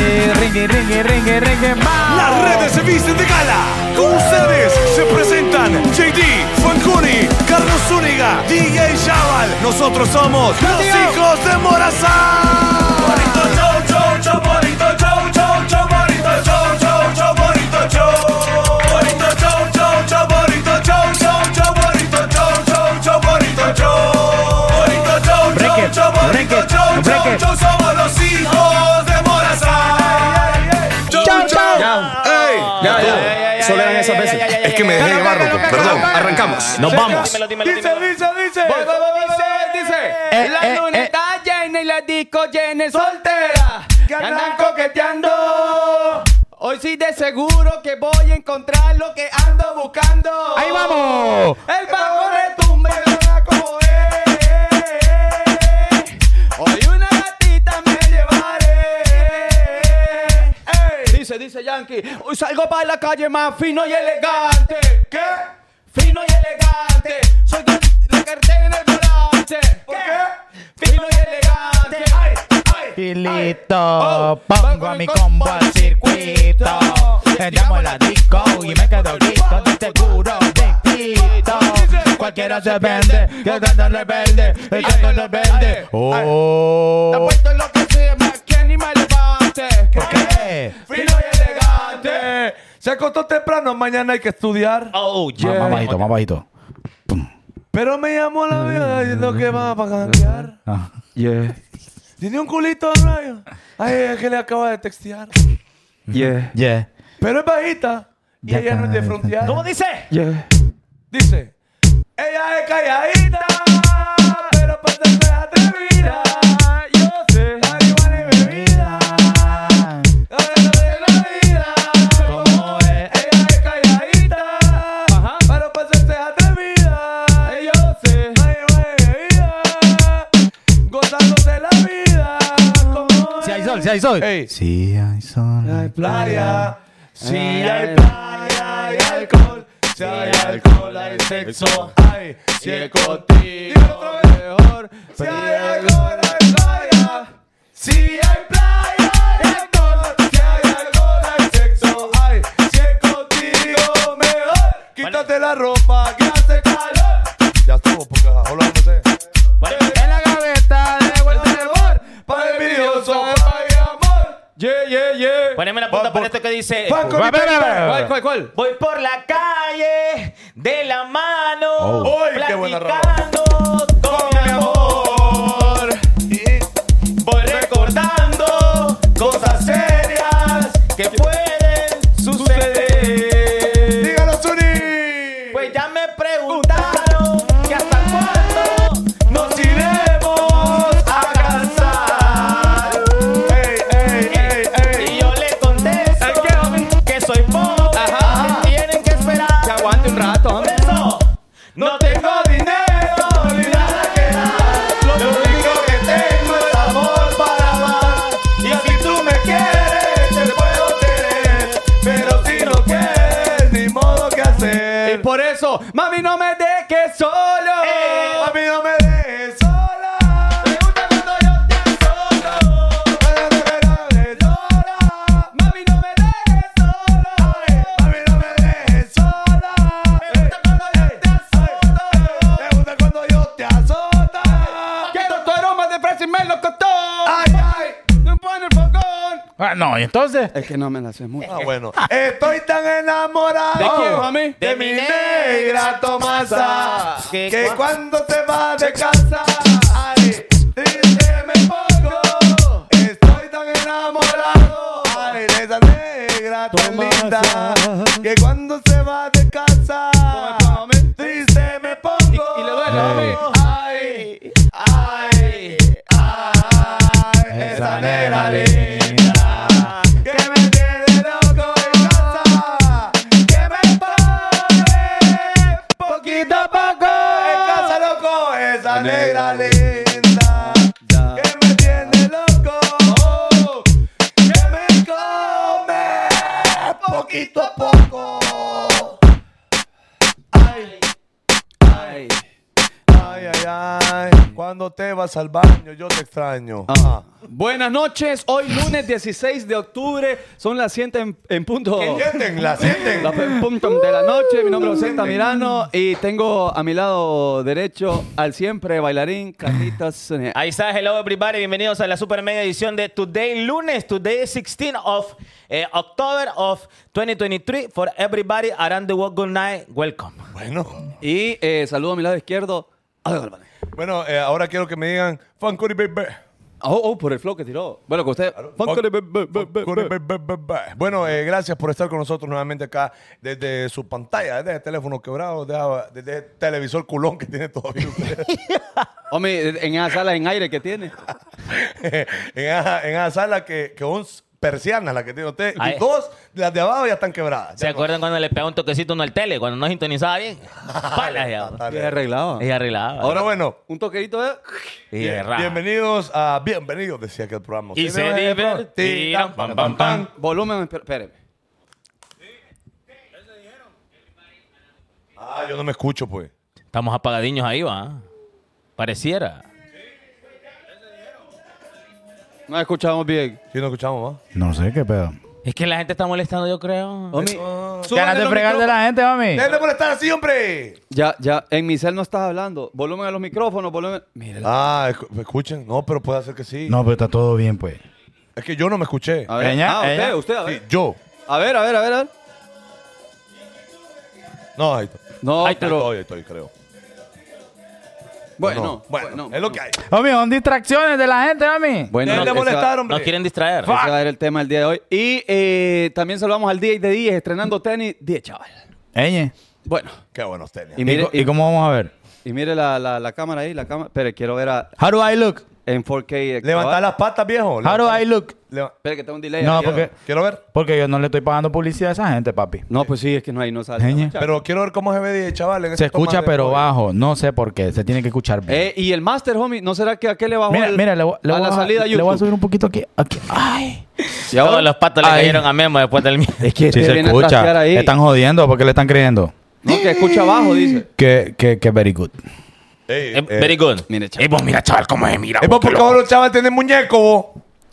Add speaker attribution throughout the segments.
Speaker 1: Rengue, rengue, rengue, rengue, ¡vamos!
Speaker 2: Las redes se visten de gala. Con ustedes se presentan JD, Fancuni, Carlos Zúñiga, DJ Chaval. Nosotros somos los
Speaker 1: Tío.
Speaker 2: hijos de Morazán. Bonito show, show, show, bonito show, show, show, bonito show, show, show, bonito show. Bonito show, show, show, bonito show, show, show, bonito show, show, show, bonito show. Bonito show, show,
Speaker 1: Break it,
Speaker 2: show, bonito
Speaker 1: break it,
Speaker 2: show, show,
Speaker 1: break it.
Speaker 2: show, somos los hijos de Morazán. Show,
Speaker 1: Chau, chau.
Speaker 2: Ey, ya,
Speaker 3: ya,
Speaker 2: todo.
Speaker 3: ya, ya,
Speaker 2: Solo eran
Speaker 3: ya,
Speaker 2: esas
Speaker 3: ya,
Speaker 2: veces.
Speaker 3: ya, ya, ya,
Speaker 2: Es que me
Speaker 3: ya,
Speaker 2: dejé
Speaker 3: ya,
Speaker 2: llevar,
Speaker 1: ya, ya,
Speaker 2: Rocco.
Speaker 1: ya, ya,
Speaker 2: Perdón,
Speaker 1: ya, ya,
Speaker 2: arrancamos.
Speaker 3: Nos vamos.
Speaker 4: Dímelo, dímelo, dímelo, dímelo.
Speaker 2: dice.
Speaker 4: Dice, dice,
Speaker 3: Eh,
Speaker 4: la
Speaker 3: eh,
Speaker 4: luna
Speaker 3: eh.
Speaker 4: está llena y la disco llena es soltera. Que andan coqueteando. Hoy sí de seguro que voy a encontrar lo que ando buscando.
Speaker 3: ¡Ahí vamos!
Speaker 4: El bajo retumba y suena como es. Hoy una gatita me llevaré. Ey, Dice, dice Yankee, hoy salgo para la calle más fino y elegante. ¿Qué? Fino y elegante. Soy con la cartera en el volante. ¿Qué? Fino y elegante. Ay, ay,
Speaker 2: oh,
Speaker 3: Pilito, pongo a mi combo al circuito. Entramos a la disco y me quedo listo, de seguro, dictito. Cualquiera se vende, que tanto le vende, que tanto le vende.
Speaker 4: Te
Speaker 3: Oh,
Speaker 4: puesto lo que sea, más que ni me levante.
Speaker 3: ¿por qué?
Speaker 4: Fino y elegante.
Speaker 2: Se acostó temprano, mañana hay que estudiar.
Speaker 4: Oh,
Speaker 3: Más, más bajito, más bajito.
Speaker 2: Pero me llamó la vida diciendo que va para cambiar.
Speaker 3: Mm. Ah.
Speaker 4: yeah.
Speaker 2: Tiene un culito de rayo. Ay, es que le acaba de textear.
Speaker 4: Yeah.
Speaker 3: Yeah.
Speaker 2: Pero es bajita. Y
Speaker 3: Ya
Speaker 2: ella no es de
Speaker 3: acaba de
Speaker 2: frontear.
Speaker 3: ¿Cómo
Speaker 2: dice?
Speaker 4: Yeah.
Speaker 2: Dice. Ella es calladita. Pero para ser fea, atrevida.
Speaker 4: Yo sé.
Speaker 2: Marihuana y bebida. Ahora no sé la vida.
Speaker 3: ¿Cómo es?
Speaker 2: Ella es calladita.
Speaker 4: Ajá.
Speaker 2: Pero para ser fea, atrevida.
Speaker 4: Yo sé.
Speaker 2: Marihuana y bebida. Gozándose la vida. ¿Cómo
Speaker 3: Si hay
Speaker 2: es?
Speaker 3: sol, si hay sol.
Speaker 2: Ey.
Speaker 3: Si hay sol.
Speaker 4: Ay,
Speaker 2: playa. Si hay
Speaker 4: Ay.
Speaker 2: playa, hay alcohol. Si hay alcohol, hay sexo. Ay, si es contigo, mejor. Si hay alcohol, hay playa. Si hay playa, hay alcohol. Si hay alcohol, hay sexo. Ay, si es contigo, mejor. Quítate la ropa que hace calor. Ya estuvo, porque ahora no sé. eh.
Speaker 3: En la gaveta de
Speaker 2: Vuelta de amor, para envidioso, para amor. Yeah, yeah, yeah.
Speaker 3: Poneme la
Speaker 2: punta
Speaker 3: punta
Speaker 2: por
Speaker 3: por
Speaker 2: esto
Speaker 3: esto que dice.
Speaker 2: Paco, mi perro.
Speaker 4: ¿Cuál, cuál, cuál?
Speaker 3: Voy por la calle de la mano.
Speaker 2: Oh. Uy, qué buena rola.
Speaker 3: platicando
Speaker 2: con mi amor.
Speaker 3: Voy recordando cosas serias que pueden suceder.
Speaker 2: Dígalo, Zuni.
Speaker 3: Pues ya me preguntaron que hasta cuándo
Speaker 2: Nos iremos a cansar. Ey, ey, ey,
Speaker 3: Y
Speaker 2: ey.
Speaker 3: yo le contesto
Speaker 2: Ay, qué hombre.
Speaker 3: que soy pobre.
Speaker 2: Ajá.
Speaker 3: que Tienen que esperar.
Speaker 4: Que aguante un rato,
Speaker 3: Por
Speaker 4: hombre.
Speaker 3: eso no tengo
Speaker 2: dinero ni nada que dar. Lo único que tengo es amor para amar. Y si tú me quieres, te puedo tener. Pero si no quieres, ni modo que
Speaker 4: Y
Speaker 2: hacer.
Speaker 4: por eso, mami, no me dejes solo. Eh.
Speaker 2: A mí no me dejes sola. Me gusta cuando yo te solo. Pero de verdad me llora.
Speaker 4: Mami, no me dejes solo.
Speaker 2: Ay, a mí no me dejes sola.
Speaker 4: Me gusta cuando yo te azoto.
Speaker 2: Me gusta cuando yo te azota.
Speaker 4: Quiero tu aroma de fresa y me lo costó.
Speaker 2: Ay, ay.
Speaker 4: No pone el fogón.
Speaker 3: Ah, no, ¿y entonces.
Speaker 4: Es que no me la sé mucho.
Speaker 2: Ah, bueno. Estoy tan enamorado
Speaker 4: ¿De quién, mami?
Speaker 2: de mi negra Tomasa
Speaker 3: Que
Speaker 2: que
Speaker 3: cua-
Speaker 2: cuando te vas de casa, ay, triste me pongo. Estoy tan enamorado ay, de esa negra tan linda que cuando se va de casa,
Speaker 4: ¿Cómo es, mami?
Speaker 2: triste me pongo.
Speaker 4: Y- y le duele, mami.
Speaker 2: Ay, ay, ay, esa negra linda que me tiene loco en casa, que me pone poquito a poco en casa loco, esa negra linda que me tiene loco, que me come poquito a poco. Ay, ay, ay, ay, ay, Cuando te vas al baño, yo te extraño. Ajá.
Speaker 4: Buenas noches, hoy lunes 16 de octubre, son las 7 en, en punto.
Speaker 2: Siéntenla, siéntenla.
Speaker 4: Las en punto de la noche, mi nombre es José Tamirano y tengo a mi lado derecho al siempre bailarín Carlitos. eh,
Speaker 5: Ahí está, hello everybody, bienvenidos a la super media edición de Today lunes, Today is 16 of eh, October of 2023 for everybody around the world. Good night, welcome.
Speaker 2: Bueno.
Speaker 4: Y eh, saludo a mi lado izquierdo, Álvaro Albanés.
Speaker 2: Bueno, eh, ahora quiero que me digan Funkory Baby.
Speaker 4: Oh, oh, por el flow que tiró. Bueno, con usted. Funko- be- be- be- be-
Speaker 2: Funkory
Speaker 4: be-
Speaker 2: Baby, baby, baby. Bueno, eh, gracias por estar con nosotros nuevamente acá desde su pantalla, desde el teléfono quebrado, desde- desde el televisor culón que tiene todavía usted.
Speaker 4: Hombre, en esa sala en aire que tiene.
Speaker 2: en, esa, en esa sala que, que son persianas las que tiene usted.
Speaker 5: Ay.
Speaker 2: Y dos, las de abajo ya están quebradas.
Speaker 5: ¿Se
Speaker 2: Ya
Speaker 5: acuerdan cuando le pegó un toquecito uno al tele? Cuando no sintonizaba bien. Palas ya.
Speaker 2: no- Dale.
Speaker 4: Y arreglado.
Speaker 5: Y arreglaba.
Speaker 2: Ahora bueno.
Speaker 4: Un toquerito eh. de...
Speaker 5: y
Speaker 2: bien-
Speaker 5: erraba.
Speaker 2: bienvenidos a Bienvenidos, decía que el programa.
Speaker 5: Y se
Speaker 2: Ustedes
Speaker 5: divertirán. Pam, pam, pam.
Speaker 4: Volumen, espé- espéreme.
Speaker 2: Ah, yo no me escucho, pues.
Speaker 5: Estamos apagadiños ahí, va. Pareciera.
Speaker 4: No escuchamos bien.
Speaker 2: Si no escuchamos más.
Speaker 6: No sé qué pedo.
Speaker 5: Es que la gente está molestando, yo creo.
Speaker 4: Homie,
Speaker 6: Ganas
Speaker 4: súbanle
Speaker 6: de
Speaker 4: los
Speaker 6: fregar de
Speaker 4: micrófonos.
Speaker 6: la gente, mami.
Speaker 2: ¡Dejen de molestar así, hombre!
Speaker 4: Ya, ya, en mi cel no estás hablando. Volumen a los micrófonos, volumen... Mira,
Speaker 2: Ah, escu- escuchen. No, pero puede ser que sí.
Speaker 6: No, pero está todo bien, pues.
Speaker 2: Es que yo no me escuché.
Speaker 4: A ver,
Speaker 6: Ella,
Speaker 4: ah, usted,
Speaker 6: ella.
Speaker 4: usted, a
Speaker 2: Sí,
Speaker 4: ver.
Speaker 2: yo.
Speaker 4: A ver, a ver, a ver, a ver.
Speaker 2: No, ahí está.
Speaker 4: No,
Speaker 2: Ahí está,
Speaker 4: pero...
Speaker 2: ahí estoy, ahí estoy, creo.
Speaker 4: Bueno,
Speaker 2: No.
Speaker 4: bueno,
Speaker 2: bueno, es lo que hay.
Speaker 6: Mami, son distracciones de la gente, mami.
Speaker 4: Bueno,
Speaker 2: Dejen de
Speaker 4: esa-
Speaker 2: molestar, hombre.
Speaker 5: Nos quieren distraer.
Speaker 4: Ese va a ser el tema del día de hoy. Y eh, también saludamos al 10 de 10, estrenando tenis. 10, chaval.
Speaker 6: Eñe.
Speaker 4: Bueno,
Speaker 2: Qué buenos tenis.
Speaker 4: y
Speaker 6: ¿Y,
Speaker 4: mire,
Speaker 6: co-
Speaker 4: y,
Speaker 6: y cómo vamos a ver?
Speaker 4: y mire la, la, la cámara ahí, la cámara. Pero quiero ver a,
Speaker 6: How do I look?
Speaker 4: en 4K.
Speaker 2: Levantar las patas, viejo.
Speaker 6: How do I look?
Speaker 2: Leva-
Speaker 4: Espera, que tengo un delay.
Speaker 6: No,
Speaker 4: aquí.
Speaker 6: porque-
Speaker 2: Quiero, quiero ver.
Speaker 6: Porque yo no le estoy pagando publicidad a esa gente, papi.
Speaker 4: No, pues sí, es que no hay, no sale.
Speaker 6: Genia.
Speaker 2: Pero quiero ver cómo se ve, chaval. en
Speaker 6: Se
Speaker 2: esa toma
Speaker 6: escucha,
Speaker 2: de-
Speaker 6: pero bajo. No sé por qué. Se tiene que escuchar bien.
Speaker 4: Eh, y el master, homie, ¿no será que a qué le bajó
Speaker 6: mira,
Speaker 4: el-
Speaker 6: mira, le, voy- le
Speaker 4: a
Speaker 6: voy
Speaker 4: la
Speaker 6: a-
Speaker 4: salida a
Speaker 6: le voy a
Speaker 4: YouTube?
Speaker 6: subir un poquito aquí. aquí. Ay.
Speaker 4: Y ahora-
Speaker 5: Todos los patos le
Speaker 6: Ay.
Speaker 5: cayeron a Memo después del mío.
Speaker 4: Es que
Speaker 6: Sí,
Speaker 4: este
Speaker 6: se
Speaker 4: viene a trastear
Speaker 6: escucha.
Speaker 4: ahí.
Speaker 6: Están jodiendo porque le están creyendo.
Speaker 4: No, que escucha abajo, dice.
Speaker 6: Que, que, que very good.
Speaker 2: Ey,
Speaker 5: Eh,
Speaker 2: eh,
Speaker 5: Very good.
Speaker 4: Mire, chaval.
Speaker 5: Y vos mira, chaval, cómo es, mira.
Speaker 2: Es
Speaker 5: vos,
Speaker 2: porque
Speaker 5: qué loco.
Speaker 2: ahora los chavales tienen muñeco, vos.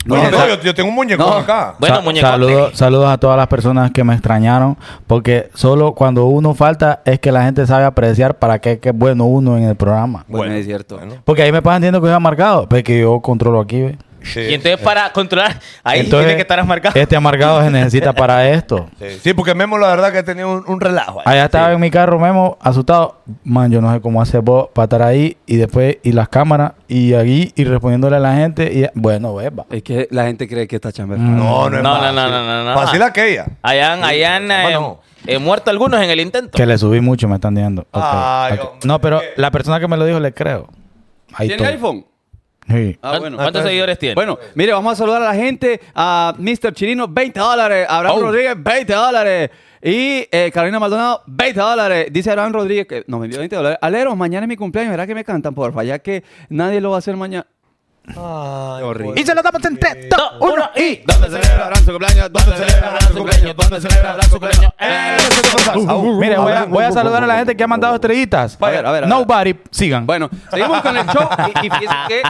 Speaker 4: No,
Speaker 2: Oye,
Speaker 4: no,
Speaker 2: yo, yo tengo un muñeco
Speaker 4: no.
Speaker 2: acá.
Speaker 5: Bueno,
Speaker 6: Sa-
Speaker 5: muñecote.
Speaker 6: saludos- saludos a todas las personas que me extrañaron, porque solo cuando uno falta es que la gente sabe apreciar para qué qué es bueno uno en el programa.
Speaker 4: Bueno, es cierto.
Speaker 2: bueno.
Speaker 6: Porque ahí me pasan diciendo que iba marcado, pero es que yo controlo aquí, ¿ve?
Speaker 2: Sí.
Speaker 5: Y entonces para controlar, ahí
Speaker 6: Entonces,
Speaker 5: tiene que estar marcado.
Speaker 6: Este amargado se necesita para esto.
Speaker 2: Sí, sí, porque Memo la verdad que tenía un, un relajo. ahí.
Speaker 6: Allá estaba en mi carro, Memo, asustado. Man, yo no sé cómo hace vos para estar ahí y después y las cámaras y ahí y respondiéndole a la gente. Y, bueno, beba.
Speaker 4: Es que la gente cree que está chamberlain.
Speaker 2: No, no es
Speaker 5: No, no,
Speaker 2: fácil.
Speaker 5: no, no, no, no.
Speaker 2: Fácil aquella.
Speaker 5: Allá han, allá han,
Speaker 2: Ah,
Speaker 5: eh,
Speaker 2: no.
Speaker 5: eh, muerto algunos en el intento.
Speaker 6: Que le subí mucho, me están diciendo. Ok,
Speaker 2: Ay,
Speaker 6: ok.
Speaker 2: hombre.
Speaker 6: No, pero la persona que me lo dijo le creo. Ahí
Speaker 4: ¿Tiene
Speaker 6: todo.
Speaker 4: iPhone?
Speaker 6: Sí.
Speaker 4: Ah,
Speaker 5: ¿Cuán-
Speaker 4: bueno.
Speaker 5: ¿Cuántos seguidores tiene?
Speaker 4: Bueno, mire, vamos a saludar a la gente. A Mr. Chirino, 20 dólares. Abraham
Speaker 2: Oh.
Speaker 4: Rodríguez, 20 dólares. Y eh, Carolina Maldonado, 20 dólares. Dice Abraham Rodríguez que nos envió 20 dólares. Aleros, mañana es mi cumpleaños. ¿Verdad que me cantan, porfa? Ya que nadie lo va a hacer mañana.
Speaker 2: Ay,
Speaker 4: horrible.
Speaker 6: Y se lo damos en 3, 2, 1 y.
Speaker 4: ¿Dónde celebra Abraham su cumpleaños? ¿Dónde celebra Abraham su cumpleaños? ¿Dónde celebra Abraham su cumpleaños? Eh, no sé qué
Speaker 6: Uh,
Speaker 4: pasa.
Speaker 6: Mire, voy a, voy a saludar a la gente que ha mandado estrellitas.
Speaker 4: A ver, a ver, a ver.
Speaker 6: Nobody, sigan.
Speaker 4: Bueno, seguimos con el show y, y fíjense que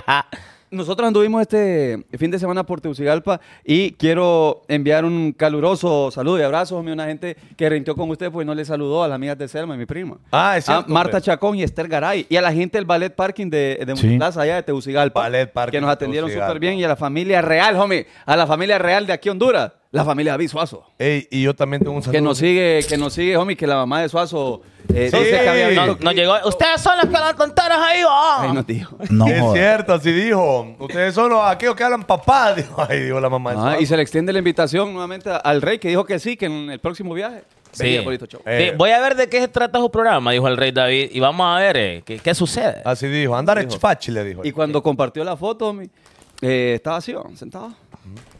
Speaker 4: nosotros anduvimos este fin de semana por Tegucigalpa y quiero enviar un caluroso saludo y abrazo a una gente que rentió con usted pues no le saludó a las amigas de Selma, mi prima.
Speaker 2: Ah, es
Speaker 4: A
Speaker 2: cierto,
Speaker 4: Marta
Speaker 2: hombre.
Speaker 4: Chacón y Esther Garay y a la gente del Ballet Parking de, de
Speaker 6: Sí.
Speaker 4: Multiplaza allá de Tegucigalpa
Speaker 2: Ballet Parking
Speaker 4: que nos atendieron
Speaker 2: Tegucigalpa.
Speaker 4: súper bien y a la familia real, homie, a la familia real de aquí Honduras, la familia David Suazo.
Speaker 2: Ey, y yo también tengo un saludo.
Speaker 4: Que nos sigue, que nos sigue, homie, que la mamá de Suazo eh,
Speaker 2: Sí.
Speaker 4: dice que había
Speaker 2: No,
Speaker 4: visto-
Speaker 5: Nos llegó. Ustedes son los que lo contaron ahí, oh.
Speaker 4: Ay, nos dijo.
Speaker 6: No
Speaker 2: es
Speaker 6: jodas.
Speaker 2: cierto, así dijo. Ustedes son los aquellos que hablan papá. Dijo, ay, dijo la mamá. de
Speaker 4: Ah,
Speaker 2: Suazo.
Speaker 4: y se le extiende la invitación nuevamente a- al rey que dijo que sí, que en el próximo viaje.
Speaker 5: Sí.
Speaker 4: venía por esto, chavo.
Speaker 2: Eh.
Speaker 5: Sí, Voy a ver de qué se trata su programa, dijo el rey David. Y vamos a ver eh, qué, qué sucede.
Speaker 2: Así dijo. Andar es fácil, le dijo.
Speaker 4: Y cuando compartió la foto, mi- eh, estaba así, ¿no? sentado.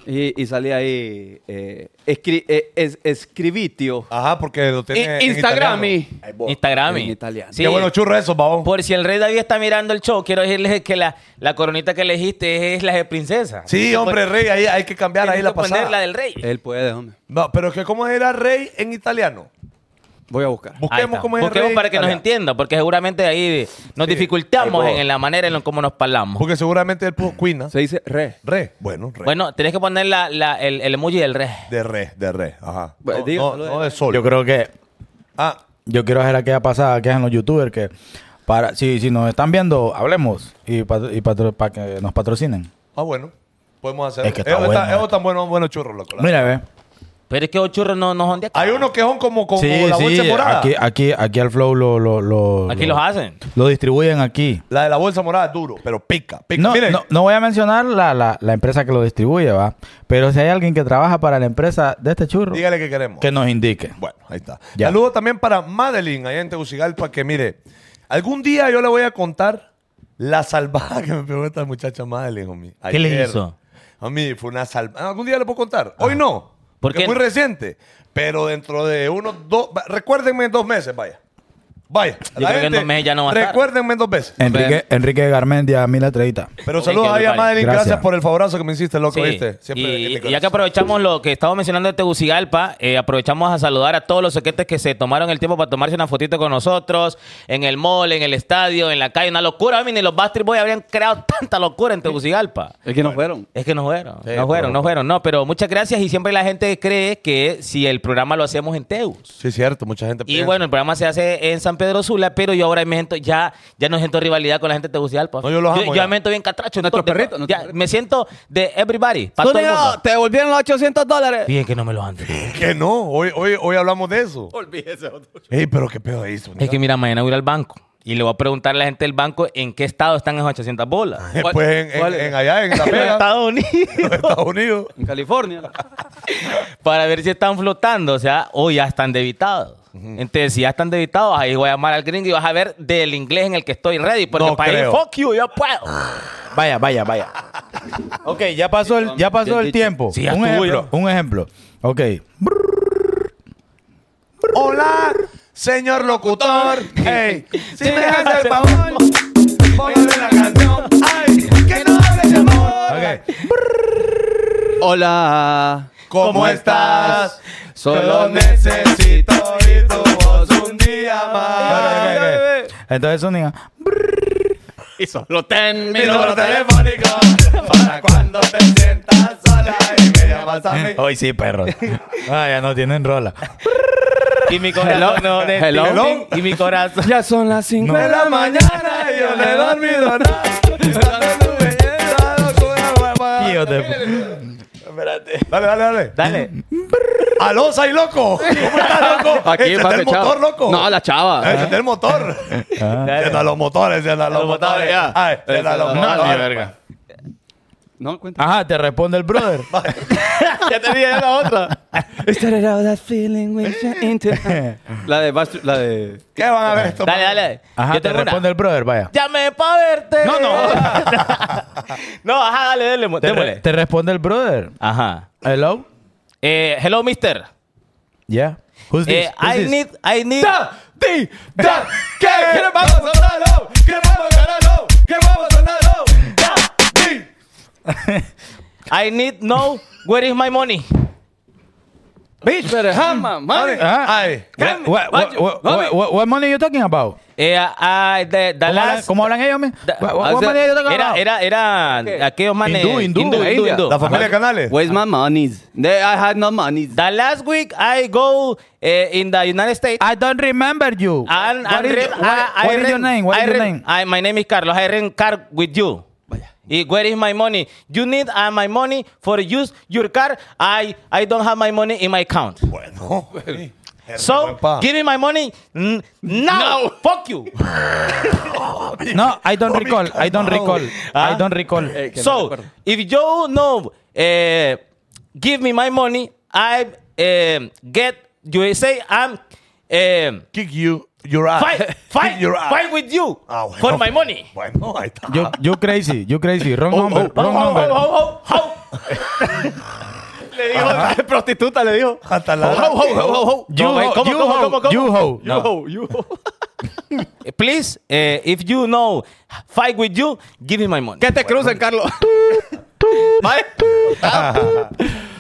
Speaker 4: Y, y salía ahí, eh, escri- eh, es- escribitio.
Speaker 2: Ajá, porque lo tiene.
Speaker 4: In-
Speaker 2: en
Speaker 4: Instagram,
Speaker 2: italiano.
Speaker 4: y-
Speaker 2: Ay, bo-
Speaker 5: Instagram.
Speaker 4: En italiano.
Speaker 5: Sí,
Speaker 2: Qué
Speaker 5: Pues,
Speaker 2: bueno churro eso, babón.
Speaker 5: Por si el rey David está mirando el show, quiero decirles que la, la coronita que elegiste es la de princesa.
Speaker 2: Sí, hombre, rey, ahí hay que cambiar
Speaker 5: Tienes
Speaker 2: ahí la Eh,
Speaker 5: que poner
Speaker 2: pasada.
Speaker 5: la del rey.
Speaker 4: Él puede, hombre.
Speaker 2: No, pero es que ¿cómo era rey en italiano?
Speaker 4: Voy a buscar.
Speaker 5: Ahí
Speaker 2: Busquemos
Speaker 5: está.
Speaker 2: cómo es el
Speaker 5: Busquemos
Speaker 2: rey
Speaker 5: para que nos
Speaker 2: italiano.
Speaker 5: entienda, porque seguramente ahí nos dificultamos
Speaker 2: ahí
Speaker 5: en,
Speaker 2: puedo.
Speaker 5: la manera en cómo nos parlamos.
Speaker 2: Porque seguramente él puso cuina.
Speaker 4: Se dice re.
Speaker 2: Re. Bueno, re.
Speaker 5: Bueno, tenés que poner la, la- el, el emoji del rey.
Speaker 2: De re, de re. Ajá.
Speaker 4: Bueno,
Speaker 2: no,
Speaker 4: diga-
Speaker 2: no, no de sol.
Speaker 6: Yo creo que
Speaker 2: Ah,
Speaker 6: yo quiero hacer aquella pasada que hacen los youtubers que para si, si nos están viendo, hablemos y para que nos patrocinen.
Speaker 2: ah, bueno. Podemos hacer.
Speaker 6: Es que está
Speaker 2: ellos,
Speaker 6: bueno.
Speaker 2: están, ellos están buenos, buenos churros, loco. la-
Speaker 6: Mira, ve.
Speaker 5: Pero es que los churros no, no son de acá.
Speaker 2: Hay unos que son como, como
Speaker 6: Sí,
Speaker 2: la bolsa
Speaker 6: sí,
Speaker 2: morada.
Speaker 6: aquí, aquí, aquí al Flow lo, lo, lo-
Speaker 5: Aquí
Speaker 6: lo-
Speaker 5: los hacen.
Speaker 6: Lo distribuyen aquí.
Speaker 2: La de la bolsa morada es duro, pero pica, pica.
Speaker 6: No,
Speaker 2: Miren,
Speaker 6: no, no voy a mencionar la, la, la empresa que lo distribuye, va. Pero si hay alguien que trabaja para la empresa de este churro,
Speaker 2: dígale que queremos.
Speaker 6: que nos indique.
Speaker 2: Bueno, ahí está.
Speaker 6: Ya.
Speaker 2: Saludo también para Madeline, allá en Tegucigalpa, que mire, algún día yo le voy a contar la salvada que me pegó esta muchacha Madeline, homie.
Speaker 5: ¿Qué le
Speaker 2: Ayer.
Speaker 5: hizo?
Speaker 2: Homie, fue una salvada. Algún día le puedo contar. Hoy no.
Speaker 5: ¿Por
Speaker 2: Porque
Speaker 5: qué
Speaker 2: es muy
Speaker 5: no?
Speaker 2: reciente. Pero dentro de unos dos. va- Recuérdenme en dos meses, vaya. Vaya.
Speaker 5: Yo creo que en dos meses ya no va a estar.
Speaker 2: Recuérdenme en dos veces.
Speaker 6: Enrique, Enrique Garmendia, mil
Speaker 2: Pero
Speaker 5: Ok,
Speaker 2: saludos
Speaker 5: que
Speaker 2: ahí a
Speaker 5: vale.
Speaker 2: Madeline. Gracias.
Speaker 6: Gracias.
Speaker 2: por el favorazo que me hiciste, loco,
Speaker 5: Sí.
Speaker 2: ¿viste? Siempre.
Speaker 5: y,
Speaker 2: en mi
Speaker 5: y ya que
Speaker 2: corazón.
Speaker 5: aprovechamos lo que estaba mencionando de Tegucigalpa, eh, aprovechamos a saludar a todos los soquetes que se tomaron el tiempo para tomarse una fotito con nosotros, en el mall, en el estadio, en la calle, una locura. A mí ni los Bastard Boys habrían creado tanta locura en Tegucigalpa.
Speaker 4: Es que no fueron.
Speaker 5: Es que no fueron,
Speaker 2: Sí,
Speaker 5: no fueron,
Speaker 2: pero-
Speaker 5: no fueron, no, pero muchas gracias y siempre la gente cree que si el programa lo hacemos en Teus.
Speaker 2: Sí, cierto, mucha gente.
Speaker 5: Y
Speaker 2: piensa.
Speaker 5: bueno, el programa se hace en San Pedro Sula, pero yo ahora me siento, ya, ya no siento rivalidad con la gente de Tegucigalpa.
Speaker 2: No, yo los amo
Speaker 5: Yo,
Speaker 2: ya.
Speaker 5: me siento bien catracho.
Speaker 4: Nuestros
Speaker 5: entonces,
Speaker 4: perritos, nuestros
Speaker 5: ya,
Speaker 4: perritos.
Speaker 5: Me siento de everybody, para
Speaker 4: Tú,
Speaker 5: todo el
Speaker 4: negro,
Speaker 5: mundo.
Speaker 4: te devolvieron los 800 dólares.
Speaker 5: Bien que no me lo han devuelto.
Speaker 2: Que no, hoy, hoy, hoy hablamos de eso.
Speaker 4: Olvídese. otro.
Speaker 2: Ey, pero qué pedo hizo.
Speaker 5: Es que mira, mañana voy a ir al banco y le voy a preguntar a la gente del banco en qué estado están esas 800 bolas.
Speaker 2: Después
Speaker 4: ¿Cuál-
Speaker 2: en, en-
Speaker 4: cuál es?
Speaker 2: en allá, en La
Speaker 5: En
Speaker 2: Vega,
Speaker 5: Estados Unidos.
Speaker 2: en Estados Unidos.
Speaker 4: En California.
Speaker 5: para ver si están flotando, o sea, o ya están debitados. Entonces, si ya están debitados, ahí voy a llamar al gringo y vas a ver del inglés en el que estoy ready. Porque
Speaker 2: No
Speaker 5: para ir,
Speaker 2: creo.
Speaker 5: fuck you, yo puedo.
Speaker 6: Vaya, vaya, vaya. ok, ya pasó el, ya pasó
Speaker 4: Bien
Speaker 6: el
Speaker 4: dicho.
Speaker 6: tiempo.
Speaker 5: Sí, ya
Speaker 6: un
Speaker 5: estuvo,
Speaker 6: ejemplo, un ejemplo. Ok.
Speaker 2: Hola, señor locutor. Ey, si me haces el favor, póngale la canción. Ay, que no hables de amor.
Speaker 6: Ok.
Speaker 4: Hola.
Speaker 2: ¿Cómo estás?
Speaker 4: Solo
Speaker 2: Solo necesito oír tu voz un día más.
Speaker 6: Ok, ok, ok. Entonces, Zúñiga.
Speaker 5: Y solo ten
Speaker 2: Mi número telefónico para cuando te sientas sola y me llamas a mí.
Speaker 6: Hoy sí, perros. ah, ya no tienen rola.
Speaker 5: Y mi corazón. no, de-
Speaker 4: Hello.
Speaker 5: Hello. Y mi corazón.
Speaker 4: Ya son las 5
Speaker 6: No.
Speaker 4: de
Speaker 2: de
Speaker 4: la
Speaker 2: la mañana y yo no he dormido nada. Pensando en tu belleza, locura, guapa.
Speaker 6: Tío de-
Speaker 2: Dale, dale, dale.
Speaker 5: Dale.
Speaker 2: ¡Aló, soy loco! ¿Cómo estás, loco?
Speaker 4: Aquí,
Speaker 2: Encendé
Speaker 4: papi,
Speaker 2: el motor,
Speaker 4: chava.
Speaker 2: loco! Eh.
Speaker 4: No, la chava.
Speaker 2: Encendé el motor. Encienda los motores, encienda los motores. Ay, encienda los
Speaker 4: No,
Speaker 2: motores.
Speaker 4: No, cuenta.
Speaker 6: Ajá, te responde el brother.
Speaker 5: ya tenía la otra.
Speaker 2: Ah.
Speaker 4: Started out that feeling when you're into- La de Bastard- la de...
Speaker 2: ¿Qué van a ver esto?
Speaker 5: Dale, dale.
Speaker 6: Ajá,
Speaker 5: Yo
Speaker 6: te
Speaker 5: tengo una.
Speaker 6: responde el brother, vaya.
Speaker 5: Llamé para verte.
Speaker 6: No, no.
Speaker 5: no, ajá, dale, dale. mo-
Speaker 6: Te, re-
Speaker 5: démosle.
Speaker 6: te responde el brother.
Speaker 5: Ajá.
Speaker 6: Hello?
Speaker 5: Eh, hello, mister.
Speaker 6: Yeah. Who's this?
Speaker 5: Eh,
Speaker 6: Who's
Speaker 5: I
Speaker 6: this?
Speaker 5: need, I need.
Speaker 2: ¡Di! ¡Da! ¿Qué? ¿Qué vamos a sonarlo? ¿Qué vamos a ganarlo? ¿Qué vamos a sonarlo? ¡Da! ¡Di!
Speaker 5: I need know where is my money.
Speaker 4: Bitch, better have my money.
Speaker 6: Ajá.
Speaker 2: ¡Ay!
Speaker 6: What, what, what, what, what- what money you talking about?
Speaker 5: Eh, I, the, the
Speaker 6: ¿Cómo, hablan,
Speaker 5: last-
Speaker 6: cómo hablan ellos? mi?
Speaker 5: the-
Speaker 6: What, what- what money you talking
Speaker 5: era,
Speaker 6: about?
Speaker 5: era, era aquellos manes.
Speaker 6: Hindú, hindú,
Speaker 5: hindú,
Speaker 4: India.
Speaker 5: hindú.
Speaker 2: La familia Canales.
Speaker 4: Where's my money? They- I had no money.
Speaker 5: The last week I go eh, in the United States.
Speaker 6: I don't remember you.
Speaker 5: and,
Speaker 6: What
Speaker 5: and
Speaker 6: is-
Speaker 5: rent-
Speaker 6: what-
Speaker 5: I- I
Speaker 6: what is your
Speaker 5: rent-
Speaker 6: name? What
Speaker 5: I
Speaker 6: is your
Speaker 5: rent-
Speaker 6: name?
Speaker 5: I- my name is Carlos. I rent car with you. Eh, Where is my money? You need uh, my money for use your car. I I don't have my money in my account.
Speaker 2: Bueno.
Speaker 5: So
Speaker 2: Pa.
Speaker 5: give me my money n- now. Fuck you.
Speaker 6: No, I
Speaker 7: Oh,
Speaker 6: don't recall. I don't recall. I don't recall.
Speaker 5: Eh, So, if you know, eh, give me my money, I eh, get USA, I'm eh,
Speaker 2: Kick you, your
Speaker 6: Ah.
Speaker 2: ass.
Speaker 5: fight, fight,
Speaker 2: Kick your ass.
Speaker 5: fight with you
Speaker 2: Ah, bueno.
Speaker 5: for my money.
Speaker 2: Bueno, ahí está.
Speaker 6: You, you crazy. You crazy. Wrong number.
Speaker 5: Ho,
Speaker 6: Wrong
Speaker 5: ho,
Speaker 6: number.
Speaker 5: ho, ho, ho. le dijo, prostituta le dijo.
Speaker 2: Hasta la-
Speaker 5: Ho, ho, ho, ho, ho.
Speaker 6: You
Speaker 5: No, wait,
Speaker 6: ho,
Speaker 5: eh, ¿cómo,
Speaker 6: you
Speaker 5: cómo,
Speaker 6: ho,
Speaker 5: cómo, cómo?
Speaker 6: you ho.
Speaker 5: You ho, you ho. Please, eh, if you know fight with you, give me my money.
Speaker 4: Que te crucen, Carlos. Bye.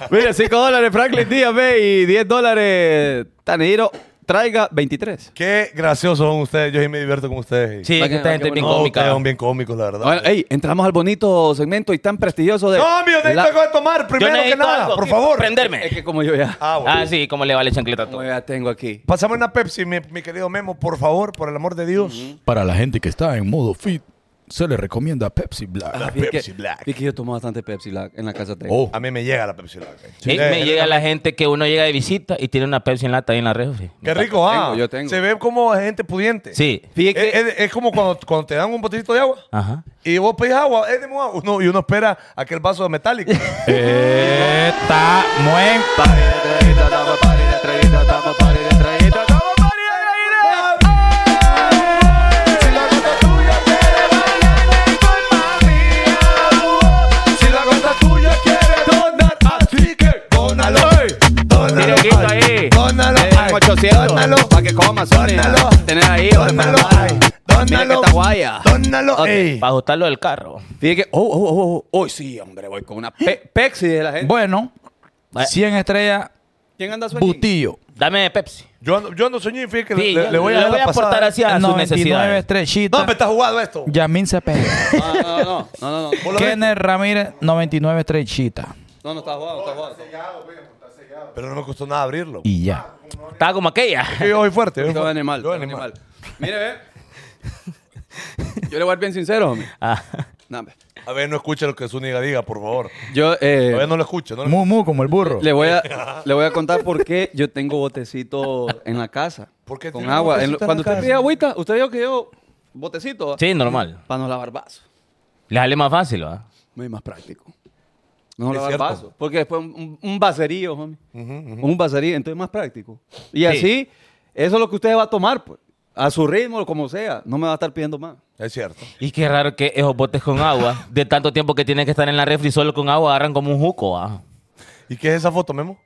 Speaker 4: Mira, 5 dólares Franklin Díaz, ve, y 10 dólares Tanediro traiga 23.
Speaker 2: Qué graciosos son ustedes. Yo sí me divierto con ustedes.
Speaker 5: Sí,
Speaker 4: Va
Speaker 5: es que
Speaker 4: que-
Speaker 5: esta
Speaker 4: va
Speaker 5: gente
Speaker 4: que
Speaker 5: es bien
Speaker 2: No,
Speaker 5: cómica.
Speaker 2: ustedes son bien cómicos, la verdad.
Speaker 4: Bueno, ey, entramos al bonito segmento y tan prestigioso de.
Speaker 2: no, amigo, necesito
Speaker 4: la-
Speaker 2: algo de tomar
Speaker 5: Yo
Speaker 2: primero que
Speaker 5: necesito
Speaker 2: nada,
Speaker 5: algo
Speaker 2: por
Speaker 5: que-
Speaker 2: favor.
Speaker 5: Prenderme.
Speaker 4: Es que como yo ya.
Speaker 2: Ah, bueno.
Speaker 5: Ah, sí, como le vale chancleta a todo.
Speaker 4: Como ya tengo aquí.
Speaker 2: Pásame una Pepsi, mi, mi querido Memo, por favor, por el amor de Dios.
Speaker 7: Para la gente que está en modo fit, se le recomienda Pepsi Black.
Speaker 4: Ah, vi
Speaker 2: Pepsi
Speaker 4: que,
Speaker 2: Black.
Speaker 4: vi que yo tomo bastante Pepsi Black en la casa tengo.
Speaker 7: Oh,
Speaker 2: A mí me llega la Pepsi Black.
Speaker 5: Eh, me llega la gente que uno llega de visita y tiene una Pepsi en lata ahí en la refri.
Speaker 2: Qué rico, ah.
Speaker 4: tengo, yo tengo.
Speaker 2: Se ve como gente pudiente.
Speaker 5: Sí.
Speaker 4: Fíjate que-
Speaker 2: Es, es- es como cuando, cuando te dan un botellito de agua.
Speaker 5: Ajá.
Speaker 2: Y vos pedís agua, eh, deme agua. Uno- y uno espera aquel vaso de metálico.
Speaker 6: Está muy
Speaker 2: ¡Eh! Dónalo,
Speaker 4: Tire
Speaker 2: dónalo,
Speaker 4: grito ahí.
Speaker 2: dónalo,
Speaker 4: Eh,
Speaker 2: ay,
Speaker 4: 800.
Speaker 2: dónalo,
Speaker 4: Pa' que coma, Sonia.
Speaker 2: dónalo,
Speaker 4: Tener ahí,
Speaker 2: dónalo,
Speaker 4: hermano.
Speaker 2: ay, dónalo,
Speaker 4: Mira que está guaya.
Speaker 2: dónalo,
Speaker 4: Ok,
Speaker 2: ey.
Speaker 5: Para ajustarlo del carro.
Speaker 4: Fíjate que. Oh, oh, oh, oh, oh. sí, hombre, voy con una pe- Pepsi de la gente.
Speaker 6: bueno.
Speaker 5: Eh.
Speaker 6: 100 estrellas,
Speaker 4: ¿Quién anda su
Speaker 6: Butillo.
Speaker 5: Dame Pepsi.
Speaker 2: Yo ando, yo ando soñé, fíjate que le,
Speaker 5: Sí, yo-
Speaker 2: le voy a
Speaker 5: le
Speaker 2: dar
Speaker 5: voy
Speaker 2: la
Speaker 5: a aportar
Speaker 2: pasada.
Speaker 5: así a sus
Speaker 6: 99
Speaker 5: necesidades.
Speaker 2: No, me
Speaker 6: estrellitas.
Speaker 2: está jugando esto.
Speaker 6: Yamín Cepeda.
Speaker 4: No, no, no, no, no, no.
Speaker 2: Vos lo viste.
Speaker 6: Kenneth Ramírez, 99 estrellitas.
Speaker 4: No, no está jugado, está jugado.
Speaker 2: Pero no me costó nada abrirlo.
Speaker 6: Y ya.
Speaker 5: Estaba como aquella.
Speaker 2: Que Yo soy fuerte. Yo soy
Speaker 4: Todo
Speaker 2: fuerte.
Speaker 4: animal,
Speaker 2: Yo
Speaker 4: todo
Speaker 2: soy
Speaker 4: animal. Mire, ve. Yo le voy a ser bien sincero, homie.
Speaker 5: Ah.
Speaker 4: No, hombre.
Speaker 2: A ver, no escuche lo que Zúñiga diga, por favor.
Speaker 4: Yo
Speaker 2: A ver,
Speaker 4: eh,
Speaker 2: no lo escuche. No lo-
Speaker 6: Mu, mu, como el burro.
Speaker 4: le, voy a, le voy a contar por qué yo tengo botecito en la casa.
Speaker 2: ¿Por qué
Speaker 4: Con
Speaker 2: tiene
Speaker 4: agua. En lo-
Speaker 2: botecito en la
Speaker 4: cuando usted
Speaker 2: casa?
Speaker 4: pide agüita, usted dijo que yo botecito
Speaker 5: Sí, normal.
Speaker 4: para no lavar vaso.
Speaker 5: Le sale más fácil, ¿va?
Speaker 4: Muy más práctico. No
Speaker 2: Es
Speaker 4: lavar
Speaker 2: cierto.
Speaker 4: vaso. Porque después un, un, un vacerío, homie. Un vacerío, entonces más práctico. Y así, eso es lo que usted va a tomar, pues. A su ritmo, como sea. No me va a estar pidiendo más.
Speaker 2: Es cierto.
Speaker 5: Y qué raro que esos botes con agua, de tanto tiempo que tienen que estar en la refri solo con agua, agarran como un juco, ¿va?
Speaker 2: ¿Y qué es esa foto, Memo?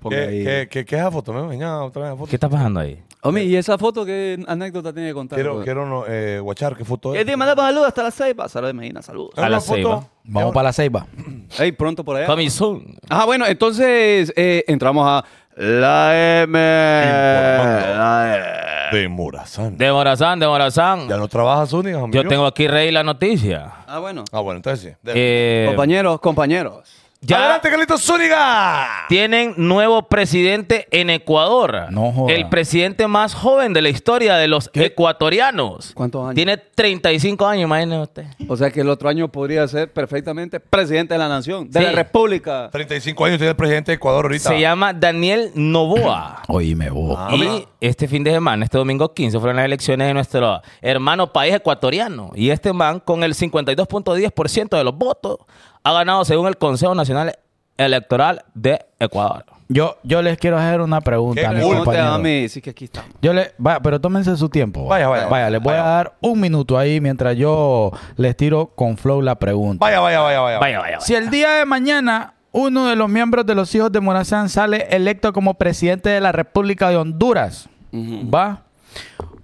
Speaker 4: Ponga
Speaker 2: ¿Qué,
Speaker 4: ahí.
Speaker 2: qué, qué, qué es esa foto, Memo? Ña, otra vez la foto.
Speaker 5: ¿Qué está pasando ahí?
Speaker 4: Homie, ¿y esa foto qué anécdota tiene que contar?
Speaker 2: Quiero, quiero no, eh, guachar qué foto es.
Speaker 4: El día mandaba saludos hasta las seis. Pasará de Medina, saludos.
Speaker 2: Es una
Speaker 5: A la
Speaker 2: foto-
Speaker 5: ceiba.
Speaker 6: Vamos para la ceiba.
Speaker 4: Mm. Ey, pronto por allá.
Speaker 5: Coming soon.
Speaker 4: Ah, bueno, entonces eh, entramos a la M.
Speaker 2: Informando.
Speaker 4: La E.
Speaker 2: De Morazán.
Speaker 5: De Morazán, de Morazán.
Speaker 2: Ya no trabaja Zúñiga, hombre.
Speaker 5: Yo tengo aquí, Rey, la noticia.
Speaker 4: Ah, bueno.
Speaker 2: Ah, bueno, entonces sí. Dele.
Speaker 5: Eh,
Speaker 4: compañeros, compañeros.
Speaker 5: ya
Speaker 2: ¡Adelante, Carlitos Zúñiga!
Speaker 5: tienen nuevo presidente en Ecuador.
Speaker 6: No joda.
Speaker 5: El presidente más joven de la historia de los ecuatorianos.
Speaker 4: ¿Cuántos años?
Speaker 5: Tiene 35 años, imagínese usted.
Speaker 4: O sea que el otro año podría ser perfectamente presidente de la nación, de
Speaker 5: Sí.
Speaker 4: la república.
Speaker 2: 35 años, usted es el presidente de Ecuador ahorita.
Speaker 5: Se llama Daniel Novoa.
Speaker 6: Oíme vos.
Speaker 5: Y este fin de semana, este domingo 15, fueron las elecciones de nuestro hermano país ecuatoriano. Y este man, con el 52.10% de los votos, ha ganado según el Consejo Nacional Electoral de Ecuador.
Speaker 6: Yo, yo les quiero hacer una
Speaker 2: ¿Qué
Speaker 6: pregunta, mis
Speaker 2: pregunta,
Speaker 6: compañeros.
Speaker 4: Pregunta a mí, sí que aquí estamos.
Speaker 6: Yo le, vaya, pero tómense su tiempo.
Speaker 2: Vaya, vaya,
Speaker 6: Vaya, les voy a dar un minuto ahí mientras yo les tiro con flow la pregunta.
Speaker 2: Vaya, vaya, vaya, vaya.
Speaker 5: Vaya, vaya, vaya.
Speaker 6: Si el día de mañana uno de los miembros de los hijos de Morazán sale electo como presidente de la República de Honduras, ¿va?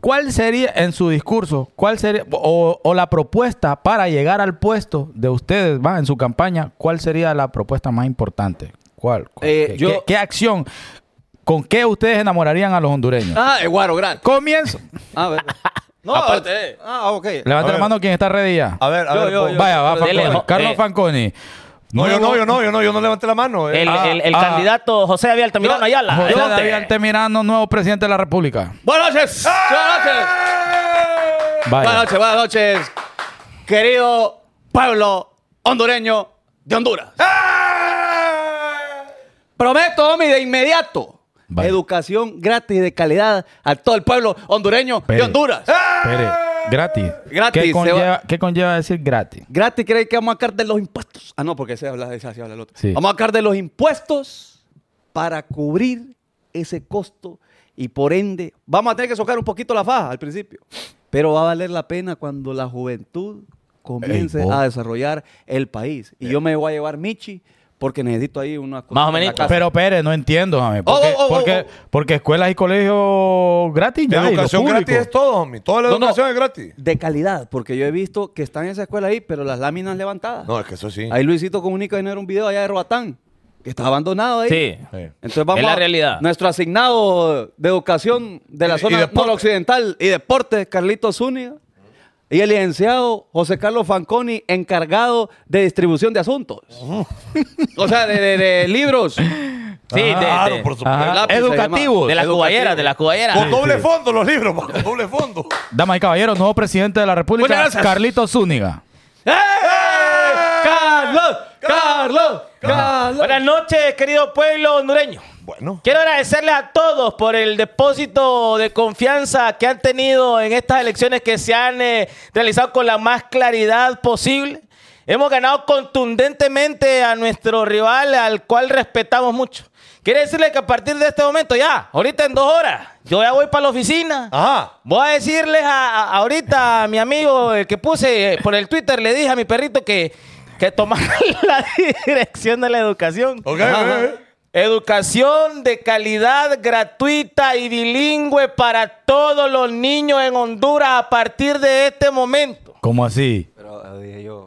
Speaker 6: ¿Cuál sería en su discurso, cuál sería o, o la propuesta para llegar al puesto de ustedes, va, en su campaña, cuál sería la propuesta más importante? ¿Cuál? cuál?
Speaker 4: Eh,
Speaker 6: ¿Qué,
Speaker 4: yo-
Speaker 6: qué- qué acción? ¿Con qué ustedes enamorarían a los hondureños?
Speaker 4: Ah, es Guaro Gran.
Speaker 6: Comienzo.
Speaker 4: A ver. No,
Speaker 5: Aparte.
Speaker 4: Ah, ok.
Speaker 6: Levanta
Speaker 2: A
Speaker 6: la
Speaker 2: ver.
Speaker 6: mano quien está ready ya.
Speaker 2: A ver, a
Speaker 4: Yo,
Speaker 2: ver.
Speaker 4: yo,
Speaker 2: po-
Speaker 4: yo.
Speaker 6: Vaya, va
Speaker 5: Dele,
Speaker 6: Fanconi.
Speaker 5: jo-
Speaker 6: Carlos
Speaker 5: eh.
Speaker 6: Fanconi.
Speaker 2: No, yo no, yo no, yo no, yo no levanté la mano. eh.
Speaker 5: El,
Speaker 2: Ah,
Speaker 5: el- el
Speaker 6: ah.
Speaker 5: candidato José David Altamirano
Speaker 4: Yo-
Speaker 5: Ayala.
Speaker 6: José
Speaker 5: adelante.
Speaker 6: David Altamirano, nuevo presidente de la República.
Speaker 4: Buenas noches.
Speaker 2: ¡Ah!
Speaker 4: Buenas noches. Buenas
Speaker 6: Vaya.
Speaker 4: noches, buenas noches. Querido pueblo hondureño de Honduras.
Speaker 2: ¡Eh!
Speaker 4: Prometo, homie, de inmediato.
Speaker 6: Vaya.
Speaker 4: Educación gratis y de calidad a todo el pueblo hondureño de
Speaker 6: Espere.
Speaker 4: Honduras.
Speaker 2: ¡Eh!
Speaker 6: Espere, gratis.
Speaker 4: Gratis,
Speaker 6: ¿Qué
Speaker 4: se
Speaker 6: conlleva,
Speaker 4: va.
Speaker 6: qué conlleva decir gratis?
Speaker 4: Gratis, ¿cree que vamos a sacar de los impuestos? Ah, no, porque ese habla, ese así habla el otro.
Speaker 6: Sí.
Speaker 4: Vamos a sacar de los impuestos para cubrir ese costo y por ende vamos a tener que socar un poquito la faja al principio. Pero va a valer la pena cuando la juventud comience
Speaker 6: Ey, vos.
Speaker 4: a desarrollar el país. Y yo me voy a llevar Michi porque necesito ahí una cosa.
Speaker 5: Más o
Speaker 4: en la
Speaker 5: menos.
Speaker 4: casa.
Speaker 6: Pero Pérez, no entiendo, jame, Porque,
Speaker 4: oh, oh,
Speaker 6: porque, porque escuelas y colegios gratis ya. y lo
Speaker 2: educación
Speaker 6: público.
Speaker 2: gratis es todo, homie. Toda la
Speaker 4: No, no.
Speaker 2: educación es gratis.
Speaker 4: De calidad, porque yo he visto que están en esa escuela ahí, pero las láminas levantadas.
Speaker 2: No, es que eso sí.
Speaker 4: Ahí Luisito comunica dinero un video allá de Roatán. que está abandonado ahí.
Speaker 5: Sí.
Speaker 4: Entonces vamos
Speaker 5: Es la
Speaker 4: a-
Speaker 5: realidad.
Speaker 4: Nuestro asignado de educación de la
Speaker 2: Y- y
Speaker 4: zona
Speaker 2: deporte.
Speaker 4: noroccidental y deportes, Carlitos Zúñiga. Y el licenciado José Carlos Fanconi, encargado de distribución de asuntos. o sea, de, de- de libros.
Speaker 5: Sí, de-
Speaker 2: Claro,
Speaker 5: de-
Speaker 2: por supuesto.
Speaker 4: Lápiz se
Speaker 5: Educativos.
Speaker 4: llama.
Speaker 5: De las
Speaker 4: Educativo.
Speaker 5: cuballeras, de las cuballeras.
Speaker 2: Con doble fondo los libros, pa, con doble fondo.
Speaker 6: Damas y caballeros, nuevo presidente de la
Speaker 2: Muchas
Speaker 6: República,
Speaker 2: gracias.
Speaker 6: Carlito Zúñiga.
Speaker 4: ¡Eh! ¡Carlos! ¡Carlos! ¡Carlos!
Speaker 5: Buenas noches, querido pueblo hondureño.
Speaker 2: Bueno.
Speaker 5: Quiero agradecerles a todos por el depósito de confianza que han tenido en estas elecciones que se han eh, realizado con la más claridad posible. Hemos ganado contundentemente a nuestro rival, al cual respetamos mucho. Quiero decirles que a partir de este momento, ya, ahorita en dos horas, yo ya voy para la
Speaker 2: Ah,
Speaker 5: oficina.
Speaker 2: Ajá.
Speaker 5: Voy a decirles a- a- ahorita a mi amigo, el que puse eh, por el Twitter, le dije a mi perrito que, que tomara la dirección de la educación.
Speaker 2: Ok,
Speaker 5: Ajá.
Speaker 2: ok, ok.
Speaker 5: Educación de calidad gratuita y bilingüe para todos los niños en Honduras a partir de este momento.
Speaker 6: ¿Cómo así?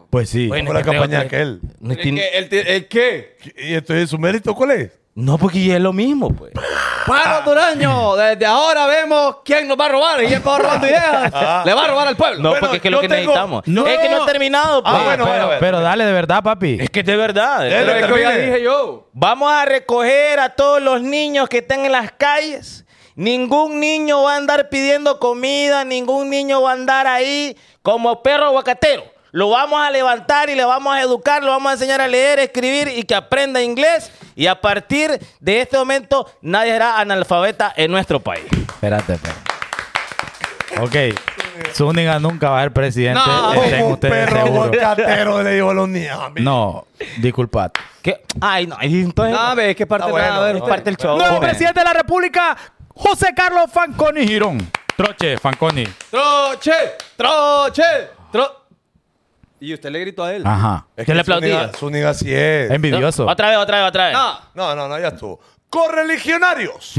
Speaker 6: Pues sí.
Speaker 5: Bueno,
Speaker 2: Como la
Speaker 5: es que tengo
Speaker 2: campaña
Speaker 5: que-
Speaker 2: aquel.
Speaker 5: No, tiene-
Speaker 4: ¿El, qué? el qué?
Speaker 2: ¿Y entonces su mérito cuál es?
Speaker 5: no, porque ya es lo mismo, pues.
Speaker 4: ¡Paro Duraño! Desde ahora vemos quién nos va a robar y quién va robando ideas. Le va a robar al pueblo.
Speaker 5: No,
Speaker 2: Bueno,
Speaker 5: porque es que es
Speaker 2: yo
Speaker 5: lo que
Speaker 2: tengo-
Speaker 5: necesitamos.
Speaker 6: No.
Speaker 5: Es que no ha terminado, pues.
Speaker 2: Ah, bueno,
Speaker 6: pero,
Speaker 2: bueno, bueno.
Speaker 6: pero dale de verdad, papi.
Speaker 5: Es que es de verdad.
Speaker 2: Dele,
Speaker 4: Pero es que ya
Speaker 2: termine.
Speaker 4: dije yo.
Speaker 5: Vamos a recoger a todos los niños que están en las calles. Ningún niño va a andar pidiendo comida, ningún niño va a andar ahí como perro aguacatero. Lo vamos a levantar y le vamos a educar, lo vamos a enseñar a leer, escribir y que aprenda inglés. Y a partir de este momento, nadie será analfabeta en nuestro país.
Speaker 6: Espérate, espérate. Ok. Zúñiga nunca va a ser presidente.
Speaker 4: No, pues,
Speaker 6: estén
Speaker 2: Como un
Speaker 6: ustedes
Speaker 2: perro
Speaker 6: seguros.
Speaker 2: bocatero le digo a los niños. a mí.
Speaker 6: No, disculpad.
Speaker 5: ¿Qué? Ay, no, y entonces.
Speaker 4: No, ve, es que parte
Speaker 2: Está bueno,
Speaker 4: nada, a ver,
Speaker 5: es
Speaker 4: usted.
Speaker 5: parte del show.
Speaker 6: Nuevo
Speaker 5: Hombre.
Speaker 6: presidente de la República, José Carlos Fanconi Girón. Troche, Fanconi.
Speaker 4: ¡Troche! ¡Troche! ¡Tro! Y usted le gritó a él.
Speaker 6: Ajá.
Speaker 2: Es
Speaker 5: ¿Qué le
Speaker 2: su niga-
Speaker 5: aplaudía?
Speaker 2: Su niga así es.
Speaker 6: Envidioso.
Speaker 5: Otra vez, otra vez, otra vez.
Speaker 4: No,
Speaker 2: No, no, no, ya estuvo. Correligionarios.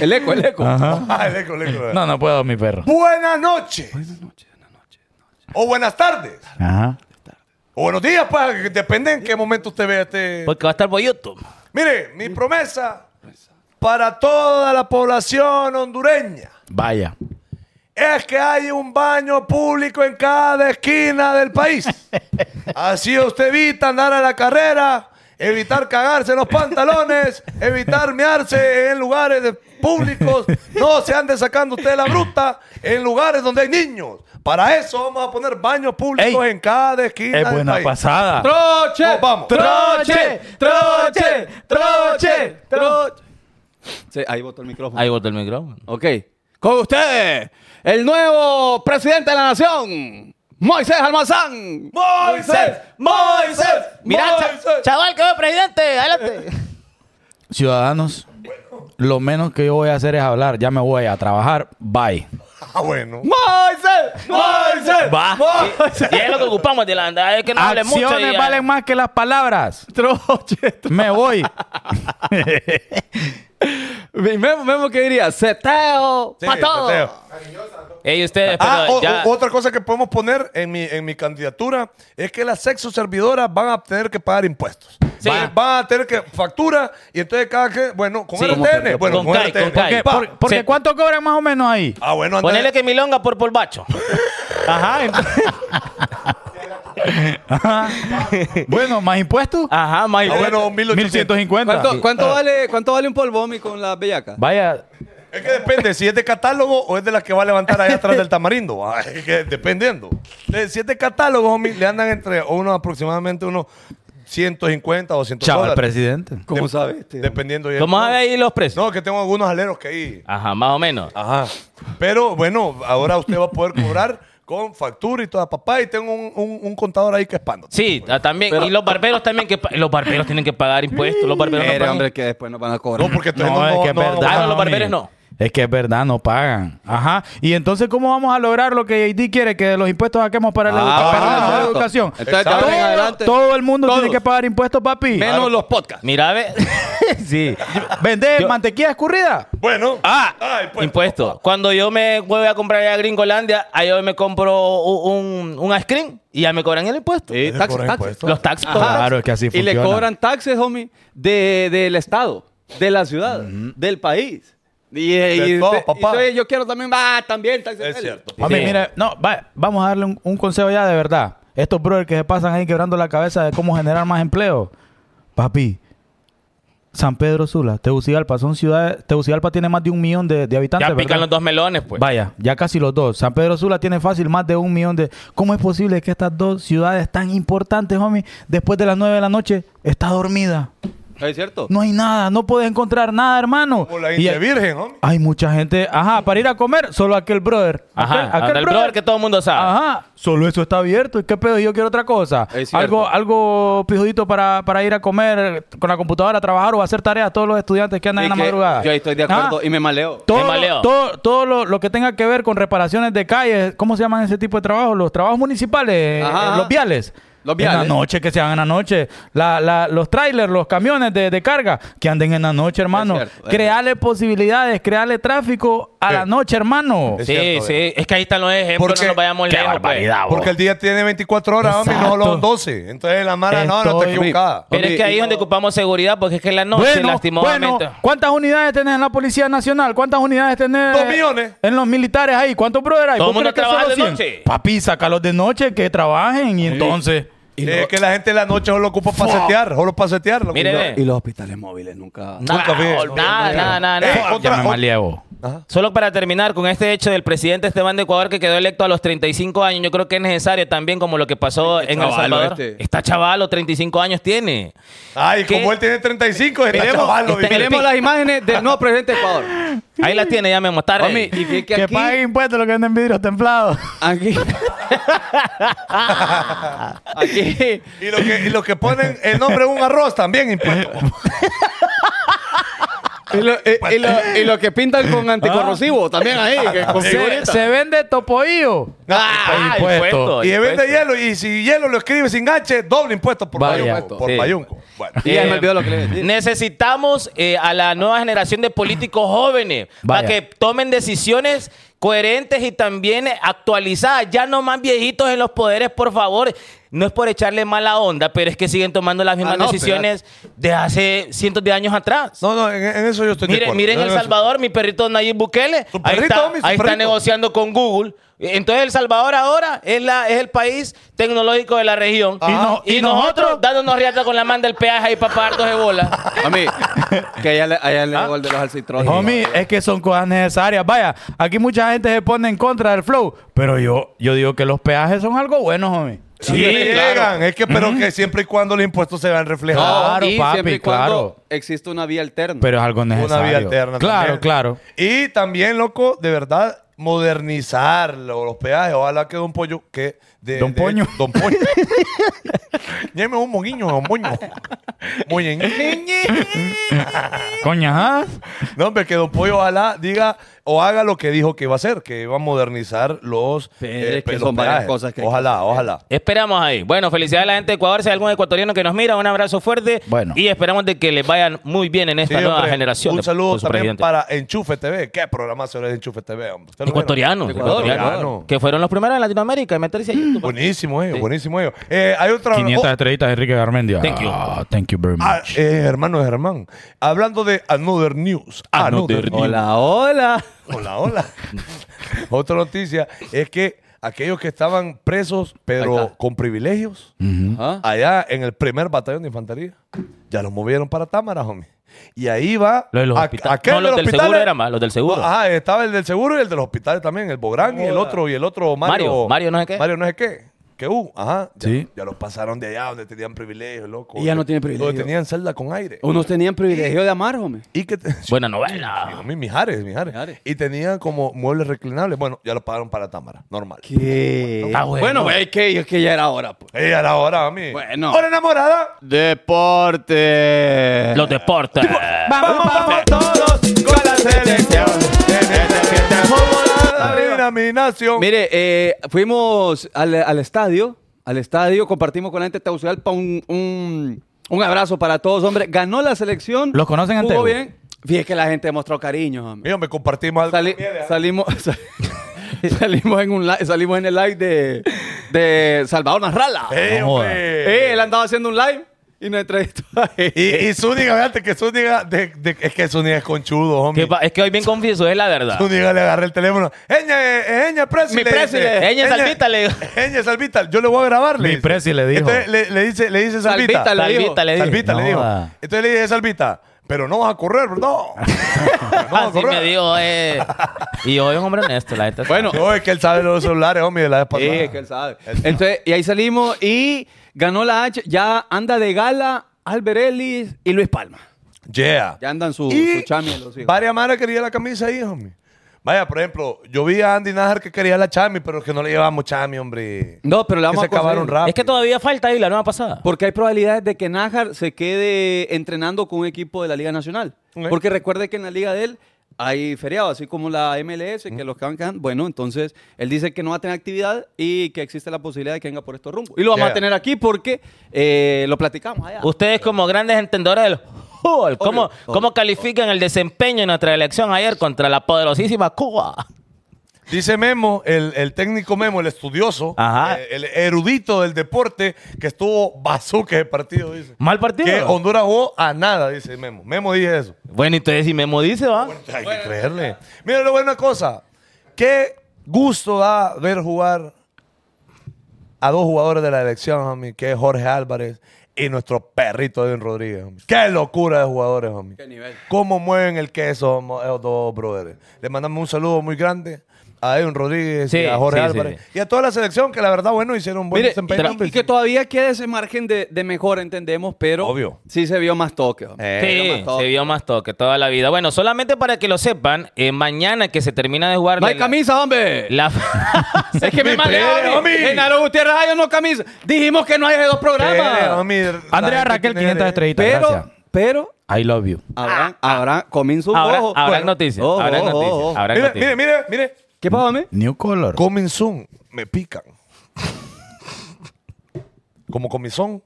Speaker 4: el eco, el eco.
Speaker 6: Ajá.
Speaker 2: Ah, el eco, el eco.
Speaker 6: No, no puedo, mi perro.
Speaker 2: Buenas noches. Buenas noches, buenas noches. O buenas tardes.
Speaker 6: Ajá.
Speaker 2: O buenos días, pues, que depende en qué momento usted vea este.
Speaker 5: Porque va a estar por YouTube.
Speaker 2: Mire, mi promesa para toda la población hondureña
Speaker 6: Vaya.
Speaker 2: es que hay un baño público en cada esquina del país. Así usted evita andar a la carrera, evitar cagarse en los pantalones, evitar mearse en lugares de- públicos. No se ande sacando usted la bruta en lugares donde hay niños. Para eso vamos a poner baños públicos
Speaker 6: Ey,
Speaker 2: en cada esquina
Speaker 6: Es
Speaker 2: del
Speaker 6: buena
Speaker 2: país.
Speaker 6: pasada.
Speaker 4: ¡Troche!
Speaker 2: Nos vamos.
Speaker 4: ¡Troche! ¡Troche! ¡Troche! ¡Troche! Sí, ahí botó el micrófono.
Speaker 5: Ahí botó el micrófono.
Speaker 4: Ok. Con ustedes, el nuevo presidente de la nación, Moisés Almazán.
Speaker 2: ¡Moisés!
Speaker 4: ¡Moisés!
Speaker 5: Mira, cha-
Speaker 2: Moisés.
Speaker 5: chaval, que va presidente. Adelante.
Speaker 6: Ciudadanos, lo menos que yo voy a hacer es hablar. Ya me voy a trabajar. Bye.
Speaker 2: Ah, bueno.
Speaker 4: ¡Moisés! ¡Moisés!
Speaker 5: Va. Y es lo que ocupamos de la anda, es que no hable mucho.
Speaker 6: Acciones
Speaker 5: y-
Speaker 6: valen más que las palabras.
Speaker 4: ¡Troche!
Speaker 6: Me voy.
Speaker 4: Mi Memo, Memo, ¿qué diría? ¡Seteo!
Speaker 2: Sí,
Speaker 4: ¡Pa' todo!
Speaker 2: Mateo.
Speaker 5: Ey, ustedes,
Speaker 2: Ah,
Speaker 5: pero
Speaker 2: o-
Speaker 5: ya-
Speaker 2: o- otra cosa que podemos poner en mi, en mi candidatura es que las sexo servidoras van a tener que pagar impuestos.
Speaker 5: Sí.
Speaker 2: Van, van a tener que factura y entonces cada que, bueno, con
Speaker 5: Sí.
Speaker 2: RTN, bueno,
Speaker 5: Con
Speaker 2: con,
Speaker 5: CAI,
Speaker 2: RTN.
Speaker 5: con CAI.
Speaker 6: ¿Qué?
Speaker 2: Pa.
Speaker 6: Por- porque
Speaker 5: Sí.
Speaker 6: ¿cuánto cobran más o menos ahí?
Speaker 2: Ah, bueno, anda-
Speaker 5: ponele que milonga por polvacho.
Speaker 6: Ajá. Ajá. Bueno, ¿más impuestos?
Speaker 5: Ajá, más
Speaker 2: Ah, bueno, 1800.
Speaker 6: 1150.
Speaker 4: ¿Cuánto, cuánto vale, ¿Cuánto vale un polvomi con las bellacas?
Speaker 6: Vaya,
Speaker 2: Es que depende si es de catálogo o es de las que va a levantar allá atrás del tamarindo. Ah, es que dependiendo. Eh, Si es de catálogo, homie, le andan entre unos aproximadamente unos 150 o 200
Speaker 6: chaval
Speaker 2: dólares.
Speaker 6: presidente.
Speaker 4: ¿Cómo sabes? este?
Speaker 2: Dependiendo. ya.
Speaker 5: ¿Cómo sabe ahí los precios?
Speaker 2: No, que tengo algunos aleros que ahí.
Speaker 5: Ajá, más o menos.
Speaker 2: Ajá. Pero bueno, ahora usted va a poder cobrar con factura y toda papá. Y tengo un, un- un contador ahí que expando.
Speaker 5: Sí, ah, también.
Speaker 4: Pero-
Speaker 5: y los barberos también que pa- los barberos tienen que pagar impuestos. Los barberos no
Speaker 4: Mire,
Speaker 5: pagan-
Speaker 4: hombre, que después nos van a cobrar.
Speaker 2: No, porque
Speaker 6: No,
Speaker 2: entonces no,
Speaker 6: es
Speaker 2: no-
Speaker 6: que es
Speaker 2: no-
Speaker 6: verdad.
Speaker 5: Ah, no, los
Speaker 6: homie.
Speaker 5: barberos no.
Speaker 6: Es que es verdad, no pagan. Ajá. Y entonces, ¿cómo vamos a lograr lo que JD quiere? Que los impuestos saquemos para, la,
Speaker 4: Ah,
Speaker 6: educa- para
Speaker 4: bueno,
Speaker 6: la
Speaker 4: exacto.
Speaker 6: educación.
Speaker 4: Entonces, de
Speaker 6: todo,
Speaker 4: ahora en adelante,
Speaker 6: todo el mundo
Speaker 4: todos.
Speaker 6: tiene que pagar impuestos, papi.
Speaker 4: Menos los podcasts.
Speaker 5: Mira, ve. sí.
Speaker 6: Vender mantequilla escurrida.
Speaker 2: Bueno.
Speaker 5: Ah,
Speaker 2: Ah,
Speaker 5: impuesto.
Speaker 2: impuesto.
Speaker 5: Cuando yo me voy a comprar a Gringolandia, ahí yo me compro u- un, un ice cream y ya me cobran el impuesto.
Speaker 4: Sí, taxes,
Speaker 2: cobran
Speaker 4: taxes.
Speaker 2: impuestos.
Speaker 5: Los taxis.
Speaker 6: Ajá. Claro, es que así
Speaker 4: Y le
Speaker 6: funciona.
Speaker 4: cobran taxes, homie, de- del Estado, de la ciudad, del país. Y, eh, y-
Speaker 2: todo,
Speaker 4: y-
Speaker 2: papá.
Speaker 4: y entonces yo quiero también, ah, también taxes.
Speaker 2: Es cierto.
Speaker 6: Mami,
Speaker 5: Sí.
Speaker 6: mira, no, va- vamos a darle un, un consejo ya de verdad. Estos brothers que se pasan ahí quebrando la cabeza de cómo generar más empleo. Papi, San Pedro Sula, Tegucigalpa, son ciudades. Tegucigalpa tiene más de un millón de, de habitantes.
Speaker 5: Ya pican
Speaker 6: ¿verdad?
Speaker 5: los dos melones, pues.
Speaker 6: Vaya, ya casi los dos. San Pedro Sula tiene fácil más de un millón de. ¿Cómo es posible que estas dos ciudades tan importantes, homie, después de las nueve de la noche, está dormida?
Speaker 4: Es cierto.
Speaker 6: No hay nada, no puedes encontrar nada, hermano.
Speaker 2: Como la
Speaker 6: Y-
Speaker 2: gente virgen, homie.
Speaker 6: hay mucha gente, ajá, para ir a comer, solo aquel brother.
Speaker 5: Ajá.
Speaker 6: Aquel- aquel
Speaker 5: anda el brother que todo el mundo sabe.
Speaker 6: Ajá, solo eso está abierto. ¿Y qué pedo? Yo quiero otra cosa.
Speaker 4: Es cierto.
Speaker 6: Algo, algo pijudito para, para ir a comer con la computadora a trabajar o hacer tareas todos los estudiantes que andan
Speaker 4: Y
Speaker 6: en la
Speaker 4: que
Speaker 6: madrugada. Ah.
Speaker 4: Yo ahí estoy de acuerdo
Speaker 6: Ajá.
Speaker 4: y me maleo.
Speaker 5: Me
Speaker 6: Todo,
Speaker 5: maleo.
Speaker 6: todo, todo lo, lo que tenga que ver con reparaciones de calles, ¿cómo se llaman ese tipo de trabajos? Los trabajos municipales,
Speaker 4: Ajá,
Speaker 6: eh,
Speaker 4: ajá.
Speaker 6: los viales.
Speaker 4: Los viales.
Speaker 6: En la noche, que se hagan en la noche. La- la- los trailers, los camiones de, de carga, que anden en la noche, hermano.
Speaker 4: Es cierto, Eh. es
Speaker 6: crearle posibilidades, crearle tráfico a
Speaker 2: Sí.
Speaker 6: la noche, hermano.
Speaker 2: Es
Speaker 5: sí,
Speaker 2: cierto,
Speaker 5: sí. Es que ahí están los ejemplos.
Speaker 2: Porque-
Speaker 5: no nos vayamos
Speaker 6: Qué
Speaker 5: lejos. pues.
Speaker 6: barbaridad, vos.
Speaker 2: Porque el día tiene 24 horas, homie, no
Speaker 6: Exacto.
Speaker 2: solo 12. Entonces la mara, no, no te
Speaker 6: Estoy-
Speaker 2: equivocada.
Speaker 5: Pero es que ahí es donde ocupamos seguridad, porque es que en la noche,
Speaker 6: bueno, bueno,
Speaker 5: lastimosamente.
Speaker 6: ¿cuántas unidades tenés en la Policía Nacional? ¿Cuántas unidades tenés?
Speaker 2: Dos millones.
Speaker 6: En los militares ahí. ¿Cuántos brothers hay?
Speaker 5: Todo el
Speaker 6: ¿Vos
Speaker 5: mundo
Speaker 6: crees que
Speaker 5: trabaja
Speaker 6: solo
Speaker 5: de
Speaker 6: 100?
Speaker 5: noche.
Speaker 6: Papi, sácalos de noche, que trabajen y entonces...
Speaker 2: es que la gente en la noche solo ocupa para setear, solo para setear. loco.
Speaker 5: Mire, ve.
Speaker 4: Y los hospitales móviles nunca.
Speaker 5: Nada,
Speaker 2: vi eso.
Speaker 5: nada, nada, nada,
Speaker 2: Eh,
Speaker 5: nada.
Speaker 2: otra-
Speaker 6: Ya me
Speaker 2: otra-
Speaker 6: malievo.
Speaker 5: Solo para terminar con este hecho del presidente Esteban de Ecuador que quedó electo a los 35 años, yo creo que es necesario también como lo que pasó en El
Speaker 4: chavalo
Speaker 5: Salvador.
Speaker 4: este.
Speaker 5: Está chavalo, 35 años tiene.
Speaker 2: Ay,
Speaker 5: ¿Qué?
Speaker 2: como él tiene 35, está chavalo,
Speaker 5: está-
Speaker 2: vive.
Speaker 4: Miremos las imágenes del nuevo presidente de Ecuador.
Speaker 5: Ahí las tiene, ya me mostraron.
Speaker 4: Homie, y fíjate que
Speaker 6: Que
Speaker 4: aquí.
Speaker 6: paguen impuestos los que anden vidrios templados.
Speaker 4: Aquí. aquí.
Speaker 2: Y lo que, y lo que ponen el nombre de un arroz también impuesto.
Speaker 4: Y lo, y- y lo- y lo que pintan con anticorrosivo también ahí. Que con
Speaker 6: Se,
Speaker 4: figuritas.
Speaker 6: se vende topoillo.
Speaker 5: Ah,
Speaker 6: impuesto.
Speaker 5: impuesto,
Speaker 2: y de vende
Speaker 5: impuesto.
Speaker 2: hielo, y si hielo lo escribe sin H, doble impuesto por
Speaker 6: Vaya.
Speaker 2: payunco. Por
Speaker 5: Sí.
Speaker 2: payunco. Bueno.
Speaker 4: Y ya me olvidó lo que le
Speaker 6: Eh,
Speaker 4: iba a decir.
Speaker 5: Necesitamos eh, a la nueva generación de políticos jóvenes
Speaker 6: Vaya.
Speaker 5: para que tomen decisiones coherentes y también actualizadas. Ya no más viejitos en los poderes, por favor. No es por echarle mala onda, pero es que siguen tomando las
Speaker 2: Ah,
Speaker 5: mismas
Speaker 4: no,
Speaker 5: decisiones de hace cientos de años atrás.
Speaker 2: No, no, en, en eso yo estoy de
Speaker 5: Miren,
Speaker 2: acuerdo.
Speaker 5: miren
Speaker 2: No,
Speaker 5: El
Speaker 2: no, eso-
Speaker 5: Salvador, mi perrito Nayib Bukele.
Speaker 2: Su
Speaker 5: ahí
Speaker 2: perrito,
Speaker 5: está,
Speaker 2: homie, su
Speaker 5: ahí está
Speaker 2: perrito.
Speaker 5: negociando con Google. Entonces El Salvador ahora es, la, es el país tecnológico de la región.
Speaker 2: Ah.
Speaker 6: Y no- y nosotros-
Speaker 5: dándonos riata con la manda del peaje ahí para pagar dos de bola.
Speaker 4: A mí, que allá le, allá le llegó el de los alcitrones.
Speaker 6: Ah. Homie, es que son cosas necesarias. Vaya, aquí mucha gente se pone en contra del flow. Pero yo, yo digo que los peajes son algo bueno, homie.
Speaker 2: Sí, llegan. Es que, pero que siempre y cuando los impuestos se vean reflejados.
Speaker 6: Claro,
Speaker 4: y
Speaker 6: papi,
Speaker 4: siempre y cuando
Speaker 6: claro.
Speaker 4: existe una vía alterna.
Speaker 6: Pero es algo necesario.
Speaker 2: Una vía alterna.
Speaker 6: Claro,
Speaker 2: también.
Speaker 6: claro.
Speaker 2: Y también, loco, de verdad, modernizar lo- los peajes. Ojalá que Don Pollo. Que de,
Speaker 6: Don
Speaker 2: de-
Speaker 6: Poño.
Speaker 2: Don Poño. Ñeme un moñiño, un moño. Moñiño.
Speaker 6: Coñajadas.
Speaker 2: No, hombre, que Don Pollo ojalá diga o haga lo que dijo que iba a hacer, que iba a modernizar los.
Speaker 4: Pero
Speaker 2: eh,
Speaker 4: es que
Speaker 2: los
Speaker 4: son varias
Speaker 2: peajes.
Speaker 4: cosas que hay que
Speaker 2: Ojalá, ojalá.
Speaker 5: Esperamos ahí. Bueno, felicidades a la gente de Ecuador. Si hay algún ecuatoriano que nos mira, un abrazo fuerte.
Speaker 6: Bueno.
Speaker 5: Y esperamos de que les vayan muy bien en esta
Speaker 2: Sí,
Speaker 5: nueva
Speaker 2: hombre,
Speaker 5: generación.
Speaker 2: Un
Speaker 5: de-
Speaker 2: saludo
Speaker 5: con su
Speaker 2: también
Speaker 5: presidente.
Speaker 2: para Enchufe TV. ¿Qué programa sobre Enchufe TV? hombre? ¿Ustedes lo vieron?
Speaker 5: Ecuatorianos,
Speaker 4: Ecuador,
Speaker 5: ecuatorianos,
Speaker 2: Ecuador.
Speaker 5: que fueron los primeros en Latinoamérica en meterse a YouTube.
Speaker 2: Buenísimo ellos, buenísimo ellos. Eh, hay otra.
Speaker 6: 500
Speaker 2: oh,
Speaker 6: estrellitas de Enrique Garmendia.
Speaker 5: Thank you.
Speaker 6: Ah, thank you very
Speaker 2: ah,
Speaker 6: much.
Speaker 2: eh, hermano de Germán. Hablando de Another News. Ah, Another,
Speaker 4: Hola, hola.
Speaker 2: Hola, hola. otra noticia es que aquellos que estaban presos,
Speaker 4: Ahí
Speaker 2: pero
Speaker 4: está.
Speaker 2: con privilegios,
Speaker 6: Mm.
Speaker 4: Ajá.
Speaker 2: allá en el primer batallón de infantería, ya los movieron para Támara, homie. Y ahí va.
Speaker 5: Los de los
Speaker 2: a-
Speaker 5: hospitales.
Speaker 2: aquel
Speaker 5: No,
Speaker 2: de
Speaker 5: los del
Speaker 2: hospitales-
Speaker 5: seguro era más, los del seguro.
Speaker 2: Ah, estaba el del seguro y el de los hospitales también, el Bográn y el otro, y el otro Mario.
Speaker 5: Mario, Mario no sé qué.
Speaker 2: Mario no sé qué. Que uh, ajá. Ya,
Speaker 6: Sí.
Speaker 2: ya los pasaron de allá donde tenían privilegios, loco.
Speaker 4: Y ya no tienen
Speaker 2: Donde
Speaker 4: privilegio.
Speaker 2: tenían celda con aire.
Speaker 4: Unos tenían privilegio de amar, homie.
Speaker 2: Y que te-
Speaker 5: Buena
Speaker 2: A
Speaker 5: novela.
Speaker 2: mí, Mijares, Mijares.
Speaker 4: Mijares.
Speaker 2: Y tenían como muebles reclinables. Bueno, ya los pagaron para Támara, normal.
Speaker 4: ¿Qué?
Speaker 5: Está bueno.
Speaker 4: Bueno, güey, que, es que ya era hora, pues.
Speaker 2: Ella a la hora, a mí.
Speaker 4: Bueno.
Speaker 2: Hora enamorada.
Speaker 4: Deporte.
Speaker 2: Eh.
Speaker 5: Los deportes.
Speaker 2: Vamos, vamos todos con la selección. contaminación.
Speaker 4: Mire, eh, fuimos al, al estadio, al estadio, compartimos con la gente de Tegucigalpa un, un, un abrazo para todos, hombre. Ganó la selección.
Speaker 6: ¿Los conocen en
Speaker 4: Jugó
Speaker 6: Tegu?
Speaker 4: bien. Fíjate que la gente demostró cariño, hombre.
Speaker 2: Mío, me compartimos algo.
Speaker 4: Sali-
Speaker 2: Mire,
Speaker 4: salimos, sal- salimos, en un live, salimos en el live de, de Salvador Narrala.
Speaker 2: Eh,
Speaker 6: No joda.
Speaker 2: hombre.
Speaker 4: Eh, él andaba haciendo un live y nos entrevistó ahí.
Speaker 2: Y, y Zúñiga, fíjate que Zúñiga, de- de- es que Zúñiga es conchudo, hombre.
Speaker 5: Que pa- es que hoy bien confieso, es la verdad.
Speaker 2: Zúñiga le agarré el teléfono. eh, Eñe, eñe, presile.
Speaker 4: Mi presi,
Speaker 2: dice.
Speaker 5: eñe, salvita, le digo.
Speaker 2: Eñe, salvita, yo le voy a grabar. le
Speaker 6: Mi
Speaker 2: dice.
Speaker 6: presi le dijo.
Speaker 2: Entonces le, le dice, le dice salvita.
Speaker 4: Salvita,
Speaker 2: Salvita,
Speaker 4: le dijo.
Speaker 5: Salvita le
Speaker 2: le, dijo.
Speaker 5: dijo.
Speaker 6: No, va.
Speaker 2: Entonces le dije, salvita, pero no vas a correr, bro. No. no vas a
Speaker 5: Así
Speaker 2: correr.
Speaker 5: Ah, me dijo, eh. Y hoy es un hombre honesto, la gente. sabe.
Speaker 4: Bueno,
Speaker 2: No, es que él sabe los celulares, hombre, de la vez
Speaker 4: Sí,
Speaker 2: pasada.
Speaker 4: es que pues él sabe. Entonces, y ahí salimos y ganó la H. Ya anda de gala Albert Ellis y Luis Palma.
Speaker 2: Yeah.
Speaker 4: Ya andan su,
Speaker 2: Y
Speaker 4: su chami los hijos.
Speaker 2: varias maras quería la camisa ahí, hombre. Vaya, por ejemplo, yo vi a Andy Najar que quería la chami, pero que no le llevamos chami, hombre.
Speaker 4: No, pero la
Speaker 2: que
Speaker 4: vamos
Speaker 2: se
Speaker 4: a conseguir.
Speaker 2: acabaron rápido.
Speaker 5: es que todavía falta ahí la nueva pasada.
Speaker 4: Porque hay probabilidades de que Nájar se quede entrenando con un equipo de la Liga Nacional.
Speaker 2: Ok.
Speaker 4: Porque recuerde que en la Liga de él hay feriado, así como la MLS, que los que van quedando. Bueno, entonces él dice que no va a tener actividad y que existe la posibilidad de que venga por estos rumbos. Y lo vamos
Speaker 2: Yeah.
Speaker 4: a tener aquí porque eh, lo platicamos allá.
Speaker 5: Ustedes como grandes entendedores del fútbol, ¿cómo,
Speaker 4: Obvio, obvio,
Speaker 5: ¿cómo califican el desempeño en nuestra elección ayer contra la poderosísima Cuba?
Speaker 2: Dice Memo, el, el técnico Memo, el estudioso,
Speaker 5: Ajá.
Speaker 2: eh, el erudito del deporte, que estuvo bazooka el partido, dice.
Speaker 5: Mal partido.
Speaker 2: Que Honduras jugó a nada, dice Memo. Memo dice eso.
Speaker 5: Bueno, entonces si Memo dice, va.
Speaker 2: Hay que creerle. Mira, lo buena cosa. Qué gusto da ver jugar a dos jugadores de la elección, homie, que es Jorge Álvarez y nuestro perrito Edwin Rodríguez. homie. Qué locura de jugadores, homie.
Speaker 4: Qué nivel.
Speaker 2: Cómo mueven el queso homo- esos dos brothers. Le mandamos un saludo muy grande a Edwin Rodríguez y
Speaker 5: Sí,
Speaker 2: a Jorge
Speaker 5: sí,
Speaker 2: Álvarez.
Speaker 5: sí,
Speaker 2: Y a toda la selección que la verdad, bueno, hicieron un buen
Speaker 4: Mire,
Speaker 2: desempeño.
Speaker 4: y,
Speaker 2: hombre.
Speaker 4: y que todavía queda ese margen de, de mejor, entendemos, pero
Speaker 2: Obvio. Eh,
Speaker 4: sí se vio más toque. hombre.
Speaker 5: Sí,
Speaker 4: Eh, más toque.
Speaker 5: se vio más toque toda la vida. Bueno, solamente para que lo sepan, eh, mañana que se termina de jugar
Speaker 4: No
Speaker 5: la,
Speaker 4: hay camisa, hombre.
Speaker 5: la-
Speaker 4: Es que me
Speaker 2: Mi
Speaker 4: mandé
Speaker 2: pere,
Speaker 4: a mí.
Speaker 2: homie.
Speaker 4: Genaro Gutiérrez Ayos no camisa. Dijimos que no hay dos
Speaker 2: Eh,
Speaker 4: programas.
Speaker 2: homie, la
Speaker 6: Andrea
Speaker 2: gente
Speaker 6: Raquel,
Speaker 2: tiene-
Speaker 6: 500 estrellitas.
Speaker 4: pero,
Speaker 6: gracias.
Speaker 4: pero,
Speaker 6: I love you.
Speaker 4: habrán, habrán, comen sus
Speaker 5: Ah, Habrá,
Speaker 4: ojos.
Speaker 5: habrán
Speaker 4: Bueno,
Speaker 5: noticias,
Speaker 4: ojo,
Speaker 5: habrán
Speaker 4: ojo,
Speaker 5: noticias,
Speaker 4: ojo.
Speaker 5: habrán
Speaker 2: Mire,
Speaker 5: noticias.
Speaker 2: mire, mire, mire.
Speaker 4: ¿Qué pasa, mami?
Speaker 6: New color.
Speaker 2: Coming soon. Me pican. Como coming soon.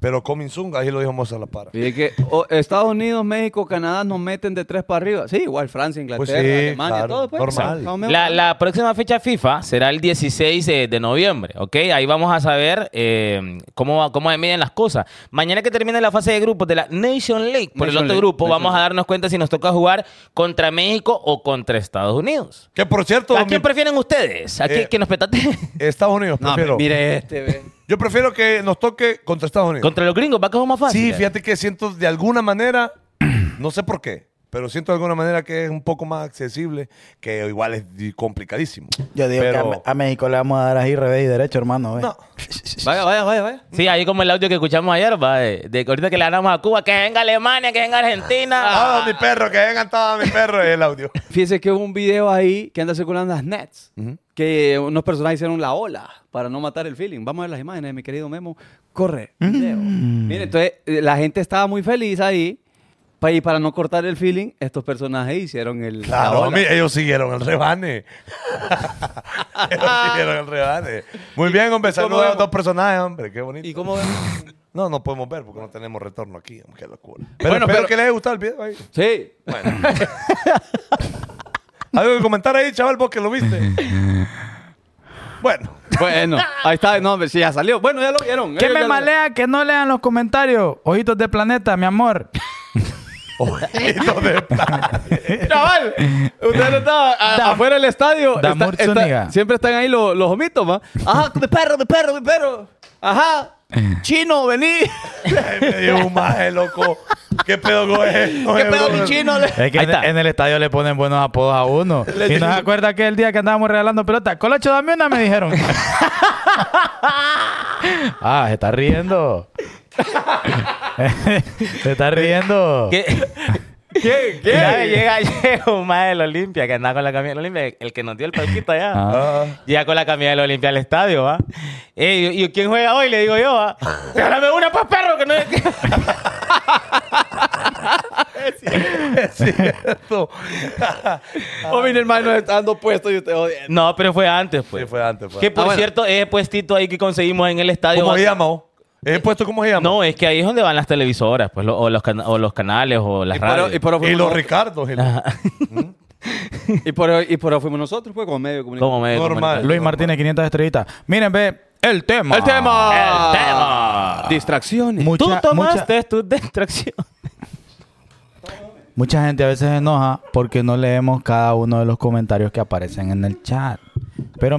Speaker 2: Pero coming soon, ahí lo dijo Mozart La Para.
Speaker 4: Fíjate que oh, Estados Unidos, México, Canadá nos meten de tres para arriba. Sí, igual Francia, Inglaterra,
Speaker 2: Pues sí,
Speaker 4: Alemania,
Speaker 2: claro,
Speaker 4: todo. Pues,
Speaker 2: normal.
Speaker 4: Son- son-
Speaker 5: la, la próxima fecha FIFA será el 16 de, de noviembre, ¿ok? Ahí vamos a saber eh, cómo, va- cómo se miden las cosas. Mañana que termine la fase de grupos de la Nation League, por el
Speaker 4: Nation
Speaker 5: otro
Speaker 4: League,
Speaker 5: grupo,
Speaker 4: Nation
Speaker 5: vamos a
Speaker 4: League.
Speaker 5: darnos cuenta si nos toca jugar contra México o contra Estados Unidos.
Speaker 2: Que por cierto,
Speaker 5: ¿A quién
Speaker 2: mi-
Speaker 5: prefieren ustedes? ¿A quién
Speaker 2: Eh,
Speaker 5: que nos petate?
Speaker 2: Estados Unidos,
Speaker 4: No,
Speaker 2: prefiero.
Speaker 4: mire este, ve.
Speaker 2: Yo prefiero que nos toque contra Estados Unidos.
Speaker 5: contra los gringos, va que es más fácil.
Speaker 2: sí, fíjate que siento de alguna manera, no sé por qué, pero siento de alguna manera que es un poco más accesible, que igual es di- complicadísimo.
Speaker 6: Yo digo
Speaker 2: Pero-
Speaker 6: que a- a, México le vamos a dar ahí revés y derecho, hermano. ve.
Speaker 2: No.
Speaker 4: Vaya, vaya, vaya, vaya.
Speaker 5: Sí, ahí como el audio que escuchamos ayer, va, de, de que ahorita que le ganamos a Cuba, que venga Alemania, que venga Argentina.
Speaker 2: Ah, mi perro, que vengan todos mis perros el audio.
Speaker 4: Fíjese que hubo un video ahí que anda circulando en las nets, que unos personajes hicieron la ola para no matar el feeling. Vamos a ver las imágenes, mi querido Memo. Corre,
Speaker 6: Mm.
Speaker 4: video. Mire, entonces eh, la gente estaba muy feliz ahí, pa- y para no cortar el feeling, estos personajes hicieron el... la
Speaker 2: Claro,
Speaker 4: ola.
Speaker 2: mi- ellos siguieron el rebane. ellos siguieron el rebane. Muy bien, hombre. Saludos a los
Speaker 4: vemos?
Speaker 2: dos personajes, hombre. Qué bonito.
Speaker 4: ¿Y cómo ven?
Speaker 2: No, no podemos ver porque no tenemos retorno aquí. hombre, Qué locura. Pero
Speaker 4: Bueno,
Speaker 2: espero
Speaker 4: pero-
Speaker 2: que les haya gustado el video. ahí.
Speaker 4: Sí.
Speaker 2: Algo que comentar ahí, chaval, vos que lo viste. bueno.
Speaker 4: Bueno, ahí está. No, hombre, sí, ya salió. Bueno, ya lo vieron.
Speaker 6: ¿Qué
Speaker 4: Ellos ya
Speaker 6: me
Speaker 4: lo-
Speaker 6: malea que no lean los comentarios? Ojitos de planeta, mi amor.
Speaker 2: Ojitos de plata.
Speaker 4: Chaval, usted no estaba a- afuera del estadio.
Speaker 6: Damur
Speaker 4: Está- está-
Speaker 6: Zúñiga.
Speaker 4: siempre están ahí los, los homitos, ma. Ajá, mi perro, mi perro, mi perro. Ajá. Chino, vení.
Speaker 2: Ay, me dio un maje, loco. ¿Qué pedo con esto?
Speaker 4: ¿Qué
Speaker 2: eh,
Speaker 4: pedo, mi
Speaker 2: brother?
Speaker 4: chino? Le-
Speaker 6: Es que
Speaker 5: Ahí
Speaker 6: en,
Speaker 5: está.
Speaker 6: en el estadio le ponen buenos apodos a uno. y no se acuerda que el día que andábamos regalando pelotas, Colocho, dame una, me dijeron. ah, se está riendo. se está riendo.
Speaker 5: ¿Qué?
Speaker 4: ¿Qué? eh, ¿Qué?
Speaker 5: Ya llega Yehu, madre del Olimpia, que andaba con la camisa del Olimpia, el que nos dio el palquito allá.
Speaker 6: Ah.
Speaker 5: Llega con la camisa del Olimpia al estadio, ¿va? Ey, ¿Y y quién juega hoy? Le digo pues, yo, ¿va? Regálame una para perro, que no es que.
Speaker 2: cierto.
Speaker 4: oh,
Speaker 2: o mi hermano está dando puesto y usted jodiendo.
Speaker 5: No, pero fue antes, pues.
Speaker 2: Sí, fue antes. Fue.
Speaker 5: Que por
Speaker 2: Ah, bueno.
Speaker 5: cierto, ese puestito ahí que conseguimos en el estadio.
Speaker 2: ¿Cómo
Speaker 5: va-
Speaker 2: se llama? oh? ¿Ese puesto cómo se llama?
Speaker 5: No, es que ahí es donde van las televisoras, pues, lo- o, los cana- o los canales, o las
Speaker 4: Y por-
Speaker 5: radios.
Speaker 4: y por-
Speaker 2: Y los Ricardos. el-
Speaker 4: Y por, y por ahí fuimos nosotros, pues, como medio de comunicación.
Speaker 5: Como medio
Speaker 2: Normal.
Speaker 5: comunicativo.
Speaker 6: Luis Martínez, 500 estrellitas. Miren, ve, el tema.
Speaker 4: ¡El tema!
Speaker 5: El tema.
Speaker 4: Distracciones.
Speaker 6: Mucha,
Speaker 5: Tú
Speaker 6: mucha-
Speaker 5: tomaste tu distracción.
Speaker 6: Mucha gente a veces se enoja porque no leemos cada uno de los comentarios que aparecen en el chat. Pero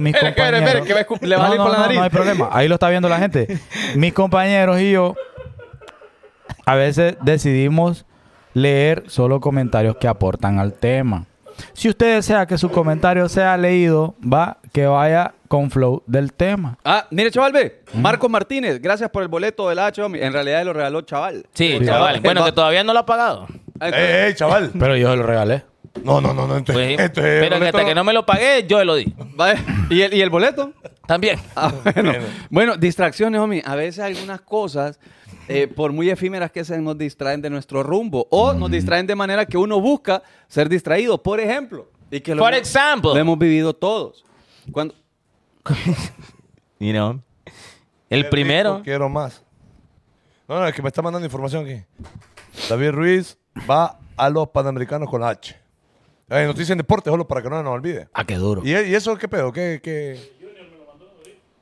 Speaker 6: mis
Speaker 4: Espere, espere,
Speaker 6: compañeros...
Speaker 4: espere, que va a escu- le va a
Speaker 6: no,
Speaker 4: salir
Speaker 6: no,
Speaker 4: por la
Speaker 6: no,
Speaker 4: nariz.
Speaker 6: No hay problema. Ahí lo está viendo la gente. Mis compañeros y yo a veces decidimos leer solo comentarios que aportan al tema. Si usted desea que su comentario sea leído, va que vaya con flow del tema.
Speaker 4: Ah, mire, chaval, ve. Marcos Martínez, gracias por el boleto del H. homie. En realidad lo regaló chaval.
Speaker 5: Sí,
Speaker 4: O
Speaker 5: chaval. Bueno, que todavía no lo ha pagado.
Speaker 4: Ay,
Speaker 2: ¡Eh, eh, chaval!
Speaker 6: Pero yo se lo regalé.
Speaker 2: No, no, no, no. ente-
Speaker 5: Pues,
Speaker 2: ente-
Speaker 5: pero que
Speaker 2: boleto
Speaker 5: hasta que no me lo pagué, yo lo di.
Speaker 4: va- eh. ¿Y, el, ¿Y el boleto?
Speaker 5: También.
Speaker 4: Ah, bueno. bueno, distracciones, homie. A veces algunas cosas, eh, por muy efímeras que sean, nos distraen de nuestro rumbo o nos distraen de manera que uno busca ser distraído. Por ejemplo, y que lo,
Speaker 5: Por
Speaker 4: hemos-
Speaker 5: example.
Speaker 4: lo hemos vivido todos. Cuando,
Speaker 5: You know. El
Speaker 2: Qué
Speaker 5: primero.
Speaker 2: rico, Quiero más. No, no, es que me está mandando información aquí. David Ruiz va a los Panamericanos con la H. Eh, noticia en deporte, solo para que no nos olvide.
Speaker 6: Ah, qué duro.
Speaker 2: ¿Y, y eso qué pedo? ¿Qué, qué?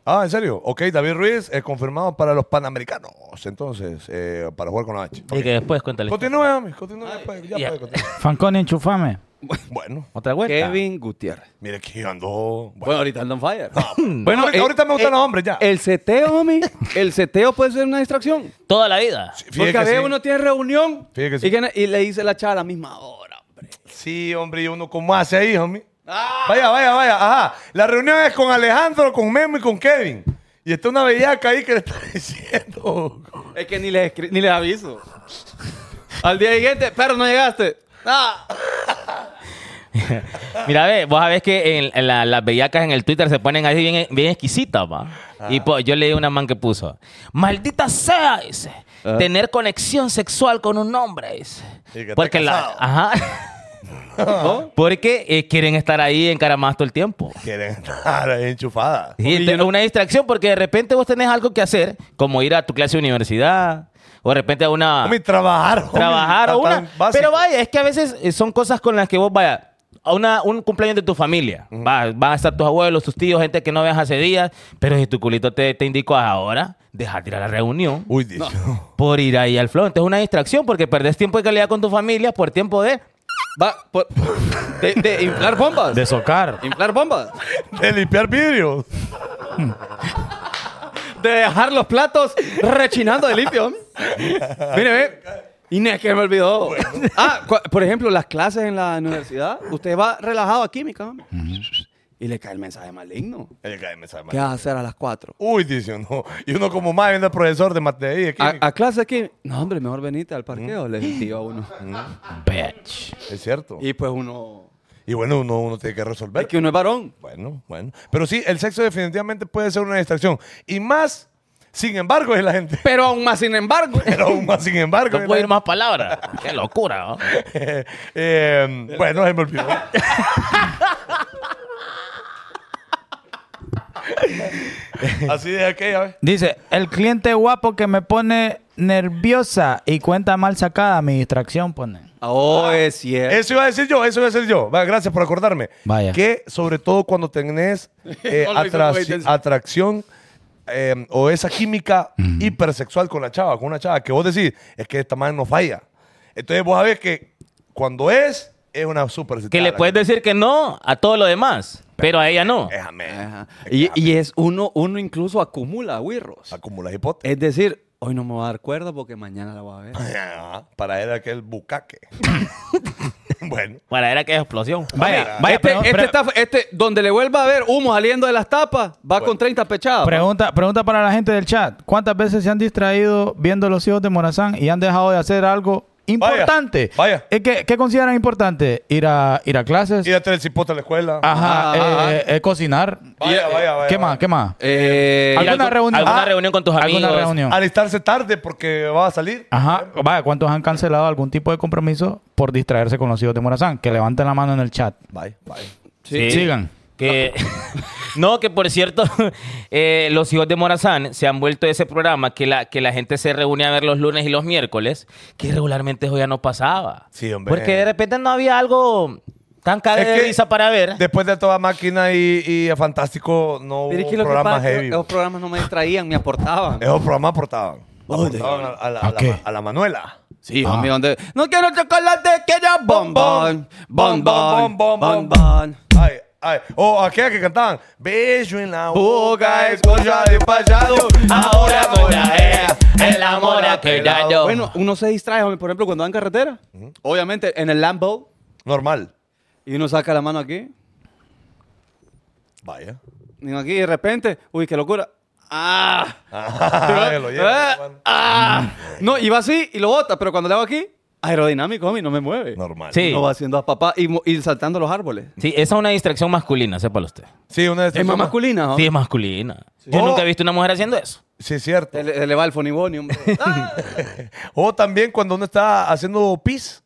Speaker 2: Ah, ¿en serio? Ok, David Ruiz es confirmado para los Panamericanos. Entonces, eh, para jugar con la H.
Speaker 5: Y que después cuéntale.
Speaker 2: Continúe, homie, continúe. pues, ya
Speaker 5: ya.
Speaker 2: puede continuar.
Speaker 6: Fanconi, enchufame.
Speaker 2: Bueno,
Speaker 5: Otra vuelta.
Speaker 4: Kevin Gutiérrez.
Speaker 2: mire que yo ando...
Speaker 4: Bueno,
Speaker 2: Bueno, Ah,
Speaker 4: ahorita ando on fire. eh,
Speaker 2: bueno ahorita,
Speaker 5: eh,
Speaker 2: ahorita me gustan los hombres, ya.
Speaker 4: El seteo, homie. El seteo puede ser una distracción.
Speaker 5: Toda la vida.
Speaker 2: Fíjate
Speaker 4: Porque a
Speaker 2: que
Speaker 4: veces
Speaker 2: sí.
Speaker 4: uno tiene reunión
Speaker 2: Fíjate que sí.
Speaker 4: y, que- y le dice la chava a la misma hora, hombre.
Speaker 2: Sí, hombre, y uno cómo hace ahí, homie. Vaya, vaya, vaya. Ajá. La reunión es con Alejandro, con Memo y con Kevin. Y está una bellaca ahí que le está diciendo.
Speaker 4: Es que ni les, escri- ni les aviso. Al día siguiente, pero no llegaste. Ah.
Speaker 5: Mira, ve, vos sabés que en- en la- las bellacas en el Twitter se ponen así bien, bien exquisitas, va.
Speaker 2: Ah.
Speaker 5: Y po- yo leí una man que puso, maldita sea, dice, tener conexión sexual con un hombre, dice.
Speaker 2: Ah. Y que
Speaker 5: Porque
Speaker 2: esté
Speaker 5: la...
Speaker 2: casado.
Speaker 5: Ajá. Porque eh, quieren estar ahí encaramados todo el tiempo.
Speaker 2: Quieren estar ahí enchufadas.
Speaker 5: Y es una distracción porque de repente vos tenés algo que hacer, como ir a tu clase de universidad, o de repente a una
Speaker 2: Homie, trabajar. homie.
Speaker 5: trabajar o
Speaker 2: Está tan
Speaker 5: una.
Speaker 2: básico.
Speaker 5: Pero vaya, es que a veces eh, son cosas con las que vos vaya a una, un cumpleaños de tu familia. Va- Van a estar tus abuelos, tus tíos, gente que no veas hace días. Pero si tu culito te, te indicó ahora, deja tirar la reunión
Speaker 2: Uy, Dios.
Speaker 5: por ir ahí al flow. Entonces es una distracción porque perdés tiempo de calidad con tu familia por tiempo de.
Speaker 4: Va, por- de, de inflar bombas.
Speaker 6: De socar.
Speaker 4: inflar bombas.
Speaker 2: De limpiar vidrios.
Speaker 4: De dejar los platos rechinando de limpio. Mire, ve. Inés, que me olvidó. Ah, cu- por ejemplo, las clases en la universidad, usted va relajado a química. hombre. Y le cae el mensaje maligno.
Speaker 2: El que me sabe mal.
Speaker 4: ¿Qué vas a hacer a las 4?
Speaker 2: Uy, dice uno. Y uno como más viendo al profesor de materia.
Speaker 4: A, a clase aquí. No, hombre, mejor venite al parqueo, le digo a uno.
Speaker 5: Bitch.
Speaker 2: Es cierto. Y,
Speaker 4: Y pues uno.
Speaker 2: bueno, uno, uno tiene que resolver.
Speaker 4: Es que uno es varón.
Speaker 2: Bueno, bueno. Pero sí, el sexo definitivamente puede ser una distracción. Y más, sin embargo, es la gente.
Speaker 4: Pero aún más, sin embargo.
Speaker 2: Pero aún más, sin embargo. es
Speaker 5: No
Speaker 2: la
Speaker 5: puedo ir
Speaker 2: gente.
Speaker 5: más palabras. Qué locura, ¿no?
Speaker 2: Eh, bueno, se me olvidó. Así de aquella vez.
Speaker 6: Dice, el cliente guapo que me pone nerviosa y cuenta mal sacada, mi distracción pone.
Speaker 4: Oh, es cierto.
Speaker 2: Eso iba a decir yo, eso iba a decir yo. Va, gracias por acordarme.
Speaker 6: Vaya.
Speaker 2: Que sobre todo cuando tenés eh,
Speaker 4: No lo hizo
Speaker 2: atrac-
Speaker 4: muy intenso.
Speaker 2: atracción eh, o esa química hipersexual con la chava, con una chava, que vos decís, es que esta madre no falla. Entonces vos sabés que cuando es, es una super
Speaker 5: Que le puedes decir que no a todo lo demás, pero a ella no.
Speaker 2: Es amén.
Speaker 4: Ajá.
Speaker 2: Es
Speaker 4: Y,
Speaker 2: amén.
Speaker 4: y es uno, uno incluso acumula wirros.
Speaker 2: Acumula hipótesis.
Speaker 4: Es decir, hoy no me voy a dar cuerda porque mañana la voy a ver.
Speaker 2: Ajá, Para él aquel bucaque. bueno.
Speaker 5: Para era que es explosión.
Speaker 6: Vaya,
Speaker 2: Hombre,
Speaker 6: vaya,
Speaker 4: este,
Speaker 6: pregu-
Speaker 4: este
Speaker 6: pre-
Speaker 4: está- este, donde le vuelva a ver humo saliendo de las tapas, va con 30 pechadas.
Speaker 6: pregunta, pregunta para la gente del chat. ¿Cuántas veces se han distraído viendo los hijos de Morazán y han dejado de hacer algo Importante.
Speaker 2: vaya.
Speaker 6: Eh, ¿Qué, qué consideran importante? Ir a, ir a clases.
Speaker 2: Ir a tener el cipote a la escuela.
Speaker 6: Ajá, eh, eh, cocinar.
Speaker 2: Vaya, vaya, vaya,
Speaker 6: eh, ¿Qué
Speaker 2: vaya.
Speaker 6: más? ¿Qué más?
Speaker 4: Eh,
Speaker 5: Ir a
Speaker 6: ¿Alguna
Speaker 5: algún-
Speaker 6: reunión?
Speaker 5: alguna
Speaker 6: Ah,
Speaker 5: reunión con tus
Speaker 6: ¿Alguna
Speaker 5: amigos.
Speaker 6: reunión?
Speaker 2: Alistarse tarde porque va a salir.
Speaker 6: Ajá, vaya, ¿cuántos han cancelado algún tipo de compromiso por distraerse con los hijos de Morazán? Que levanten la mano en el chat.
Speaker 2: Bye, bye.
Speaker 5: Sí.
Speaker 6: Sigan.
Speaker 5: Que, no, que por cierto, eh, los hijos de Morazán se han vuelto ese programa que la, que la gente se reúne a ver los lunes y los miércoles, que regularmente eso ya no pasaba.
Speaker 2: Sí, hombre.
Speaker 5: Porque de repente no había algo tan cague
Speaker 2: Es
Speaker 5: de
Speaker 2: que
Speaker 5: risa para ver.
Speaker 2: Después de toda máquina y, y a Fantástico, no hubo
Speaker 4: Pero es que lo que
Speaker 2: programas
Speaker 4: pasa Oh. es que
Speaker 2: heavy.
Speaker 4: esos programas no me distraían, me aportaban.
Speaker 2: Esos programas aportaban. Aportaban a, a la, a la-
Speaker 6: ¿A qué?
Speaker 2: a la Manuela.
Speaker 4: Sí, homie, donde... No quiero chocolate, quiero bombón, bombón, bombón, bombón,
Speaker 2: Ay, ay. O aquella que cantaban. Bello en la boca,
Speaker 4: Boca,
Speaker 2: es cosa de pasado.
Speaker 5: Ahora con la ea, el amor ha quedado.
Speaker 4: Bueno, uno se distrae, homie, por ejemplo, cuando va en carretera. Obviamente, en el Lambo,
Speaker 2: Normal.
Speaker 4: y uno saca la mano aquí,
Speaker 2: Vaya.
Speaker 4: y aquí, y de repente, uy, qué locura. ¡Ah!
Speaker 2: Ajá, que lo lleva,
Speaker 4: Eh,
Speaker 2: hermano.
Speaker 4: ah. No, iba así y lo bota, pero cuando le hago aquí, aerodinámico, homie, no me mueve.
Speaker 2: Normal.
Speaker 5: Sí.
Speaker 4: No va haciendo a papá y, mo- y saltando los árboles.
Speaker 5: Sí, esa es una distracción masculina, sépalo usted.
Speaker 2: Sí, una de esas
Speaker 4: Es más
Speaker 2: formas-
Speaker 4: masculina, ¿no?
Speaker 5: Sí, es masculina. Yo
Speaker 2: Oh.
Speaker 5: nunca he visto una mujer haciendo eso.
Speaker 2: Sí, es cierto.
Speaker 4: Se le, se le va el fonibonio. hombre. Ah.
Speaker 2: O también cuando uno está haciendo pis.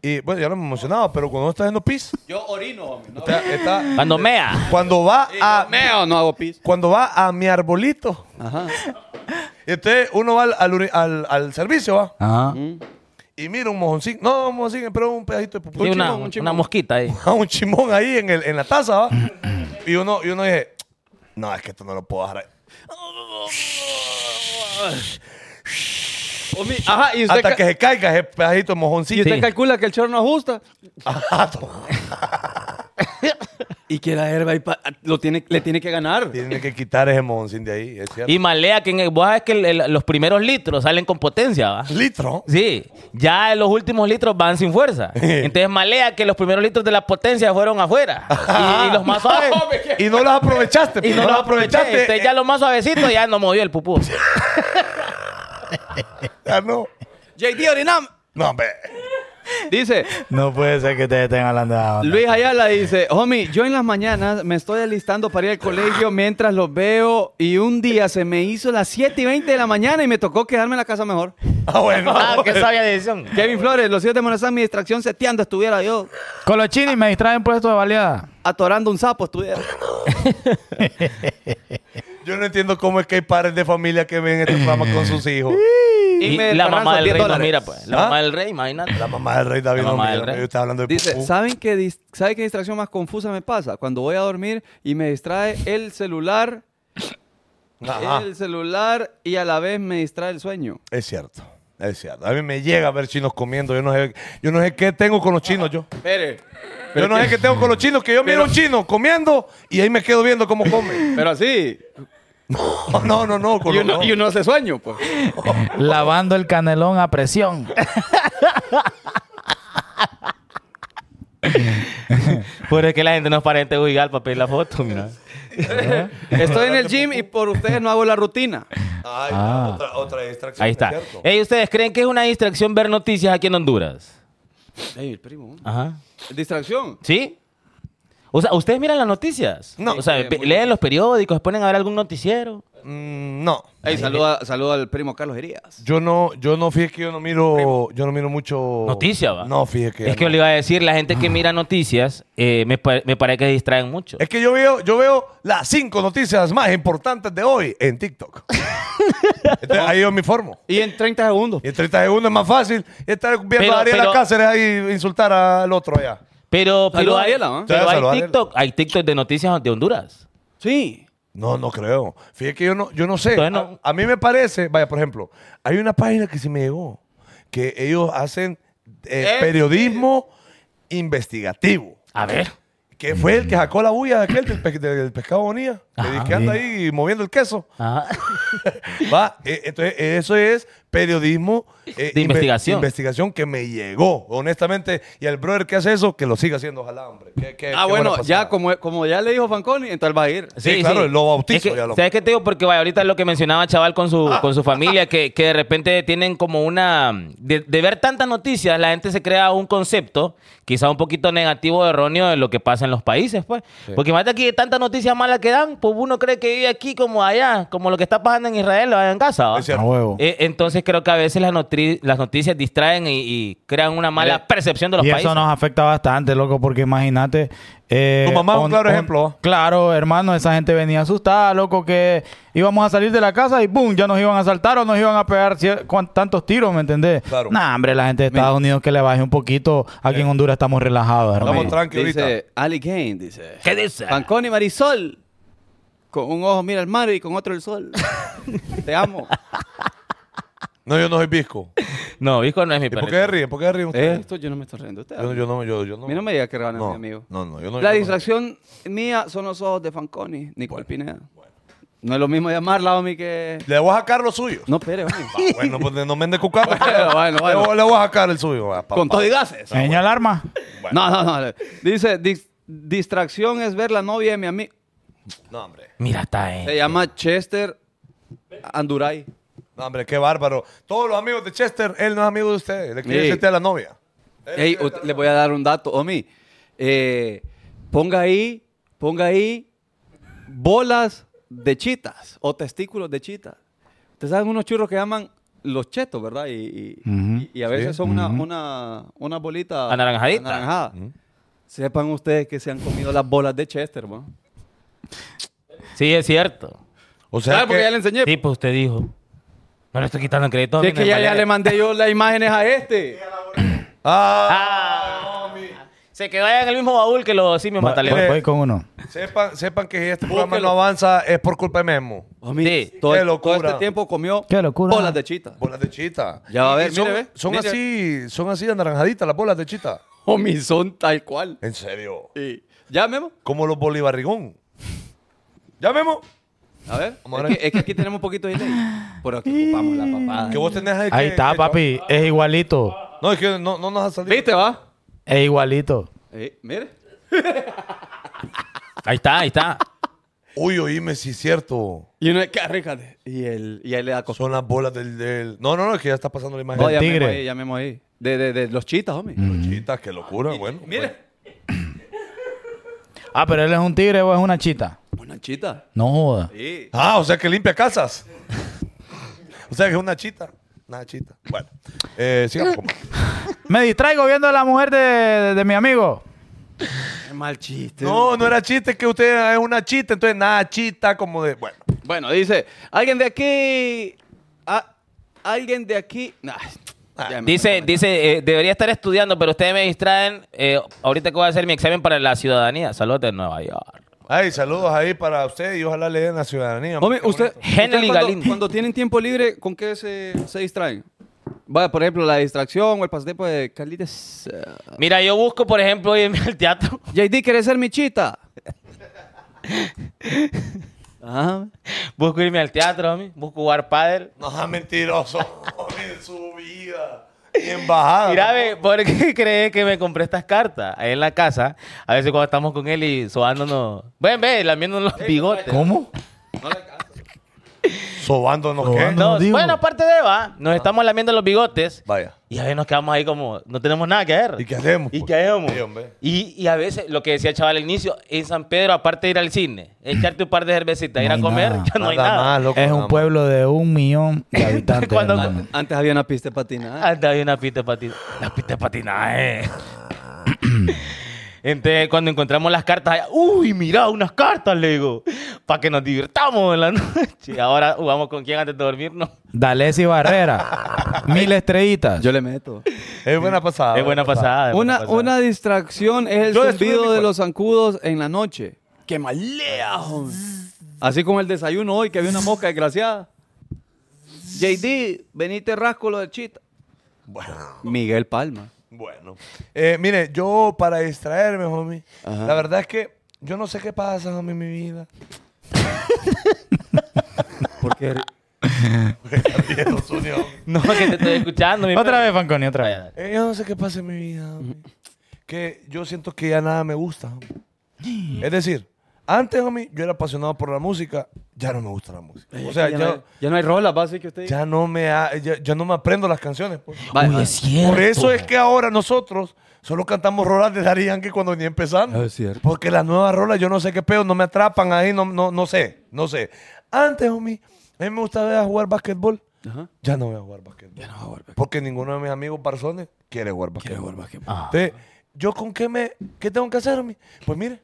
Speaker 2: Y bueno, ya lo hemos mencionado, pero cuando uno está haciendo pis,
Speaker 4: Yo orino, homie. No,
Speaker 2: está- está-
Speaker 5: Cuando mea.
Speaker 2: cuando va
Speaker 4: Ah,
Speaker 2: a
Speaker 4: meo, no hago pis.
Speaker 2: cuando va a mi arbolito.
Speaker 4: Ajá.
Speaker 2: Y entonces uno va al, al uri- al- al servicio, va.
Speaker 6: Ajá.
Speaker 2: Y mira un mojoncín. No, un mojoncín, pero un pedacito de pupu-
Speaker 5: Sí,
Speaker 2: un
Speaker 5: una,
Speaker 2: chimón, un
Speaker 5: una
Speaker 2: chimón.
Speaker 5: mosquita ahí.
Speaker 2: un chimón ahí en, el, en la taza, va. y, uno, y uno dice, no, es que esto no lo puedo dejar ahí.
Speaker 4: Homie, Ajá, y usted,
Speaker 2: Hasta
Speaker 4: ca-
Speaker 2: que se caiga ese pedacito de
Speaker 4: y
Speaker 2: mojoncito.
Speaker 4: usted
Speaker 5: Sí.
Speaker 4: calcula que el chorro no ajusta.
Speaker 2: Ajá, toma.
Speaker 4: Y que la herba ahí pa- lo tiene, le tiene que ganar.
Speaker 2: Tiene que quitar ese mojoncín de ahí, es cierto.
Speaker 5: Y malea, que en- vos sabés que el- el- los primeros litros salen con potencia, ¿va?
Speaker 2: Litro.
Speaker 5: Sí, ya los últimos litros van sin fuerza. Entonces malea que los primeros litros de la potencia fueron afuera. Y, y los más suaves.
Speaker 2: y no los aprovechaste.
Speaker 5: Y no los aprovechaste. Entonces ya los más suavecitos ya no movió el pupú.
Speaker 2: Ah, no.
Speaker 4: JD Orinam
Speaker 2: No, hombre.
Speaker 4: dice,
Speaker 6: No puede ser que ustedes estén hablando de la onda.
Speaker 4: Luis Ayala dice, homie, yo en las mañanas me estoy alistando para ir al colegio mientras los veo y un día se me hizo las 7 y 20 de la mañana y me tocó quedarme en la casa mejor.
Speaker 2: Ah, bueno.
Speaker 5: Ah, qué sabia decisión.
Speaker 4: Kevin Flores, los hijos de Morazán, mi distracción seteando estuviera yo,
Speaker 6: Con los chinis me distraen por esto de baleada.
Speaker 4: atorando un sapo estuviera.
Speaker 2: Yo no entiendo cómo es que hay padres de familia que ven este programa con sus hijos.
Speaker 5: Y,
Speaker 4: me
Speaker 5: la
Speaker 4: carranza
Speaker 5: mamá del
Speaker 4: 10
Speaker 5: rey no
Speaker 4: dólares.
Speaker 5: mira, pues. La
Speaker 2: ¿Ah?
Speaker 5: mamá del rey, imagínate.
Speaker 2: La mamá del rey David
Speaker 5: La mamá
Speaker 2: Omar,
Speaker 5: del rey.
Speaker 2: yo estaba hablando de
Speaker 4: Dice,
Speaker 2: pupú.
Speaker 4: ¿saben qué, dis- ¿saben qué distracción más confusa me pasa? Cuando voy a dormir y me distrae el celular,
Speaker 2: Ajá.
Speaker 4: el celular y a la vez me distrae el sueño.
Speaker 2: Es cierto. Es cierto. A mí me llega a ver chinos comiendo. Yo no sé, yo no sé qué tengo con los chinos yo.
Speaker 4: Espere.
Speaker 2: Yo no sé qué tengo con los chinos, que yo miro a un chino comiendo y ahí me quedo viendo cómo come.
Speaker 4: Pero así.
Speaker 2: No, no, no. Con
Speaker 4: Y
Speaker 2: los-
Speaker 4: uno,
Speaker 2: no.
Speaker 4: y uno hace sueño, pues.
Speaker 6: Lavando el canelón a presión.
Speaker 5: Por es que la gente no es parente de Uigal para pedir la foto, mira.
Speaker 4: Estoy en el gym y por ustedes no hago la rutina.
Speaker 2: Ay, Ah, otra, otra distracción.
Speaker 5: Ah. Ahí
Speaker 2: es
Speaker 5: está.
Speaker 2: cierto.
Speaker 5: Ey, ¿ustedes creen que es una distracción ver noticias aquí en Honduras?
Speaker 4: Ey, el primo.
Speaker 5: Ajá.
Speaker 4: Distracción.
Speaker 5: ¿Sí? O sea, ¿ustedes miran las noticias?
Speaker 2: No. Eh,
Speaker 5: O sea,
Speaker 4: Sí,
Speaker 5: pe-
Speaker 4: muy
Speaker 5: leen los periódicos, se ponen a ver algún noticiero.
Speaker 2: Mm, no.
Speaker 4: Ey, saluda, saluda al primo Carlos Herías.
Speaker 2: Yo no, yo no fíjate que yo no miro, yo no miro mucho.
Speaker 5: Noticias, va.
Speaker 2: No, fíjate que.
Speaker 5: Es que
Speaker 2: no.
Speaker 5: le iba a decir, la gente que mira noticias, eh, me, pa- me parece que se distraen mucho.
Speaker 2: Es que yo veo, yo veo las cinco noticias más importantes de hoy en TikTok. Entonces, ahí yo me informo.
Speaker 4: Y en 30 segundos.
Speaker 2: Y en 30 segundos es más fácil estar viendo
Speaker 5: Pero-
Speaker 2: a Ariela
Speaker 5: pero-
Speaker 2: Cáceres ahí insultar al otro allá.
Speaker 5: Pero, pero
Speaker 4: Saluda a
Speaker 5: hay,
Speaker 4: Ariela, ¿no?
Speaker 5: pero
Speaker 2: Sí,
Speaker 5: hay
Speaker 2: saluda a Ariela.
Speaker 5: TikTok, hay TikTok de noticias de Honduras.
Speaker 4: Sí.
Speaker 2: No, no creo. Fíjate que yo no, yo no sé.
Speaker 5: Entonces no.
Speaker 2: A, a mí me parece, vaya, por ejemplo, hay una página que sí me llegó, que ellos hacen eh, periodismo
Speaker 5: eh,
Speaker 2: investigativo.
Speaker 5: A ver.
Speaker 2: Que fue el que
Speaker 5: Mm.
Speaker 2: sacó la bulla de aquel del, pe- del pescado bonía.
Speaker 5: Ajá.
Speaker 2: que anda ahí moviendo el queso.
Speaker 5: Ajá.
Speaker 2: Va, eh, e, entonces eso es periodismo eh,
Speaker 5: De
Speaker 2: inve-
Speaker 5: investigación.
Speaker 2: investigación que me llegó, honestamente. Y al brother que hace eso, que lo siga haciendo, ojalá, hombre. Qué-
Speaker 4: Ah,
Speaker 2: qué- qué buena
Speaker 4: bueno,
Speaker 2: pasada.
Speaker 4: ya como, como ya le dijo Fanconi, entonces va a ir.
Speaker 2: Sí, claro, lo bautizo
Speaker 5: Es que,
Speaker 2: ya lo- Ah.
Speaker 5: ¿Sabes qué te digo? Porque vaya, ahorita lo que mencionaba Chaval con su, con su familia, que, que de repente tienen como una... De, de ver tantas noticias, la gente se crea un concepto, quizá un poquito negativo o erróneo de lo que pasa en los países, pues. Porque imagínate aquí tantas noticias malas que dan, pues uno cree que vive aquí como allá, como lo que está pasando en Israel, allá en casa, ¿va?
Speaker 2: Es cierto.
Speaker 6: A huevo.
Speaker 5: Eh, entonces creo que a veces las, notri- las noticias distraen y, y crean una
Speaker 2: Eh,
Speaker 5: mala percepción de los
Speaker 6: y
Speaker 5: países.
Speaker 6: eso nos afecta bastante, loco, porque imagínate. eh,
Speaker 2: Tu mamá es un claro ejemplo, ¿ah?
Speaker 6: Claro, hermano, esa gente venía asustada, loco, que íbamos a salir de la casa y ¡boom! Ya nos iban a saltar o nos iban a pegar cier- cuan- tantos tiros, ¿me entendés?
Speaker 2: Claro. Eh.
Speaker 6: Nah, hombre, la gente de Estados Unidos que le baje un poquito. Aquí en Honduras estamos relajados, hermano.
Speaker 2: Estamos tranquilos.
Speaker 4: Dice Ali Kane, dice.
Speaker 5: ¿Qué dice?
Speaker 4: Fanconi Marisol. Con un ojo mira el mar y con otro el sol. Te amo.
Speaker 2: No, yo no soy visco.
Speaker 5: No, hijo, no es mi
Speaker 2: ¿Y por
Speaker 5: perrito.
Speaker 2: qué ríen? ¿Por qué ríen ustedes?
Speaker 4: Esto Eh. yo no me estoy riendo. Usted
Speaker 2: Yo, yo no, yo, yo no.
Speaker 4: A mí no me diga que rebanan
Speaker 2: No,
Speaker 4: mi amigo.
Speaker 2: No, no, yo no.
Speaker 4: La
Speaker 2: yo no.
Speaker 4: distracción mía son los ojos de Fanconi, Nicole Pineda. No es lo mismo llamarla, Omi, que.
Speaker 2: Le voy a sacar lo suyo.
Speaker 4: No, espere, Omi.
Speaker 2: Ah, Bueno, pues no me ande cucando.
Speaker 4: Bueno, bueno,
Speaker 2: Le
Speaker 4: bueno.
Speaker 2: voy- Le voy a sacar el suyo. va, pa-
Speaker 4: Con
Speaker 2: pa- Ah,
Speaker 4: todo y gases.
Speaker 6: Señal arma.
Speaker 4: No, no, no. Dice: dis- distracción es ver la novia de mi amigo.
Speaker 2: No, hombre.
Speaker 5: Mira, está eh.
Speaker 4: Se llama Chester Anduray.
Speaker 2: No, hombre, qué bárbaro. Todos los amigos de Chester, él no es amigo de ustedes. Le quiere
Speaker 4: Sí.
Speaker 2: decirte a la novia.
Speaker 4: Ey, ut- le voy a dar un dato, Omi. Eh, ponga ahí, ponga ahí bolas de chitas o testículos de chitas. Ustedes saben unos churros que llaman los chetos, ¿verdad? Y, y-
Speaker 6: Ujú.
Speaker 4: y a veces son una, una, una bolita
Speaker 5: Anaranjadita.
Speaker 4: anaranjada. Sepan ustedes que se han comido las bolas de Chester, ¿no?
Speaker 5: Sí, es cierto.
Speaker 2: O sea,
Speaker 4: Claro, porque
Speaker 2: que-
Speaker 4: ya le enseñé.
Speaker 5: Sí, pues usted dijo. No le estoy quitando el crédito. a
Speaker 4: Si
Speaker 5: mi
Speaker 4: es que ya, ya
Speaker 5: Valeria.
Speaker 4: le mandé yo las imágenes a este.
Speaker 2: Ah,
Speaker 5: Ah, se quedó allá en el mismo baúl que los simios
Speaker 6: Voy-
Speaker 5: mataleros.
Speaker 6: voy- voy con uno.
Speaker 2: sepan, sepan que si este programa
Speaker 4: Búsquelo.
Speaker 2: no avanza es por culpa de Memo.
Speaker 4: Omi,
Speaker 5: Sí.
Speaker 4: todo,
Speaker 2: Qué
Speaker 4: todo
Speaker 2: locura.
Speaker 4: este tiempo comió
Speaker 6: Qué locura.
Speaker 4: bolas de chitas.
Speaker 2: Bolas de chita.
Speaker 4: Ya va a
Speaker 2: Y- y
Speaker 4: ver,
Speaker 2: Son,
Speaker 4: mire, ve,
Speaker 2: son
Speaker 4: mire.
Speaker 2: así, son así anaranjaditas las bolas de chita.
Speaker 4: Omi, son tal cual.
Speaker 2: En serio.
Speaker 4: Y- ¿Ya, Memo?
Speaker 2: Como los bolivarrigón. ¿Ya, Memo?
Speaker 4: A ver,
Speaker 2: Vamos a
Speaker 4: es
Speaker 2: ver.
Speaker 4: que, es que aquí tenemos un poquito de delay. Por aquí ocupamos la papada.
Speaker 2: Que vos tenés ahí
Speaker 6: Ahí
Speaker 2: que-
Speaker 6: está,
Speaker 2: que-
Speaker 6: papi. Es igualito.
Speaker 2: No, es que no, no nos ha salido.
Speaker 4: ¿Viste, va?
Speaker 6: Es igualito.
Speaker 4: Eh, mire.
Speaker 5: Ahí está, ahí está.
Speaker 2: Uy, oíme, si es cierto.
Speaker 4: Y uno es que arríjate. Y él, y ahí le da cosas.
Speaker 2: Son las bolas del, del- No, no, no, es que ya está pasando la imagen.
Speaker 4: No,
Speaker 6: del
Speaker 4: ya
Speaker 6: tigre.
Speaker 4: Memo ahí, ya Memo ahí. De, de, de los chitas, homie.
Speaker 2: Mm. Chita, qué locura, bueno.
Speaker 4: Mire,
Speaker 6: Ah, pero él es un tigre o es una chita.
Speaker 4: una chita.
Speaker 6: No joda.
Speaker 4: Sí.
Speaker 2: Ah, o sea que limpia casas. o sea que es una chita. Una chita. Bueno, eh, sigamos. con-
Speaker 6: Me distraigo viendo a la mujer de, de- de mi amigo.
Speaker 4: Es mal chiste.
Speaker 2: No, no era chiste, que usted es una chita, entonces nada, chita, como de. Bueno,
Speaker 4: Bueno, dice, alguien de aquí... ah, alguien de aquí... Nah, ya me-
Speaker 5: Dice, dice, eh, debería estar estudiando, pero ustedes me distraen. eh, ahorita que voy a hacer mi examen para la ciudadanía. Saludos de Nueva York.
Speaker 2: ay, saludos ahí para usted y ojalá le den la ciudadanía.
Speaker 4: Homie,
Speaker 2: Qué
Speaker 4: usted,
Speaker 2: bonito.
Speaker 5: Henry
Speaker 4: usted cuando,
Speaker 5: Galindo.
Speaker 4: cuando tienen tiempo libre, ¿con qué se, se distraen? Vaya, por ejemplo, la distracción o el pasatiempo de Carlitos. eh,
Speaker 5: Mira, yo busco, por ejemplo, irme al teatro.
Speaker 4: JD, ¿querés ser mi chita? Ajá.
Speaker 5: Busco irme al teatro, homie. busco jugar pádel.
Speaker 2: No sea mentiroso. en su vida. Y embajada.
Speaker 5: Mira, ve, ¿por qué crees que me compré estas cartas? Ahí en la casa, a veces cuando estamos con él y sobándonos. Ven, ve, lamiéndonos los bigotes.
Speaker 6: ¿Cómo?
Speaker 2: Sobándonos, ¿qué?
Speaker 6: Sobándonos. No,
Speaker 5: Nos-
Speaker 6: digo.
Speaker 5: bueno, aparte de va, nos estamos lamiendo los bigotes.
Speaker 2: Vaya.
Speaker 5: Y a veces nos quedamos ahí como, no tenemos nada que hacer.
Speaker 2: ¿Y qué hacemos?
Speaker 5: ¿Y
Speaker 2: pues?
Speaker 5: qué hacemos?
Speaker 2: Sí, hombre.
Speaker 5: Y, y a veces, lo que decía el chaval al inicio, en San Pedro, aparte de ir al cine, echarte un par de cervecitas,
Speaker 6: No
Speaker 5: ir a
Speaker 6: hay
Speaker 5: comer,
Speaker 6: nada.
Speaker 5: ya no hay
Speaker 2: Nada
Speaker 5: nada.
Speaker 2: más, loco,
Speaker 6: Es
Speaker 2: nada
Speaker 6: un
Speaker 2: más.
Speaker 6: pueblo de un millón de habitantes.
Speaker 5: Cuando-
Speaker 6: hermano.
Speaker 4: Antes había una pista de patinaje.
Speaker 5: Anda, hay una pista de patinaje. La pista de
Speaker 6: Eh.
Speaker 5: patinaje. Entonces, cuando encontramos las cartas, allá, uy, mira, unas cartas, le digo, para que nos divirtamos en la noche. Ahora jugamos con quién antes de dormirnos.
Speaker 6: Dalesi Barrera. Mil
Speaker 2: Ah.
Speaker 6: estrellitas.
Speaker 4: Yo le meto.
Speaker 2: Es buena pasada.
Speaker 5: es buena pasada. es buena
Speaker 4: Una,
Speaker 5: pasada.
Speaker 4: una distracción es el
Speaker 2: pues Yo destruí mi
Speaker 4: zumbido de
Speaker 2: cuerpo.
Speaker 4: los zancudos en la noche. ¡Qué malea, hombre! Así como el desayuno hoy, que había una mosca desgraciada. JD, venite rasco lo de chita.
Speaker 2: Bueno,
Speaker 4: Miguel Palma.
Speaker 2: bueno. Eh, mire, yo para distraerme, homie,
Speaker 4: Ajá.
Speaker 2: la verdad es que yo no sé qué pasa, homie, en mi vida.
Speaker 4: Porque
Speaker 5: No, que te estoy escuchando. mi
Speaker 6: Otra
Speaker 5: perro.
Speaker 6: vez, Fanconi, otra vez.
Speaker 2: Eh, yo no sé qué pasa en mi vida. homie. Que yo siento que ya nada me gusta. homie. Es decir, antes, homie, yo era apasionado por la música. Ya no me gusta la música. O sea,
Speaker 4: Eh, ya,
Speaker 2: ya,
Speaker 4: no hay, ya no hay rolas, va, así que usted.
Speaker 2: ya no me, ha- ya, ya no me aprendo las canciones. pues.
Speaker 5: Vale, vale.
Speaker 2: Por eso es que ahora nosotros solo cantamos rolas de Daddy Yankee cuando ni empezamos.
Speaker 4: Es cierto.
Speaker 2: Porque las nuevas rolas, yo no sé qué pedo, no me atrapan ahí, no, no, no sé, no sé. Antes, homie, a mí me gustaba ir a jugar básquetbol.
Speaker 4: Ajá.
Speaker 2: Ya no voy a jugar básquetbol.
Speaker 4: No, vuelve.
Speaker 2: Porque ninguno de mis amigos barzones quiere jugar básquetbol.
Speaker 4: Quiere volver aquí.
Speaker 6: Ah,
Speaker 2: Entonces, ¿yo con qué me, qué tengo que hacer, homie? Pues mire,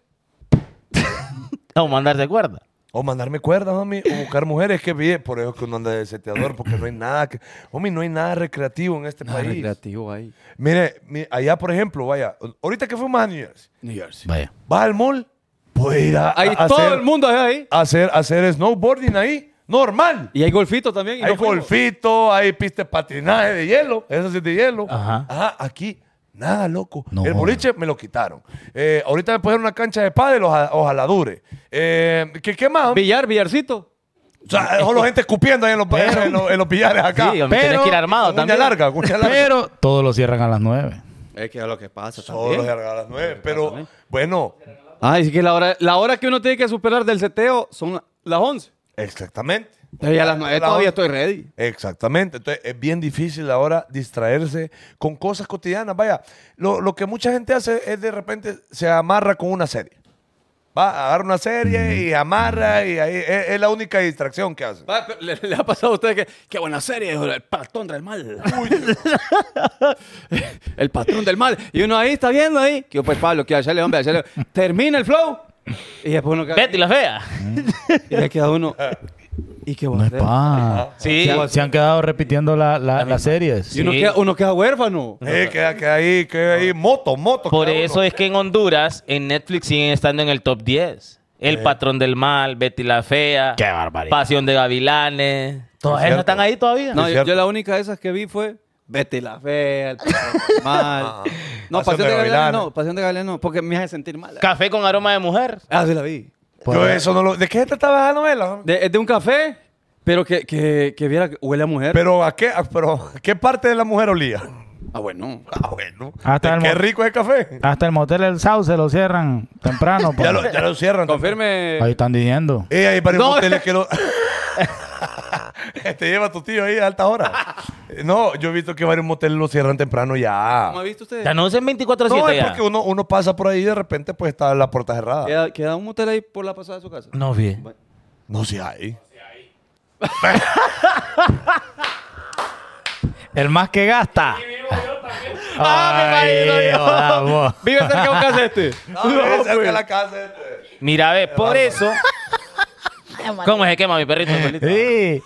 Speaker 5: No, mandarse cuerda.
Speaker 2: o mandarme cuerdas, homie, o buscar mujeres, que bien, por eso es que uno anda de seteador, porque no hay nada que, homie, no hay nada recreativo en este
Speaker 4: Nada
Speaker 2: país.
Speaker 4: recreativo ahí.
Speaker 2: Mire, mi- allá, por ejemplo, vaya, ahorita que fuimos a New Jersey,
Speaker 4: New Jersey.
Speaker 5: Vaya.
Speaker 2: vas al mall, puedes ir a, a-
Speaker 4: Ah, Ahí
Speaker 2: a
Speaker 4: todo
Speaker 2: hacer,
Speaker 4: el mundo es ahí.
Speaker 2: hacer, hacer snowboarding ahí, normal.
Speaker 4: Y hay golfito también. y
Speaker 2: Hay
Speaker 4: no fuimos.
Speaker 2: golfito, hay pista de patinaje de hielo, eso sí es de hielo.
Speaker 5: Ajá.
Speaker 2: Ajá, aquí nada, loco.
Speaker 6: No
Speaker 2: el
Speaker 6: jodas.
Speaker 2: boliche me lo quitaron. Eh, ahorita me pusieron una cancha de pádel, oja- ojalá dure. Eh, ¿qué, qué más? homie?
Speaker 4: Billar, billarcito.
Speaker 2: O sea, solo gente escupiendo ahí en los, en los, en los billares acá.
Speaker 5: Sí, hombre,
Speaker 6: Pero-
Speaker 5: tienes que ir armado
Speaker 2: Con uña
Speaker 5: también.
Speaker 2: larga, con uña larga.
Speaker 6: Pero todos lo cierran a las 9.
Speaker 4: Es que es lo que pasa.
Speaker 2: Solo se alarga a las nueve, pero bueno,
Speaker 4: Ah, es que la hora, la hora que uno tiene que superar del seteo son las 11.
Speaker 2: exactamente.
Speaker 4: Y a las 9
Speaker 2: La-
Speaker 4: todavía estoy ready.
Speaker 2: Exactamente. Entonces es bien difícil ahora distraerse con cosas cotidianas. Vaya, lo, lo que mucha gente hace es de repente se amarra con una serie. Va, agarra una serie y amarra y ahí es, es la única distracción que hace.
Speaker 4: Va, pero ¿Le, le ha pasado a ustedes que qué buena serie, el patrón del mal. el patrón del mal. Y uno ahí está viendo ahí. Que yo, pues Pablo, que hacerle, hombre, hacerle. Termina el flow. Y después uno queda.
Speaker 5: Betty la fea.
Speaker 4: Y le queda uno. ¿Y qué va
Speaker 6: No
Speaker 4: a
Speaker 6: es
Speaker 4: hacer?
Speaker 2: Ah.
Speaker 6: pa.
Speaker 5: Sí.
Speaker 6: Se han- Se han quedado repitiendo la- la- las series.
Speaker 4: Y uno,
Speaker 5: Sí.
Speaker 4: queda, uno queda huérfano.
Speaker 2: Eh, queda, queda ahí, queda ahí, moto, moto.
Speaker 5: Por
Speaker 2: cada uno.
Speaker 5: eso es que en Honduras, en Netflix siguen estando en el top 10. El patrón del mal, Betty la fea.
Speaker 6: Qué barbaridad.
Speaker 5: Pasión de gavilanes. Todas
Speaker 2: Es
Speaker 5: esas
Speaker 2: cierto.
Speaker 5: están ahí todavía.
Speaker 4: No,
Speaker 2: Es
Speaker 4: yo,
Speaker 2: cierto.
Speaker 4: yo la única de esas que vi fue Vete la fea, el Patrón del mal. No,
Speaker 2: Pasión
Speaker 4: pasión
Speaker 2: de
Speaker 4: de Gavilanes
Speaker 2: Gavilanes.
Speaker 4: no, pasión de Gavilanes no, porque me hace sentir mal.
Speaker 5: Café con aroma de mujer.
Speaker 4: Ah, sí la vi.
Speaker 2: Yo eso no lo. ¿De qué trataba la novela? hombre?
Speaker 4: De- es de un café, pero que, que, que viera que huele a mujer.
Speaker 2: Pero a qué, a- pero ¿a qué parte de la mujer olía?
Speaker 4: ah, bueno.
Speaker 2: Ah, bueno.
Speaker 6: Hasta
Speaker 2: ¿De
Speaker 6: el
Speaker 2: qué
Speaker 6: mo-
Speaker 2: rico es el café.
Speaker 6: Hasta el motel El Sauce lo cierran temprano.
Speaker 2: Ya
Speaker 5: Ah,
Speaker 6: pa.
Speaker 2: lo, ya lo cierran.
Speaker 4: Confirme.
Speaker 6: Ahí están diciendo.
Speaker 2: Eh, hay varios
Speaker 4: No.
Speaker 2: moteles que lo. Te lleva tu tío ahí a alta hora. No, yo he visto que varios moteles lo cierran temprano ya.
Speaker 4: ¿Cómo ha visto usted?
Speaker 5: Ya no usen 24-7
Speaker 2: No, es
Speaker 5: ya.
Speaker 2: porque uno, uno pasa por ahí y de repente pues está la puerta cerrada.
Speaker 4: Queda, queda un motel ahí por la pasada de su casa.
Speaker 5: No, bien.
Speaker 2: No, si hay.
Speaker 6: El más que gasta.
Speaker 4: me imagino yo.
Speaker 6: vamos.
Speaker 4: Vive cerca de un casete.
Speaker 2: No, no cerca de la casa. este.
Speaker 5: Mira, ve, por eso. ¿Cómo se quema mi perrito? Felito?
Speaker 6: Sí.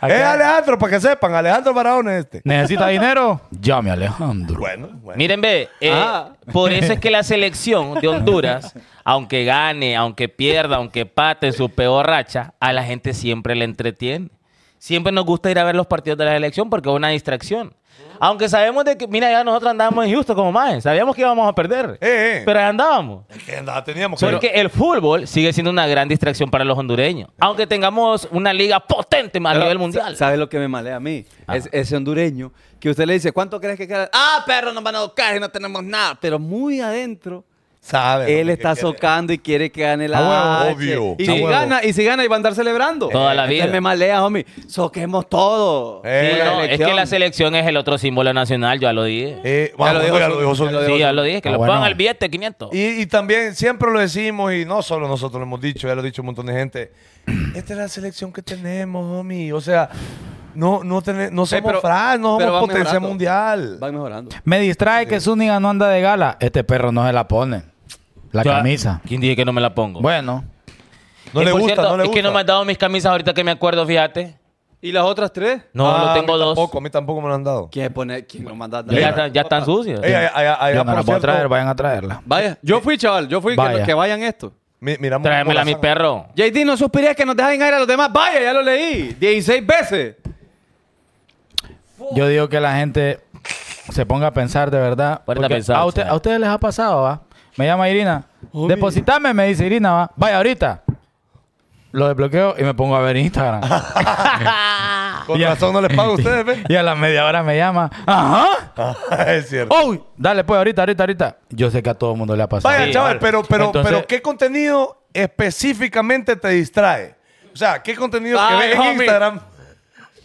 Speaker 6: Acá-
Speaker 2: Es Eh, Alejandro, para que sepan. Alejandro Barahona es este.
Speaker 6: ¿Necesita dinero? Llame a Alejandro.
Speaker 2: Bueno, bueno.
Speaker 5: Miren, ve, eh,
Speaker 4: Ah.
Speaker 5: por eso es que la selección de Honduras, aunque gane, aunque pierda, aunque pate en su peor racha, a la gente siempre le entretiene. Siempre nos gusta ir a ver los partidos de la selección porque es una distracción. Aunque sabemos de que, mira, ya nosotros andábamos en Houston como más, sabíamos que íbamos a perder,
Speaker 2: Eh, eh.
Speaker 5: pero ahí andábamos.
Speaker 2: Es que nada teníamos
Speaker 5: Solo que el fútbol sigue siendo una gran distracción para los hondureños, aunque tengamos una liga potente a nivel mundial.
Speaker 4: ¿Sabes lo que me malea a mí? Es, ese hondureño que usted le dice, ¿cuánto crees que queda? Ah, perro, nos van a tocar y no tenemos nada. Pero muy adentro,
Speaker 2: Sabe.
Speaker 4: él
Speaker 2: ¿no?
Speaker 4: está
Speaker 2: Que quiere.
Speaker 4: socando y quiere que gane la
Speaker 2: A huevo,
Speaker 4: H.
Speaker 2: obvio.
Speaker 4: Y
Speaker 2: A
Speaker 4: si
Speaker 2: huevo.
Speaker 4: gana, y si gana, y va a andar celebrando.
Speaker 5: Toda la
Speaker 4: Entonces
Speaker 5: vida.
Speaker 4: me malea, homie. Soquemos todo.
Speaker 2: Eh,
Speaker 5: Sí,
Speaker 4: Por la
Speaker 5: no, es que
Speaker 4: elección.
Speaker 5: la selección es el otro símbolo nacional, yo ya lo dije.
Speaker 2: Eh,
Speaker 4: Ya lo
Speaker 2: vamos,
Speaker 4: dijo
Speaker 2: ya
Speaker 4: su-
Speaker 2: lo dijo su-
Speaker 4: ya lo
Speaker 5: Sí, ya lo dije, que
Speaker 6: Ah,
Speaker 5: lo
Speaker 6: bueno.
Speaker 5: pongan al billete 500.
Speaker 2: Y, y también siempre lo decimos, y no solo nosotros lo hemos dicho, ya lo ha dicho un montón de gente. Esta es la selección que tenemos, homie. O sea, no, no, tene- no somos
Speaker 4: pero-
Speaker 2: Fran, no
Speaker 4: pero van
Speaker 2: somos potencia
Speaker 4: mejorando.
Speaker 2: mundial.
Speaker 4: Van mejorando.
Speaker 6: Me distrae que Zúñiga no anda de gala. Este perro no se la pone. La
Speaker 5: Yo-
Speaker 6: camisa.
Speaker 5: ¿Quién dice que no me la pongo?
Speaker 6: Bueno.
Speaker 2: No
Speaker 5: Y
Speaker 2: le
Speaker 5: Eh, por
Speaker 2: gusta,
Speaker 5: cierto,
Speaker 2: no le gusta.
Speaker 5: Es que no me han dado mis camisas ahorita que me acuerdo, fíjate.
Speaker 4: ¿Y las otras tres?
Speaker 5: No,
Speaker 2: Ah,
Speaker 5: no
Speaker 2: a mí
Speaker 5: tengo dos.
Speaker 2: Tampoco, a mí tampoco me lo han dado.
Speaker 4: ¿Quién pone? ¿Quién lo manda?
Speaker 5: Ya, están- ya están sucias.
Speaker 2: Ey, allá- allá- allá,
Speaker 6: Yo no
Speaker 2: por
Speaker 6: la puedo
Speaker 2: cierto,
Speaker 6: traer, vayan a traerla.
Speaker 4: Vaya, yo fui, chaval. Yo fui que-
Speaker 6: Vaya.
Speaker 4: que, vayan esto.
Speaker 2: mi- miramos
Speaker 5: Tráemela a mi
Speaker 2: cómo la
Speaker 5: perro.
Speaker 4: JD, no suspirías que nos dejan aire a los demás. Vaya, ya lo leí. 16 veces.
Speaker 6: Yo digo que la gente se ponga a pensar de verdad.
Speaker 5: Ponete a
Speaker 6: porque
Speaker 5: pensar,
Speaker 6: a, usted-
Speaker 5: chaval.
Speaker 6: a ustedes les ha pasado, ¿va? Me llama Irina. Depositame, me dice Irina, ¿va? Vaya ahorita. Lo desbloqueo y me pongo a ver Instagram.
Speaker 2: Con
Speaker 6: Y a-
Speaker 2: razón no les pago a ustedes, ¿ves?
Speaker 6: Y a la media hora me llama. Ajá.
Speaker 2: es cierto.
Speaker 6: Uy, dale pues ahorita, ahorita, ahorita. Yo sé que a todo el mundo le ha pasado.
Speaker 2: Vaya,
Speaker 5: Sí,
Speaker 2: chaval, pero, pero,
Speaker 6: Entonces-
Speaker 2: pero ¿qué contenido específicamente te distrae? O sea, ¿qué contenido que
Speaker 4: Ay,
Speaker 2: ves en
Speaker 4: homie.
Speaker 2: Instagram?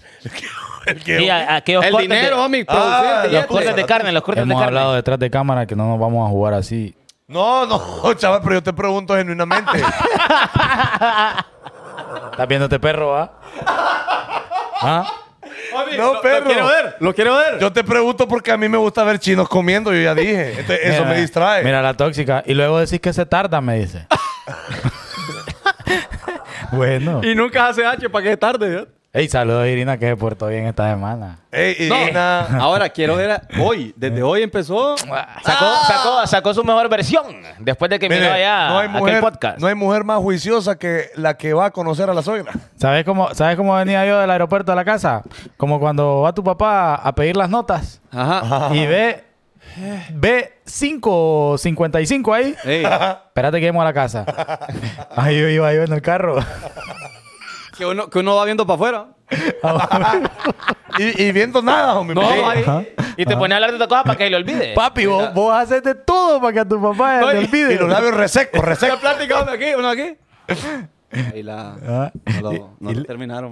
Speaker 2: El que-
Speaker 5: Y a- aquellos
Speaker 4: El
Speaker 5: cortes de-
Speaker 4: dinero, homie,
Speaker 2: Ah,
Speaker 4: producir
Speaker 5: Los
Speaker 4: billetes.
Speaker 5: cortes de carne, los cortes de
Speaker 6: Hemos hablado
Speaker 5: carne.
Speaker 6: detrás de cámara que no nos vamos a jugar así.
Speaker 2: No, no, chaval, pero yo te pregunto genuinamente.
Speaker 6: ¿Estás viendo este perro, va? ¿Ah?
Speaker 4: Homie,
Speaker 2: No,
Speaker 4: lo-
Speaker 2: perro.
Speaker 4: Lo quiero ver, lo quiero ver.
Speaker 2: yo te pregunto porque a mí me gusta ver chinos comiendo, yo ya dije. Entonces, eso
Speaker 6: Mira,
Speaker 2: me distrae.
Speaker 6: Mira la tóxica. Y luego decís que se tarda, me dice. bueno.
Speaker 4: Y nunca hace H para que es tarde. ¿eh?
Speaker 6: Ey, saludos Irina que se portó bien esta semana.
Speaker 2: Ey, y-
Speaker 4: No,
Speaker 2: y na-
Speaker 4: ahora quiero ver a- hoy, desde hoy empezó.
Speaker 5: Ah, Sacó, sacó, sacó su mejor versión después de que
Speaker 2: Ah. mire,
Speaker 5: miró allá
Speaker 2: no hay mujer,
Speaker 5: aquel podcast.
Speaker 2: no hay mujer más juiciosa que la que va a conocer a la suegra.
Speaker 6: ¿Sabes cómo, ¿Sabes cómo venía yo del aeropuerto a la casa? Como cuando va tu papá a pedir las notas
Speaker 4: Ajá.
Speaker 6: y ve, ve 5.55 ahí.
Speaker 4: Ey,
Speaker 6: Espérate que vamos a la casa. Ahí yo iba yo en el carro.
Speaker 4: que, uno, que uno va viendo para afuera.
Speaker 2: Y, y viendo nada, hombre.
Speaker 4: No, ahí-
Speaker 5: Y
Speaker 2: Ah.
Speaker 5: te pone a hablar de otra cosa para que lo olvide.
Speaker 6: Papi, vos, vos haces de todo para que a tu papá
Speaker 4: No,
Speaker 6: le
Speaker 4: y-
Speaker 2: y los
Speaker 6: olvide.
Speaker 2: labios resecos, resecos.
Speaker 4: La plática, uno aquí, uno aquí. Ahí la.
Speaker 6: Ah.
Speaker 4: No lo, no lo terminaron.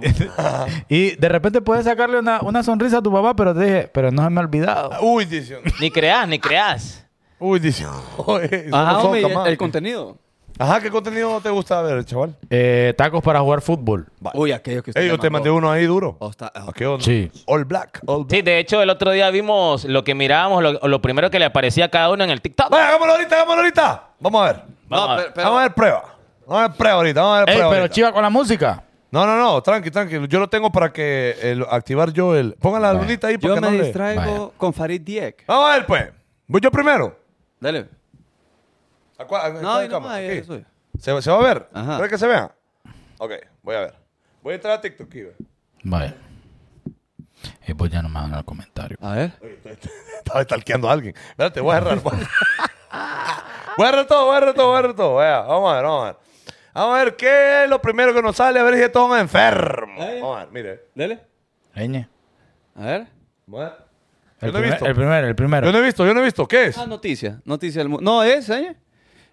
Speaker 6: Y de repente puedes sacarle una, una sonrisa a tu papá, pero te dije, pero no se me ha olvidado.
Speaker 2: Uy, dice.
Speaker 5: Ni creas, ni creas.
Speaker 2: Uy, dice. Oye,
Speaker 4: Ajá,
Speaker 2: somos
Speaker 4: homie,
Speaker 2: socas, man.
Speaker 4: el contenido.
Speaker 2: Ajá, ¿qué contenido te gusta ver, chaval?
Speaker 6: Eh, tacos para jugar fútbol.
Speaker 4: Uy, aquellos que usted
Speaker 2: Ey, yo
Speaker 4: le
Speaker 2: te mandé
Speaker 4: mandó.
Speaker 2: uno ahí duro.
Speaker 4: Oh, está- oh.
Speaker 2: ¿A qué onda?
Speaker 6: Sí.
Speaker 2: All black, all black.
Speaker 5: Sí, de hecho, el otro día vimos lo que mirábamos, lo, lo primero que le aparecía a cada uno en el TikTok.
Speaker 2: Vaya, hagámoslo ahorita, hagámoslo ahorita. Vamos a ver.
Speaker 5: Vamos
Speaker 4: No,
Speaker 5: a ver.
Speaker 4: pero, pero-
Speaker 2: Vamos a ver prueba. Vamos a ver prueba ahorita, vamos a ver
Speaker 6: Ey,
Speaker 2: prueba
Speaker 6: pero
Speaker 2: ahorita.
Speaker 6: chiva con la música.
Speaker 2: No, no, no, tranqui, tranqui. Yo lo tengo para que eh, lo- activar yo el. Pongan la lunita ahí para
Speaker 4: Yo
Speaker 2: que no
Speaker 4: me
Speaker 2: le-
Speaker 4: distraigo con Farid Dieck.
Speaker 2: Vamos a ver, pues. Voy yo primero.
Speaker 4: Dale.
Speaker 2: ¿A cuál- a- a
Speaker 4: No,
Speaker 2: cuál
Speaker 4: y no
Speaker 2: cámara?
Speaker 4: más,
Speaker 2: Aquí.
Speaker 4: ahí soy.
Speaker 2: ¿Se, se va a ver?
Speaker 4: Ajá.
Speaker 2: ¿Crees que se vea? Ok, voy a ver. Voy a entrar a TikTok. aquí, ve.
Speaker 6: Vale. Y pues ya no me van a comentario.
Speaker 4: A ver.
Speaker 2: Estaba stalkeando a alguien. Espérate, voy a agarrar. Voy a- Voy a agarrar todo, voy a agarrar todo, voy a agarrar todo. Vaya, vamos a ver, vamos a ver. Vamos a ver qué es lo primero que nos sale. A ver si esto es un enfermo.
Speaker 4: Ahí.
Speaker 2: Vamos a ver, mire.
Speaker 4: Dale.
Speaker 6: Eñe.
Speaker 4: A ver.
Speaker 2: Vamos a ver. Yo
Speaker 6: El,
Speaker 2: no he
Speaker 6: primer-
Speaker 2: visto.
Speaker 6: el primero, el primero.
Speaker 2: Yo no he visto, yo no he visto. ¿Qué es?
Speaker 4: Ah, noticia. Noticia del mundo. No, es, ¿eh?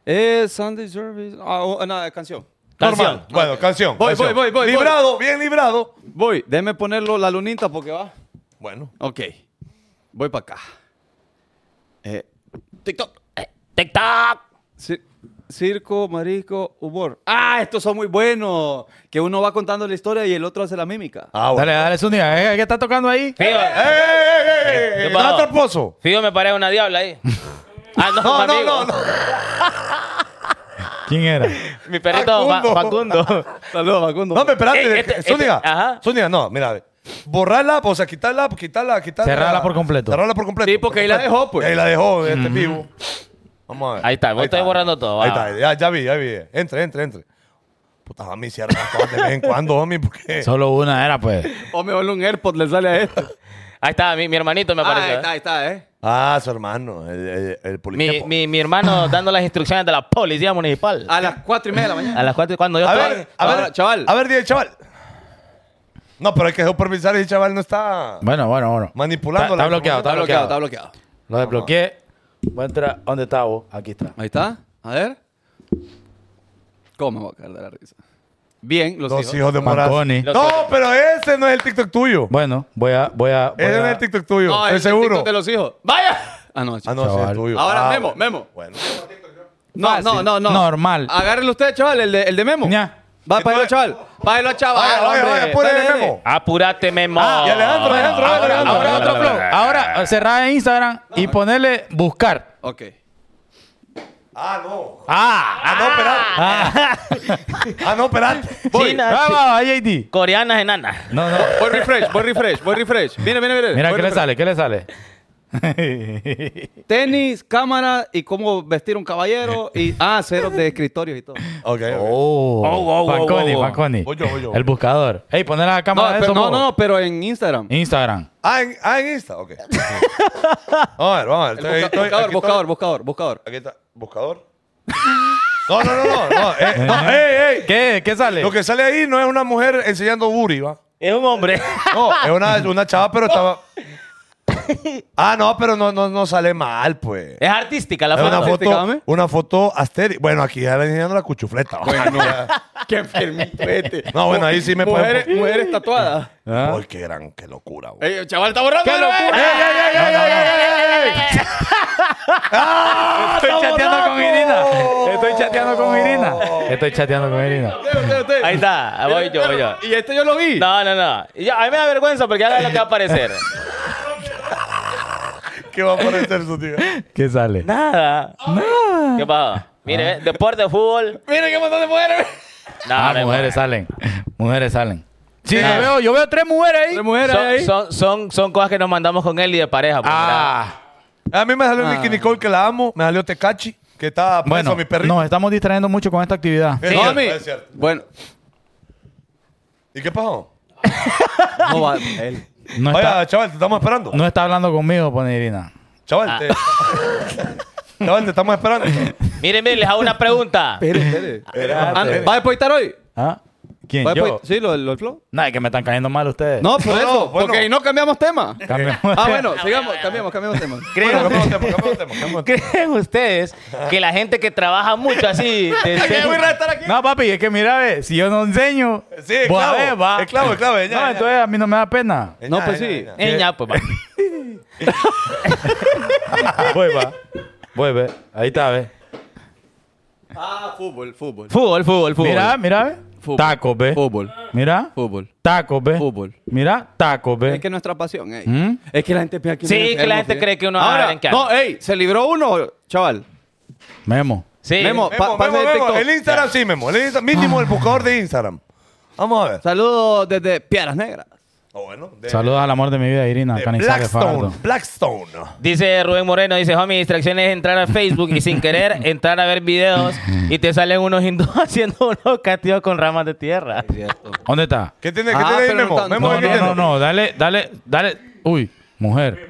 Speaker 4: Es Sunday Service. Ah, oh, una canción.
Speaker 2: Normal.
Speaker 5: Canción.
Speaker 2: Bueno, canción.
Speaker 4: Voy,
Speaker 2: canción.
Speaker 4: voy, voy, voy,
Speaker 2: Librado, bien librado.
Speaker 4: Voy, déjeme ponerlo la lunita porque va.
Speaker 2: Bueno.
Speaker 4: Ok. Voy para acá. Eh, TikTok.
Speaker 5: TikTok.
Speaker 4: Cir- circo, marisco, humor. ¡Ah! Estos son muy buenos. Que uno va contando la historia y el otro hace la mímica.
Speaker 2: Ah,
Speaker 6: Dale, dale, Zúñiga. ¿eh? ¿Qué está tocando ahí?
Speaker 5: Fío,
Speaker 2: ¡Ey, ey, ey, ey, ey!
Speaker 5: ¿Qué
Speaker 2: ¡Está
Speaker 5: pasó?
Speaker 2: tramposo!
Speaker 5: Fío me parece una diabla ahí. Ah, no,
Speaker 2: No,
Speaker 5: mi
Speaker 2: no,
Speaker 5: amigo.
Speaker 2: no, no.
Speaker 6: ¿Quién era?
Speaker 5: Mi perrito Fa-
Speaker 2: Facundo.
Speaker 5: Facundo.
Speaker 4: Saludos, Facundo.
Speaker 2: No, me espérate.
Speaker 5: Ey, este- este-
Speaker 2: Zúñiga.
Speaker 5: ajá.
Speaker 2: Zúñiga, no, mira. Borrarla, o sea, quitarla, quitarla, quitarla.
Speaker 6: Cerrarla por completo.
Speaker 2: Cerrarla por completo.
Speaker 4: Sí, porque ahí la dejó, pues.
Speaker 2: Ahí la dejó, este vivo. Vamos a ver.
Speaker 5: Ahí está, vos estás borrando todo,
Speaker 2: Ahí
Speaker 5: va.
Speaker 2: está, ya, ya vi, ya vi. Entre, entre, entre. Puta, a mí cierra las cosas de vez en cuando, homie, porque...
Speaker 6: Solo una era, pues.
Speaker 4: O mejor un AirPod le sale a esto.
Speaker 5: Ahí está, mi, mi hermanito me
Speaker 4: Ah,
Speaker 5: apareció.
Speaker 4: ahí
Speaker 5: ¿eh?
Speaker 4: está, ahí está, ¿eh?
Speaker 2: Ah, su hermano, el, el, el
Speaker 5: Mi,
Speaker 2: poliquepo.
Speaker 5: mi, mi hermano dando las instrucciones de la policía municipal.
Speaker 4: A las cuatro y media de la mañana.
Speaker 5: A las cuatro, cuando yo
Speaker 2: Ah. A
Speaker 5: estaba-
Speaker 2: ver, a ver,
Speaker 4: Ahora, chaval.
Speaker 2: A ver, dile, chaval. No, pero hay que supervisar si chaval no está
Speaker 6: Bueno, bueno, bueno.
Speaker 2: manipulando.
Speaker 6: Está,
Speaker 2: la
Speaker 6: está bloqueado,
Speaker 2: información.
Speaker 6: está
Speaker 4: Está
Speaker 6: bloqueado.
Speaker 4: bloqueado, está bloqueado.
Speaker 6: Lo desbloqueé. Voy a entrar. ¿Dónde está vos? Aquí está.
Speaker 4: Ahí está. A ver. ¿Cómo me voy a caer de la risa? Bien, los
Speaker 2: Dos
Speaker 4: hijos.
Speaker 2: hijos, de Moraz.
Speaker 6: Fanconi.
Speaker 2: No, pero ese no es el TikTok tuyo.
Speaker 6: Bueno, voy a. Voy a, voy
Speaker 2: ese no
Speaker 6: a-
Speaker 2: es el TikTok tuyo.
Speaker 4: No,
Speaker 2: estoy
Speaker 4: el
Speaker 2: seguro.
Speaker 4: TikTok de los hijos. ¡Vaya! Ah, no.
Speaker 2: Ah, no, ese es el
Speaker 6: Chaval.
Speaker 2: tuyo.
Speaker 4: Ahora,
Speaker 2: Ah,
Speaker 4: Memo,
Speaker 2: bueno.
Speaker 4: Memo.
Speaker 2: Bueno.
Speaker 4: No, no, no, no.
Speaker 6: Normal.
Speaker 4: Agárrelo usted, chaval, el de, el de Memo.
Speaker 6: Ya.
Speaker 4: Va, págalo,
Speaker 2: Entonces-
Speaker 4: chaval. Págalo, chaval.
Speaker 2: Vaya, vaya,
Speaker 4: hombre. Ah,
Speaker 2: vaya, pure
Speaker 4: Dale, dale.
Speaker 2: Memo.
Speaker 5: Apúrate, Memo.
Speaker 2: y Alejandro,
Speaker 5: Bueno,
Speaker 2: Alejandro,
Speaker 5: ahora-
Speaker 2: Alejandro.
Speaker 5: ahora
Speaker 6: Ahora otro
Speaker 5: otro
Speaker 6: flow. Ahora cerrar en Instagram y ponerle buscar.
Speaker 4: Ok.
Speaker 2: Ah, no.
Speaker 6: ¡Ah!
Speaker 2: Ah, no, espérate.
Speaker 6: ¡Ah!
Speaker 2: Ah, no, espérate.
Speaker 5: flow.
Speaker 2: Voy. Ah.
Speaker 5: China,
Speaker 6: ¡Vamos, JD!
Speaker 5: coreanas enanas.
Speaker 6: No, no.
Speaker 4: Voy refresh, voy refresh, voy refresh. Mira, mira, mira.
Speaker 6: Mira,
Speaker 4: Voy
Speaker 6: ¿qué le
Speaker 4: refresh.
Speaker 6: sale? ¿Qué le sale?
Speaker 4: Tenis, cámara y cómo vestir un caballero y ah, ceros de escritorio y todo.
Speaker 2: Ok. ok.
Speaker 6: Oh,
Speaker 5: oh, oh,
Speaker 6: Fanconi,
Speaker 5: oh, oh.
Speaker 6: Fanconi.
Speaker 2: Voy yo, voy yo.
Speaker 6: El buscador. Ey, poner la
Speaker 4: No,
Speaker 6: cámara de
Speaker 4: pero-
Speaker 6: eso,
Speaker 4: no,
Speaker 6: vos.
Speaker 4: no, no, pero en Instagram.
Speaker 6: Instagram.
Speaker 2: Ah, en, ah, en Insta. Ok. vamos a ver, vamos a ver.
Speaker 4: El busca-
Speaker 2: Estoy- estoy-
Speaker 4: buscador,
Speaker 2: aquí
Speaker 4: buscador,
Speaker 2: estoy.
Speaker 4: buscador, buscador.
Speaker 2: Aquí está. Buscador. No, no, no, no. no, eh, no, ey, ey.
Speaker 6: ¿Qué? ¿Qué sale?
Speaker 2: Lo que sale ahí no es una mujer enseñando booty, ¿va?
Speaker 5: Es un hombre.
Speaker 2: No, es una, una chava, pero estaba. Ah, no, pero no, no, no sale mal, pues.
Speaker 5: es artística la
Speaker 2: Es
Speaker 5: foto.
Speaker 2: una foto,
Speaker 4: dígame.
Speaker 2: una foto asteri- Bueno, aquí ya le enseñando la cuchufleta.
Speaker 4: Bueno, qué enfermito este.
Speaker 2: No, bueno, ahí sí me pueden-
Speaker 4: mujeres, mujeres tatuadas.
Speaker 2: Ay, qué gran, qué locura, güey.
Speaker 4: Ey, el chaval está borrando. ¡Qué
Speaker 6: Estoy chateando con Irina. Estoy chateando con Irina. Estoy chateando con Irina.
Speaker 5: Ahí está. Voy yo, voy yo.
Speaker 4: Y este yo lo vi.
Speaker 5: No, no, no. Y yo- a mí me da vergüenza porque haga lo que va a aparecer.
Speaker 2: ¿Qué va a parecer su tío?
Speaker 6: ¿Qué sale?
Speaker 5: Nada. ¿Qué pasa?
Speaker 2: Ah.
Speaker 5: Mire, deporte, fútbol.
Speaker 4: Miren qué montón de mujeres.
Speaker 5: No,
Speaker 6: Ah,
Speaker 5: no hay
Speaker 6: mujeres salen. Mujeres salen. Sí,
Speaker 5: Nada.
Speaker 6: yo veo, yo veo tres mujeres ahí.
Speaker 4: Tres mujeres
Speaker 5: Son,
Speaker 4: ahí.
Speaker 5: son, son, son cosas que nos mandamos con él y de pareja. pues,
Speaker 6: Ah,
Speaker 2: A mí me salió Nicky Nicole, que la amo. Me salió Tecachi, que está preso
Speaker 6: bueno,
Speaker 2: mi perrito. Eh,
Speaker 6: nos estamos distrayendo mucho con esta actividad.
Speaker 2: Es
Speaker 5: Sí,
Speaker 2: cierto,
Speaker 5: mami.
Speaker 2: es cierto.
Speaker 4: Bueno,
Speaker 2: ¿Y qué pasó?
Speaker 4: no va él.
Speaker 6: No está,
Speaker 2: Oiga, chaval, te estamos esperando.
Speaker 6: no está hablando conmigo, pone Irina.
Speaker 2: Chaval, te... Ah. chaval, te estamos esperando.
Speaker 5: mira. Miren, miren, les hago una pregunta.
Speaker 4: Ah,
Speaker 2: Espérate.
Speaker 4: ¿Va a despoitar hoy?
Speaker 6: ¿Ah? ¿Quién?
Speaker 4: ¿Va a
Speaker 6: ¿Yo?
Speaker 4: despoitar- Sí, lo del lo del flow.
Speaker 6: No, es que me están cayendo mal ustedes.
Speaker 4: pues, No, por
Speaker 2: No,
Speaker 4: eso.
Speaker 2: bueno.
Speaker 4: Porque ahí no cambiamos tema.
Speaker 6: Cambiamos.
Speaker 4: Ah, bueno, sigamos, cambiamos, cambiamos tema.
Speaker 2: Bueno, cambiamos tema, cambiamos tema, cambiamos tema.
Speaker 5: ¿Creen ustedes que la gente que trabaja mucho así... de-
Speaker 6: No, papi, es que mira, ve, si yo no enseño,
Speaker 2: Sí, es
Speaker 6: vos a
Speaker 2: clavo,
Speaker 6: ver, va.
Speaker 2: es clavo, es clavo, es ya,
Speaker 6: no,
Speaker 2: ya.
Speaker 6: entonces a mí no me da pena.
Speaker 2: Eh,
Speaker 4: No,
Speaker 2: ya,
Speaker 4: pues
Speaker 2: ya,
Speaker 4: sí.
Speaker 2: ya.
Speaker 5: Eh, ya, pues, va.
Speaker 6: Voy, va. Voy, ve. Ahí está, ve.
Speaker 4: Ah, fútbol, fútbol. Eh.
Speaker 5: Fútbol, fútbol, fútbol.
Speaker 6: Mira, mira, ve.
Speaker 4: Fútbol.
Speaker 6: Tacos, ve.
Speaker 4: Fútbol,
Speaker 6: Mira.
Speaker 4: fútbol.
Speaker 6: Tacos, ve.
Speaker 4: Fútbol.
Speaker 6: Mira, tacos, ve.
Speaker 4: Es que es nuestra pasión, ey.
Speaker 6: ¿Mm?
Speaker 4: Es que la gente piensa que
Speaker 5: Sí,
Speaker 4: uno es
Speaker 5: que la gente cree que uno- ah,
Speaker 4: Ahora,
Speaker 5: ven que-
Speaker 4: no, ey, se libró uno, chaval.
Speaker 6: Memo.
Speaker 5: Sí.
Speaker 4: Memo.
Speaker 2: Memo,
Speaker 4: Pa- pasa
Speaker 2: Memo,
Speaker 4: el
Speaker 2: Memo,
Speaker 4: TikTok.
Speaker 2: El Instagram sí, Memo. El Insta- mínimo el buscador de Instagram. Vamos a ver.
Speaker 4: Saludos desde Piedras Negras.
Speaker 2: Ah, bueno, de-
Speaker 6: Saludos al amor de mi vida, Irina.
Speaker 2: de
Speaker 6: Canizares
Speaker 2: Eh, Blackstone.
Speaker 6: Fajardo.
Speaker 2: Blackstone.
Speaker 5: Dice Rubén Moreno, dice, homie, distracción es entrar a Facebook y sin querer entrar a ver videos y te salen unos hindúes haciendo unos castigos con ramas de tierra.
Speaker 6: ¿Dónde está?
Speaker 2: ¿Qué tiene, qué
Speaker 4: Ah,
Speaker 2: tiene ahí,
Speaker 4: pero no
Speaker 2: Memo?
Speaker 4: está-
Speaker 2: Memo,
Speaker 6: No,
Speaker 2: ¿qué
Speaker 6: no,
Speaker 2: tiene?
Speaker 6: no, no. Dale, dale, dale. Uy, mujer.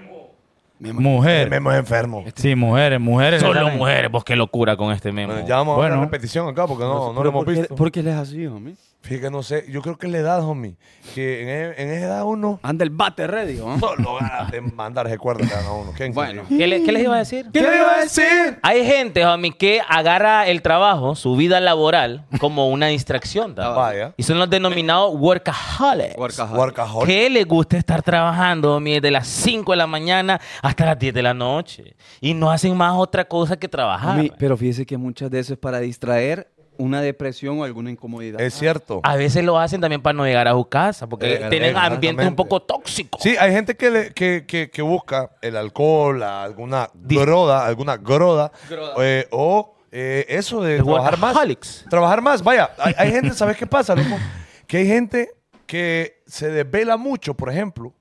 Speaker 2: El
Speaker 6: Mujer.
Speaker 2: Memo es enfermo.
Speaker 6: Sí, mujeres, mujeres. le
Speaker 5: Solo
Speaker 6: salen.
Speaker 5: mujeres, vos qué locura con este memo.
Speaker 2: Bueno, ya vamos a ver la
Speaker 6: Bueno.
Speaker 2: repetición acá porque no, no, lo
Speaker 4: Pero
Speaker 2: hemos
Speaker 4: ¿por qué-
Speaker 2: visto.
Speaker 4: ¿Por qué él es así, homie?
Speaker 2: Fíjate, no sé. Yo creo que es la edad, homie. Que en, e- en esa edad uno
Speaker 4: Anda el bate ready, ¿no?
Speaker 2: no lo gana de mandar recuerdos a uno. ¿Quién se
Speaker 4: Bueno.
Speaker 2: diga?
Speaker 5: ¿Qué, le- qué les iba a decir?
Speaker 2: ¿Qué le iba a decir?
Speaker 5: Hay gente, homie, que agarra el trabajo, su vida laboral, como una distracción. ¿no?
Speaker 2: Vaya.
Speaker 5: Y son los denominados workaholics.
Speaker 2: Workaholic.
Speaker 5: que les gusta estar trabajando, homie, desde las 5 de la mañana hasta las 10 de la noche. Y no hacen más otra cosa que trabajar.
Speaker 4: Homie, pero fíjese que muchas veces es para distraer una depresión o alguna incomodidad.
Speaker 2: Es cierto.
Speaker 5: A veces lo hacen también para no llegar a su casa, porque
Speaker 2: Eh,
Speaker 5: tienen
Speaker 2: exactamente.
Speaker 5: ambientes un poco tóxicos.
Speaker 2: Sí, hay gente que, le- que, que, que busca el alcohol, la- alguna groda, alguna groda, eh, o eh, eso de
Speaker 5: El
Speaker 2: trabajar más.
Speaker 5: workaholics.
Speaker 2: Trabajar más, vaya. Hay, hay gente, ¿sabes qué pasa, loco? Que hay gente que se desvela mucho, por ejemplo,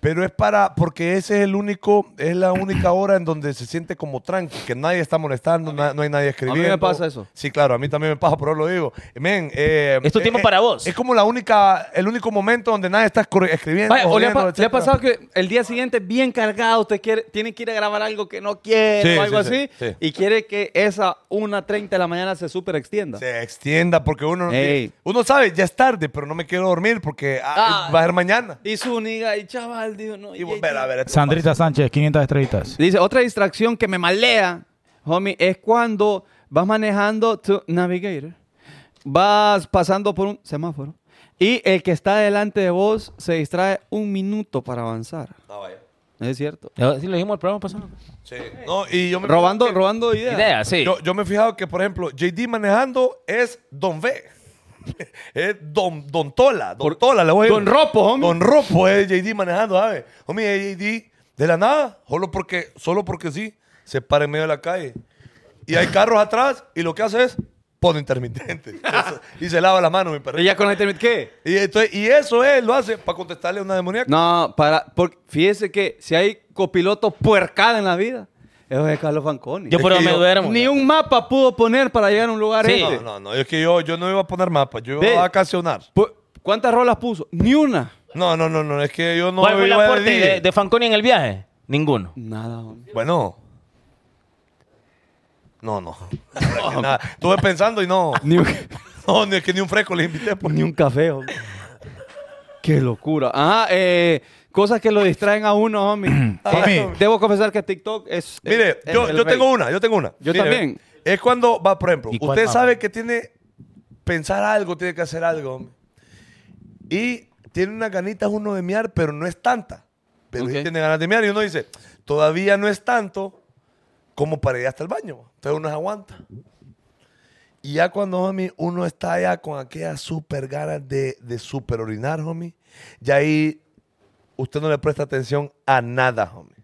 Speaker 2: pero es para, porque ese es el único, es la única hora en donde se siente como tranqui, que nadie está molestando, na- no hay nadie escribiendo.
Speaker 4: pasa eso.
Speaker 2: Sí, claro, a mí también me pasa, pero lo digo. Men, eh,
Speaker 5: Es tu
Speaker 2: eh,
Speaker 5: tiempo
Speaker 2: eh,
Speaker 5: para vos.
Speaker 2: Es como la única, el único momento donde nadie está escri- escribiendo.
Speaker 4: Vaya, o le, ha,
Speaker 2: jodiendo,
Speaker 4: pa- le ha
Speaker 2: etcétera.
Speaker 4: pasado que el día siguiente bien cargado, usted quiere, tiene que ir a grabar algo que no quiere
Speaker 2: Sí,
Speaker 4: o algo
Speaker 2: sí,
Speaker 4: así,
Speaker 2: sí, sí.
Speaker 4: y quiere que esa 1.30 de la mañana se super extienda.
Speaker 2: se extienda porque uno no
Speaker 4: Ey.
Speaker 2: tiene- uno sabe ya es tarde pero no me quiero dormir porque ah,
Speaker 4: Ah.
Speaker 2: va a ser mañana
Speaker 4: Y Zúñiga, y chaval, digo, no.
Speaker 2: y volver a ver esto.
Speaker 6: Sandrita Sánchez, 500 estrellitas.
Speaker 4: Dice, otra distracción que me malea, homie, es cuando vas manejando tu navigator, vas pasando por un semáforo y el que está delante de vos se distrae un minuto para avanzar.
Speaker 2: Ah, vaya.
Speaker 4: ¿No es cierto?
Speaker 5: Sí, lo dijimos el programa pasado.
Speaker 2: Sí. No, y yo me
Speaker 4: Robando, robando ideas.
Speaker 5: Idea, sí.
Speaker 2: yo, yo me he fijado que por ejemplo JD manejando es Don B es Don Don Tola Don Tola le voy a
Speaker 4: Don Ropo, homie.
Speaker 2: Don Ropo es JD manejando ¿sabes? homie es JD de la nada solo porque solo porque sí se para en medio de la calle y hay carros atrás y lo que hace es pone intermitente Eso- y se lava las manos mi perrito
Speaker 4: ¿Y ya con la internet qué?
Speaker 2: Y, entonces- y eso él lo hace para contestarle a una demoníaca.
Speaker 4: No, para, porque fíjese que si hay copiloto puercada en la vida, eso es Carlos Fanconi.
Speaker 5: Yo por
Speaker 2: que
Speaker 5: eso me
Speaker 2: yo-
Speaker 5: duermo.
Speaker 4: Ni un mapa pudo poner para llegar a un lugar
Speaker 5: Sí.
Speaker 4: este.
Speaker 2: No, no, no, es que yo, yo no iba a poner mapa, yo
Speaker 4: Ve.
Speaker 2: iba a vacacionar.
Speaker 4: Pu- ¿Cuántas rolas puso? Ni una.
Speaker 2: No, no, no, no, es que yo no
Speaker 5: ¿Cuál fue el
Speaker 2: iba
Speaker 5: aporte
Speaker 2: DJ.
Speaker 5: de, de Fanconi en el viaje? Ninguno.
Speaker 4: Nada, hombre.
Speaker 2: Bueno. No, no. La verdad que nada. Estuve pensando y no.
Speaker 4: Ni un,
Speaker 2: No, ni es que ni un fresco le invité. pues.
Speaker 4: ni un café, hombre. Qué locura. Ajá, eh, cosas que lo distraen a uno, homie. Eh,
Speaker 6: Homie.
Speaker 4: Debo confesar que TikTok es.
Speaker 2: Ah, Mire,
Speaker 4: es
Speaker 2: yo,
Speaker 4: el
Speaker 2: yo
Speaker 4: rey.
Speaker 2: tengo una, yo tengo una.
Speaker 4: Yo
Speaker 2: Mire,
Speaker 4: también.
Speaker 2: Es cuando va, por ejemplo,
Speaker 6: ¿Y cuál,
Speaker 2: usted
Speaker 6: papá?
Speaker 2: sabe que tiene pensar algo, tiene que hacer algo. hombre. Y tiene unas ganitas uno de miar, pero no es tanta. Pero sí
Speaker 4: Ok.
Speaker 2: tiene ganas de miar y uno dice, todavía no es tanto como para ir hasta el baño. Entonces uno se aguanta. Y ya cuando, homie, uno está allá con aquellas super ganas de, de super orinar, homie, ya ahí usted no le presta atención a nada, homie.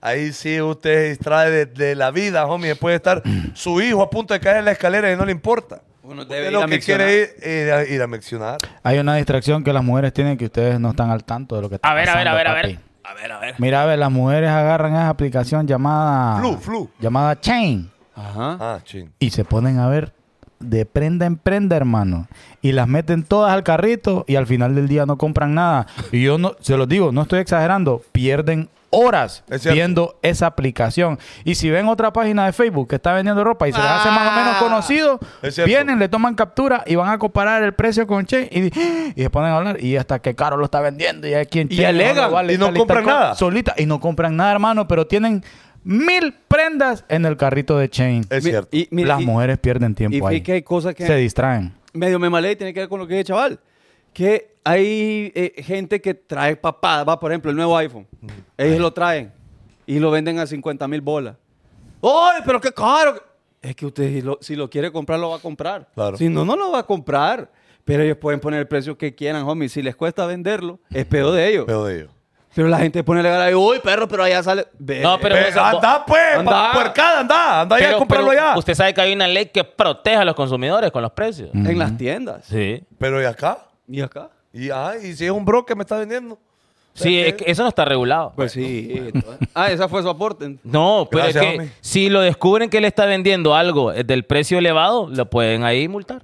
Speaker 2: Ahí sí usted se distrae de, de la vida, homie. Puede estar su hijo a punto de caer en la escalera y no le importa.
Speaker 4: Uno
Speaker 2: Usted
Speaker 4: debe ir
Speaker 2: lo
Speaker 4: a
Speaker 2: que quiere es ir a, ir a mencionar.
Speaker 6: Hay una distracción que las mujeres tienen que ustedes no están al tanto de lo que está
Speaker 5: A ver, a ver,
Speaker 6: pasando,
Speaker 5: a ver, a
Speaker 6: papi.
Speaker 5: ver. A ver, a ver.
Speaker 6: Mira, a ver, las mujeres agarran esa aplicación
Speaker 5: Ah.
Speaker 6: llamada...
Speaker 2: Flu, Flu.
Speaker 6: Llamada Chain.
Speaker 4: Ajá.
Speaker 2: Ah, ching.
Speaker 6: Y se ponen a ver de prenda en prenda, hermano. Y las meten todas al carrito y al final del día no compran nada. Y yo no, se los digo, no estoy exagerando, pierden horas
Speaker 2: Es cierto.
Speaker 6: viendo esa aplicación. Y si ven otra página de Facebook que está vendiendo ropa y se les hace más o menos conocido,
Speaker 2: Ah, Es cierto.
Speaker 6: vienen, le toman captura y van a comparar el precio con Chain y, y se ponen a hablar y hasta que caro lo está vendiendo y aquí en
Speaker 4: Y
Speaker 6: Shein no
Speaker 4: alegan,
Speaker 6: lo
Speaker 2: y no
Speaker 6: tal
Speaker 2: compran
Speaker 6: tal cosa,
Speaker 2: nada.
Speaker 6: Solita y no compran nada, hermano, pero tienen mil prendas en el carrito de Chain.
Speaker 2: Es
Speaker 4: Mi-
Speaker 2: cierto.
Speaker 4: y- mira,
Speaker 6: Las
Speaker 4: y-
Speaker 6: mujeres pierden
Speaker 4: Y
Speaker 6: tiempo
Speaker 4: vi
Speaker 6: ahí.
Speaker 4: que hay cosas que.
Speaker 6: Se distraen.
Speaker 4: medio me malé y tiene que ver con lo que dije, chaval. Que hay eh, gente que trae papada, va, por ejemplo, el nuevo iPhone. Ellos lo traen y lo venden a 50 mil bolas. ¡Ay, pero qué caro! Es que usted, si lo, si lo quiere comprar, lo va a comprar.
Speaker 2: Claro.
Speaker 4: Si no, no lo va a comprar. Pero ellos pueden poner el precio que quieran, homie. Si les cuesta venderlo, es peor de ellos.
Speaker 2: Pero de ello.
Speaker 4: Pero la gente pone legal ahí, ¡Uy, perro, pero allá sale! Ve-
Speaker 5: No, pero-
Speaker 2: Ve,
Speaker 5: eso-
Speaker 2: anda, pues,
Speaker 4: Anda.
Speaker 2: pa- puercada, anda. Anda ya a
Speaker 5: Pero-
Speaker 2: comprarlo
Speaker 5: pero
Speaker 2: allá.
Speaker 5: Usted sabe que hay una ley que protege a los consumidores con los precios.
Speaker 4: En las tiendas.
Speaker 5: Sí.
Speaker 2: Pero ¿y acá?
Speaker 4: ¿Y acá?
Speaker 2: ¿Y, ajá, ¿y si es un bro que me está vendiendo?
Speaker 5: Sí, es que eso no está regulado.
Speaker 4: Pues sí. entonces- ah, esa fue su aporte.
Speaker 5: No, pero
Speaker 2: Gracias,
Speaker 5: es que
Speaker 2: homie.
Speaker 5: si lo descubren que él está vendiendo algo eh, del precio elevado, lo pueden ahí multar.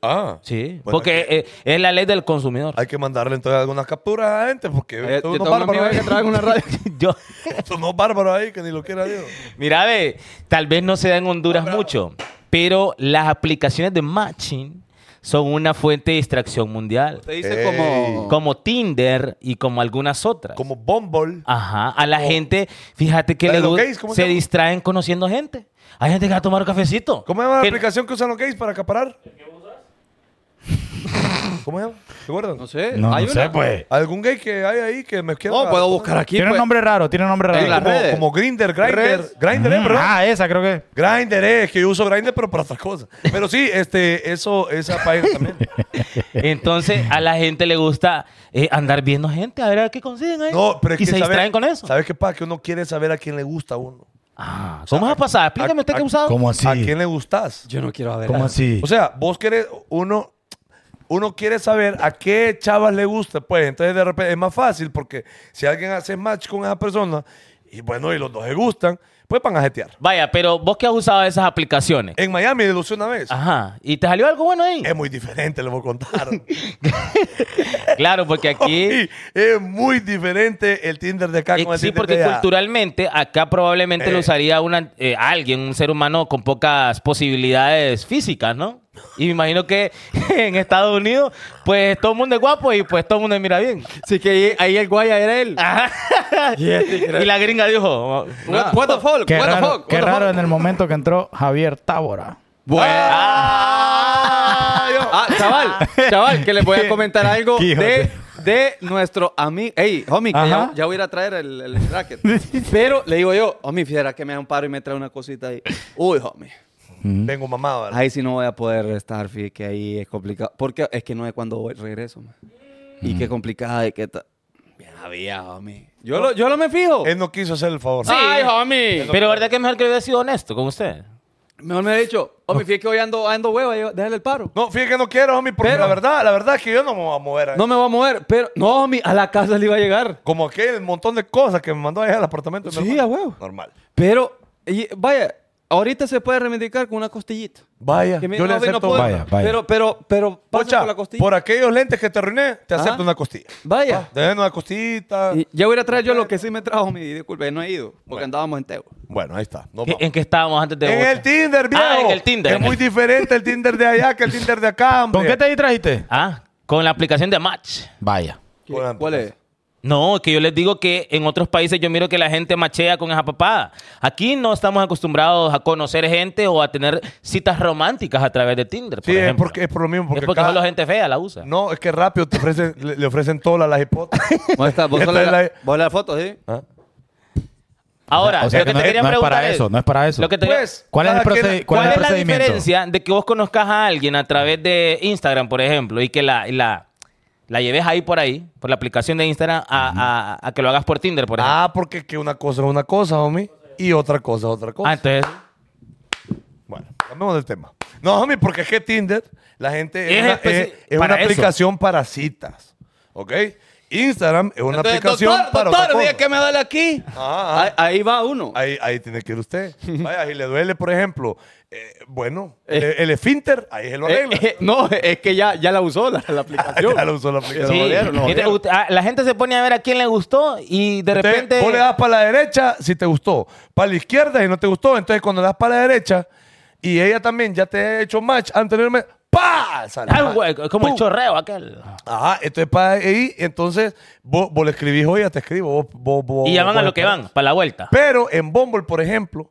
Speaker 2: Ah.
Speaker 5: Sí,
Speaker 2: Bueno,
Speaker 5: porque eh, es, la ley del consumidor.
Speaker 2: Hay que mandarle entonces algunas capturas a la gente porque
Speaker 4: Eh,
Speaker 2: son
Speaker 4: yo
Speaker 2: unos
Speaker 4: tengo un amigo
Speaker 2: bárbaros
Speaker 4: que trae
Speaker 2: ahí.
Speaker 4: una radio.
Speaker 5: Yo,
Speaker 2: Son unos bárbaros ahí que ni lo quiera Dios.
Speaker 5: mira, ve, tal vez no se da en Honduras mucho, pero las aplicaciones de matching son una fuente de distracción mundial,
Speaker 4: Te dice
Speaker 2: Ey.
Speaker 4: como...
Speaker 5: como Tinder y como algunas otras.
Speaker 2: Como Bumble.
Speaker 5: Ajá, a la gente, fíjate que
Speaker 2: ¿La de
Speaker 5: le
Speaker 2: los
Speaker 5: du-
Speaker 2: gays? ¿Cómo se
Speaker 5: se
Speaker 2: llama?
Speaker 5: distraen conociendo gente. Hay gente que va a tomar un cafecito.
Speaker 2: ¿Cómo se llama la
Speaker 5: Que-
Speaker 2: aplicación que usan los gays para acaparar? ¿Qué usas? ¿Cómo se llama? ¿Te acuerdas?
Speaker 4: No sé.
Speaker 6: No,
Speaker 4: Eh, hay
Speaker 6: no sé,
Speaker 4: una-
Speaker 6: pues.
Speaker 2: ¿Algún gay que hay ahí que me quiera?
Speaker 4: No, puedo buscar aquí.
Speaker 6: Tiene un
Speaker 4: pues.
Speaker 6: nombre raro, tiene un nombre
Speaker 4: En
Speaker 6: raro.
Speaker 4: las
Speaker 2: Como,
Speaker 4: redes.
Speaker 2: como Grinder, Grinder.
Speaker 4: Redes.
Speaker 2: Grinder,
Speaker 6: Mm,
Speaker 2: ¿eh, bro?
Speaker 6: Ah, esa creo que.
Speaker 2: Grinder es, que yo uso Grinder, pero para otras cosas. Pero sí, este, eso, esa página también.
Speaker 5: Entonces, a la gente le gusta eh, andar viendo gente, a ver a qué consiguen ahí.
Speaker 2: No, pero es
Speaker 5: y
Speaker 2: que
Speaker 5: se
Speaker 2: ¿sabes-
Speaker 5: distraen con eso.
Speaker 2: ¿Sabes qué pasa? Que uno quiere saber a quién le gusta a uno.
Speaker 5: Ah, ¿Cómo es a pasar? Explícame usted
Speaker 2: a-
Speaker 5: qué ha usado.
Speaker 6: ¿Cómo así?
Speaker 2: ¿A quién le gustas?
Speaker 4: Yo no quiero ver.
Speaker 6: ¿Cómo así?
Speaker 2: O sea, vos querés, uno, uno quiere saber a qué chavas le gusta, pues. Entonces, de repente, es más fácil porque si alguien hace match con esa persona y bueno, y los dos se gustan, pues van a jetear.
Speaker 5: Vaya, pero vos que has usado esas aplicaciones.
Speaker 2: En Miami lo usé una vez.
Speaker 5: Ajá. ¿Y te salió algo bueno ahí?
Speaker 2: Es muy diferente, les voy a contar.
Speaker 5: claro, porque aquí.
Speaker 2: Sí, es muy diferente el Tinder de acá
Speaker 5: eh,
Speaker 2: con el
Speaker 5: sí,
Speaker 2: Tinder
Speaker 5: porque
Speaker 2: de allá.
Speaker 5: culturalmente acá probablemente lo
Speaker 2: Eh.
Speaker 5: usaría una, eh, alguien, un ser humano con pocas posibilidades físicas, ¿no? Y me imagino que en Estados Unidos, pues todo el mundo es guapo y pues todo el mundo me mira bien.
Speaker 4: Sí, que ahí, ahí el guaya era él.
Speaker 5: Ajá.
Speaker 2: este
Speaker 5: y la gringa dijo.
Speaker 4: What, what the fuck?
Speaker 6: Ah. Qué
Speaker 4: what the
Speaker 6: raro,
Speaker 4: fuck?
Speaker 6: qué
Speaker 4: what the
Speaker 6: raro
Speaker 4: fuck?
Speaker 6: en el momento que entró Javier Tábora.
Speaker 4: Bueno.
Speaker 5: Ah, yo-
Speaker 4: Ah, chaval, chaval, que les voy a comentar algo
Speaker 6: Qué hijo
Speaker 4: de, de nuestro amigo. Ey, homie, que ya,
Speaker 6: Ajá.
Speaker 4: ya voy a ir a traer el, el racket. Pero le digo yo, homie, fiera que me da un paro y me trae una cosita ahí. Uy, homie.
Speaker 2: Mm. Vengo mamado. ¿verdad?
Speaker 4: Ahí sí no voy a poder estar, fíjate que ahí es complicado. Porque es que no es cuando voy- regreso, man. Y qué complicada y qué tal. Bien había, homie. Yo lo, yo lo me fijo.
Speaker 2: Él no quiso hacer el favor.
Speaker 5: Sí.
Speaker 4: Ay, homie.
Speaker 5: Pero verdad que es mejor que hubiera sido honesto con usted.
Speaker 4: Mejor me ha dicho, homie, fíjate que hoy ando, ando hueva, yo- déjale el paro.
Speaker 2: No, fíjate que no quiero, homie, porque
Speaker 4: Pero-
Speaker 2: la verdad, la verdad es que yo no me voy a mover. ahí.
Speaker 4: No me voy a mover, pero... No, homie, a la casa le iba a llegar.
Speaker 2: Como aquel montón de cosas que me mandó allá al apartamento. de mi
Speaker 4: Sí,
Speaker 2: hermano.
Speaker 4: a huevo.
Speaker 2: Normal.
Speaker 4: Pero, y- vaya, ahorita se puede reivindicar con una costillita.
Speaker 2: Vaya,
Speaker 4: Que me-
Speaker 2: yo le
Speaker 4: homie,
Speaker 2: acepto.
Speaker 4: puedo,
Speaker 6: Vaya, vaya.
Speaker 4: Pero, pero, pero, pasa
Speaker 2: Pocha,
Speaker 4: por la
Speaker 2: por,
Speaker 4: costilla.
Speaker 2: aquellos lentes que te arruiné, te
Speaker 4: Ajá.
Speaker 2: acepto una costilla.
Speaker 4: Vaya.
Speaker 2: Te den una costillita.
Speaker 4: Y ya voy a ir a traer yo lo que sí me trajo, mi disculpe, no he ido, porque andábamos en Teo.
Speaker 2: Bueno, ahí está. nos
Speaker 5: ¿Qué-
Speaker 2: vamos.
Speaker 5: ¿En qué estábamos antes de
Speaker 2: En
Speaker 5: Bogotá?
Speaker 2: el Tinder, viejo.
Speaker 5: Ah, en el Tinder.
Speaker 2: Es muy diferente el Tinder de allá que el Tinder de acá.
Speaker 6: ¿Con
Speaker 2: hombre.
Speaker 6: qué te distrajiste?
Speaker 5: Ah, Con la aplicación de Match.
Speaker 6: Vaya.
Speaker 4: ¿Qué- ¿Cuál es?
Speaker 5: No, es que yo les digo que en otros países yo miro que la gente machea con esa papada. Aquí no estamos acostumbrados a conocer gente o a tener citas románticas a través de Tinder. Por
Speaker 2: Sí, es,
Speaker 5: ejemplo.
Speaker 2: porque, es por lo mismo.
Speaker 5: Es
Speaker 2: Porque,
Speaker 5: porque
Speaker 2: cada-
Speaker 5: solo gente fea la usa.
Speaker 2: No, es que rápido te ofrecen, le, le ofrecen todas las hipotas.
Speaker 4: Muestra, vos
Speaker 2: Esta
Speaker 4: solo
Speaker 2: es
Speaker 4: la,
Speaker 2: la- ¿Ah?
Speaker 4: vos la foto, ¿sí?
Speaker 5: Ahora,
Speaker 6: O sea
Speaker 5: lo
Speaker 6: que
Speaker 5: que,
Speaker 6: no
Speaker 5: te
Speaker 6: es-
Speaker 5: quería
Speaker 6: no es
Speaker 5: preguntar
Speaker 6: para eso, no es para eso.
Speaker 5: Lo que te-
Speaker 2: Pues,
Speaker 6: ¿Cuál es el,
Speaker 2: cada quien-
Speaker 6: procedi- cuál
Speaker 5: ¿Cuál,
Speaker 6: es el
Speaker 5: es la
Speaker 6: procedimiento?
Speaker 5: diferencia de que vos conozcas a alguien a través de Instagram, por ejemplo, y que la, y la, la lleves ahí por ahí, por la aplicación de Instagram, a, a- a que lo hagas por Tinder, por ejemplo?
Speaker 2: Ah, porque que una cosa es una cosa, homie. Y otra cosa es otra cosa.
Speaker 5: Ah, entonces,
Speaker 2: Bueno, cambiamos del tema. No, homie, porque es que Tinder, la gente es,
Speaker 5: Es
Speaker 2: una,
Speaker 5: especi-
Speaker 2: es- es
Speaker 5: para
Speaker 2: una
Speaker 5: eso.
Speaker 2: aplicación para citas. ¿Ok? Instagram es una
Speaker 4: Entonces,
Speaker 2: aplicación
Speaker 4: doctor,
Speaker 2: para
Speaker 4: doctor,
Speaker 2: otra cosa.
Speaker 4: mira que me duele aquí.
Speaker 2: Ajá, ajá.
Speaker 4: Ahí, ahí va uno.
Speaker 2: Ahí, ahí tiene que ir usted. Vaya, si le duele, por ejemplo, eh, bueno, el, el esfínter, ahí se lo
Speaker 4: Eh,
Speaker 2: arregla.
Speaker 4: eh, no, es que ya, ya la usó la, la aplicación.
Speaker 2: ya lo usó la aplicación.
Speaker 5: sí.
Speaker 4: jodieron, lo
Speaker 5: Entonces,
Speaker 4: jodieron.
Speaker 5: ut- ah, la gente se pone a ver a quién le gustó y de
Speaker 2: Entonces,
Speaker 5: repente...
Speaker 2: vos le das para la derecha si te gustó, para la izquierda si no te gustó. Entonces, cuando le das para la derecha y ella también ya te ha hecho match anteriormente, ¡pa! Sale
Speaker 5: Ah,
Speaker 2: match.
Speaker 5: güey, como el
Speaker 2: ¡Pum!
Speaker 5: chorreo aquel.
Speaker 2: Ajá, entonces para ahí, entonces vos, vos le escribís hoy, ya te escribo. Vos, vos- vos-
Speaker 5: Y ya van a
Speaker 2: vos-
Speaker 5: lo que van, para la vuelta.
Speaker 2: Pero en Bumble, por ejemplo,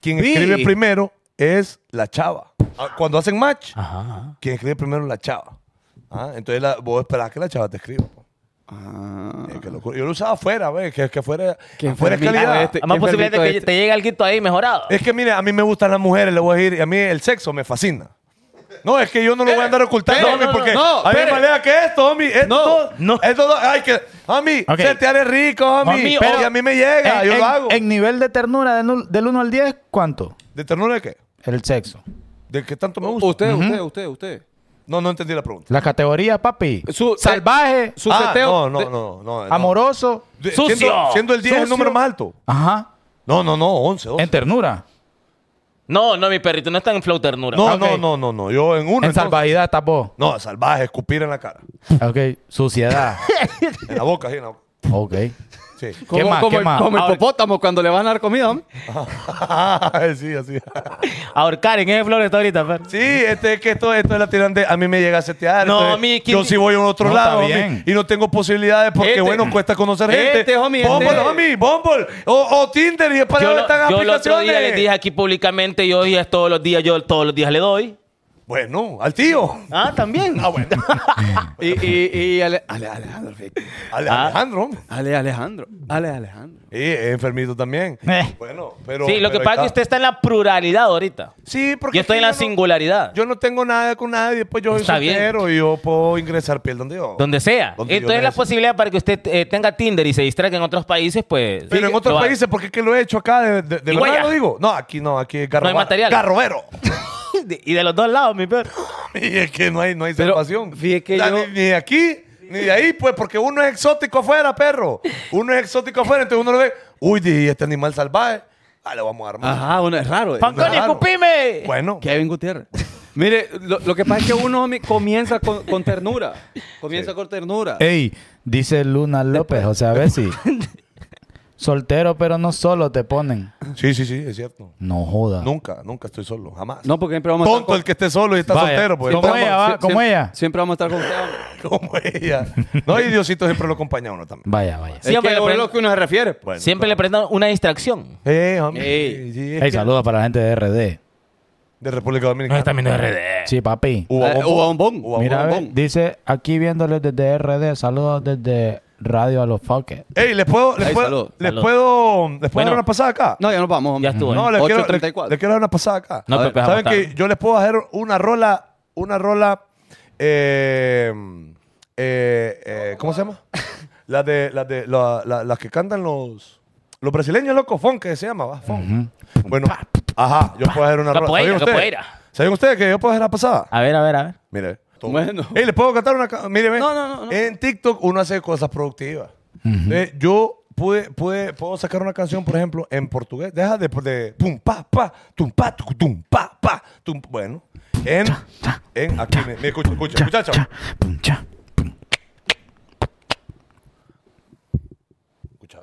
Speaker 2: quien
Speaker 4: Sí.
Speaker 2: escribe primero es la chava. Ah, Cuando hacen match, quien escribe primero es la chava. Ah, entonces la- vos esperás que la chava te escriba. po. Eh, qué locura. Yo lo usaba afuera, ve, que, que fuera,
Speaker 4: Qué
Speaker 2: fuera Ah,
Speaker 4: enfermito
Speaker 2: calidad.
Speaker 4: este.
Speaker 5: Más
Speaker 4: Qué
Speaker 5: posiblemente que
Speaker 4: enfermito este.
Speaker 5: te llegue alguito ahí mejorado.
Speaker 2: Es que mire, a mí me gustan las mujeres, le voy a decir, y a mí el sexo me fascina. No, es que yo no lo voy a andar ocultando,
Speaker 5: espere,
Speaker 2: homie,
Speaker 5: no,
Speaker 2: porque
Speaker 4: no, no,
Speaker 2: a mí me
Speaker 4: espere.
Speaker 2: malea que esto, homie. Esto, no,
Speaker 5: no.
Speaker 2: Esto, no, ay, que, homie,
Speaker 6: Ok.
Speaker 2: se te haré rico, homie.
Speaker 5: Homie,
Speaker 2: pero,
Speaker 5: o-
Speaker 2: y a mí me llega,
Speaker 6: En,
Speaker 2: yo lo
Speaker 6: en-
Speaker 2: hago.
Speaker 6: en nivel de ternura del, nul- del 1 al 10, ¿cuánto?
Speaker 2: ¿De ternura de qué?
Speaker 6: El sexo.
Speaker 2: ¿De qué tanto me gusta?
Speaker 4: Usted, usted, usted, usted.
Speaker 2: No, no entendí la pregunta.
Speaker 6: La categoría, papi.
Speaker 4: Su-
Speaker 6: Salvaje,
Speaker 4: Su
Speaker 2: Ah,
Speaker 4: seteo.
Speaker 2: No, no,
Speaker 4: de-
Speaker 2: no, no, no.
Speaker 6: amoroso.
Speaker 2: De-
Speaker 5: Sucio.
Speaker 2: Siendo, siendo el 10 el
Speaker 6: Sucio.
Speaker 2: número más alto.
Speaker 6: Ajá.
Speaker 2: No, no, no, 11, 12.
Speaker 6: En ternura.
Speaker 5: No, no, mi perrito, no está en flow ternura.
Speaker 2: no,
Speaker 6: Ah, ok.
Speaker 2: no, no, no, no. Yo en uno.
Speaker 6: En
Speaker 2: entonces-
Speaker 6: salvajidad, tapó.
Speaker 2: No, salvaje, escupir en la cara.
Speaker 6: Ok. Suciedad.
Speaker 2: En la boca, sí, en la boca.
Speaker 6: ok.
Speaker 5: Eh.
Speaker 2: Sí.
Speaker 6: ¿Qué
Speaker 4: como,
Speaker 6: más?
Speaker 4: como
Speaker 6: ¿Qué
Speaker 4: el,
Speaker 6: más?
Speaker 4: como el
Speaker 5: Ahora-
Speaker 4: hipopótamo cuando le van a dar comida. hombre.
Speaker 2: sí, así.
Speaker 5: Ahorcar en ese ¿eh? flor está ahorita, Fer.
Speaker 2: Sí, este es que esto, esto es la tirante. A mí me llega a setear.
Speaker 5: No,
Speaker 2: entonces,
Speaker 5: mi, ¿quién
Speaker 2: Yo
Speaker 5: di-
Speaker 2: sí voy a un otro
Speaker 6: No,
Speaker 2: lado.
Speaker 6: está
Speaker 2: homie,
Speaker 6: bien.
Speaker 2: y no tengo posibilidades porque,
Speaker 4: Este-
Speaker 2: bueno, cuesta conocer gente.
Speaker 4: Este, homie,
Speaker 2: Bumble,
Speaker 4: este.
Speaker 2: homie, Bumble. O, o Tinder. Y es para
Speaker 5: Yo,
Speaker 2: dónde
Speaker 5: lo-
Speaker 2: están
Speaker 5: yo el
Speaker 2: aplicaciones.
Speaker 5: otro día les dije aquí públicamente, yo ya todos los días, yo todos los días le doy.
Speaker 2: Bueno, al tío.
Speaker 5: Ah, también. Ah, bueno.
Speaker 4: Y, y, y Ale- Ale- Alejandro. fíjate.
Speaker 2: Al
Speaker 5: Ah.
Speaker 2: Alejandro. homie.
Speaker 4: Ale Alejandro. Ale Alejandro.
Speaker 2: Sí, es enfermito también.
Speaker 6: Eh.
Speaker 2: Bueno, pero.
Speaker 5: sí, lo que
Speaker 2: pero
Speaker 5: pasa es que
Speaker 2: está-
Speaker 5: usted está en la pluralidad ahorita.
Speaker 2: Sí, porque.
Speaker 5: Yo
Speaker 2: es
Speaker 5: estoy en
Speaker 2: que
Speaker 5: la
Speaker 2: no-
Speaker 5: singularidad.
Speaker 2: Yo no tengo nada con nadie, pues yo soy
Speaker 5: Está bien.
Speaker 2: soltero y yo puedo ingresar piel donde yo.
Speaker 5: donde sea.
Speaker 2: Donde yo
Speaker 5: Entonces la
Speaker 2: merezco.
Speaker 5: posibilidad para que usted eh, tenga Tinder y se distraiga en otros países, pues...
Speaker 2: Pero en
Speaker 5: lo
Speaker 2: otros
Speaker 5: haga.
Speaker 2: países, porque es que lo he hecho acá, de, de- de
Speaker 5: Y
Speaker 2: verdad
Speaker 5: huella.
Speaker 2: lo digo. No, aquí no, aquí es
Speaker 5: hay
Speaker 2: garroba-
Speaker 5: material.
Speaker 2: garrobero.
Speaker 5: y de los dos lados, mi perro.
Speaker 2: y es que no hay, no hay
Speaker 4: Pero,
Speaker 2: salvación.
Speaker 4: fíjate que
Speaker 2: Ya
Speaker 4: yo-
Speaker 2: Ni, ni de aquí, ni de ahí, pues, porque uno es exótico afuera, perro. Uno es exótico afuera, entonces uno lo ve, uy, di, este animal salvaje, ah, lo vamos a armar.
Speaker 4: Ajá, bueno, es raro. eh.
Speaker 5: ¡Fanconi,
Speaker 2: Claro.
Speaker 5: escupime!
Speaker 2: Bueno,
Speaker 4: Kevin Gutiérrez. Mire, lo, lo que pasa es que uno homie, comienza con, con ternura. Comienza con ternura.
Speaker 6: Ey, dice Luna López, o sea, a ver si. Soltero, pero no solo te ponen.
Speaker 2: sí, sí, sí, es cierto.
Speaker 6: No joda.
Speaker 2: Nunca, nunca estoy solo, jamás.
Speaker 4: No, porque siempre vamos a estar
Speaker 2: Tonto el que esté solo y está
Speaker 6: Vaya,
Speaker 2: soltero, pues.
Speaker 6: ¿cómo
Speaker 2: Tonto.
Speaker 6: ella va?
Speaker 4: Sie-
Speaker 6: ¿Cómo
Speaker 4: siem-
Speaker 6: ella?
Speaker 4: Siempre vamos a estar con usted, hombre.
Speaker 2: Como ella. No, y Diosito siempre lo acompaña a uno también.
Speaker 6: Vaya, vaya.
Speaker 4: Es
Speaker 5: Siempre
Speaker 4: que
Speaker 5: le
Speaker 4: es
Speaker 5: prend-
Speaker 4: lo que uno se refiere. pues.
Speaker 2: Bueno,
Speaker 5: Siempre le
Speaker 2: claro.
Speaker 5: prestan una distracción.
Speaker 2: Eh, homie,
Speaker 4: Ey.
Speaker 2: sí, es
Speaker 6: Hey,
Speaker 2: que-
Speaker 6: saludos para la gente de RD.
Speaker 2: De República Dominicana.
Speaker 5: es RD.
Speaker 6: Sí, papi.
Speaker 2: Uva
Speaker 4: Eh,
Speaker 2: bombón.
Speaker 4: uva bombón. Uva
Speaker 6: Mira, ve,
Speaker 4: bombón.
Speaker 6: dice aquí viéndoles desde RD, saludos desde Radio a los Foques.
Speaker 2: Ey, ¿les puedo, les
Speaker 4: Ey,
Speaker 2: puedo,
Speaker 4: salud,
Speaker 2: les
Speaker 5: salud.
Speaker 2: puedo, les puedo
Speaker 5: Bueno.
Speaker 2: dar una pasada acá?
Speaker 4: No, ya nos vamos, hombre.
Speaker 5: Ya estuvo.
Speaker 2: No,
Speaker 5: ¿eh?
Speaker 2: les quiero, les,
Speaker 4: 8.34.
Speaker 2: les quiero dar una pasada acá.
Speaker 5: No, Pepe, vamos
Speaker 2: Saben
Speaker 5: tarde.
Speaker 2: que yo les puedo hacer una rola, una rola, eh, eh, eh, ¿cómo se llama? Las de, las de, la- la- las que cantan los, los brasileños, loco, funk, que se llama, va, funk. Bueno, ajá, yo puedo hacer una rola.
Speaker 5: Capoeira,
Speaker 2: ¿Sabían ustedes?
Speaker 5: capoeira.
Speaker 2: ¿Saben ustedes que yo puedo hacer la pasada?
Speaker 5: A ver, a ver, a ver.
Speaker 2: Mire.
Speaker 4: Bueno.
Speaker 2: Ey, ¿les puedo cantar una canción? Míreme.
Speaker 4: No, no, no, no.
Speaker 2: En TikTok uno hace cosas productivas. Eh, yo pude, pude, puedo sacar una canción, por ejemplo, en portugués. Deja de, de pum, pa, pa, tum, pa, tucu, tum, pa, pa, tum. Bueno, en, en aquí, me, me escucha, escucha, muchacho.
Speaker 6: Pum, cha.
Speaker 2: Escucha.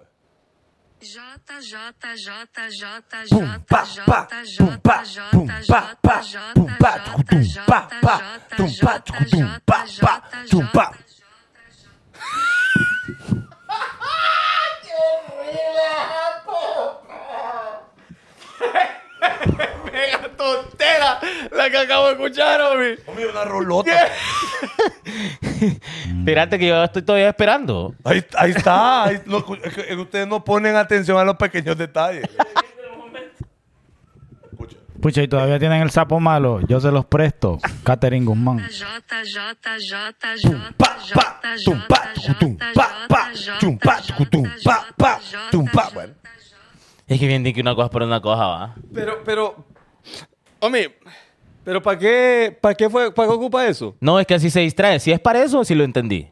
Speaker 8: Tontera la que acabo de escuchar, homie.
Speaker 2: Hombre, una rolota.
Speaker 5: Espérate que yo estoy todavía esperando.
Speaker 2: Ahí, ahí está. ahí- no, es que ustedes no ponen atención a los pequeños detalles. Escucha.
Speaker 6: Pucha, y todavía tienen el sapo malo. Yo se los presto. Catherine Guzmán.
Speaker 2: Bueno.
Speaker 5: Es que bien di que una cosa por una cosa, va.
Speaker 4: Pero, pero. Hombre, pero ¿para qué, para qué fue, para qué ocupa eso?
Speaker 5: No, es que así se distrae. Si es para eso, si lo entendí.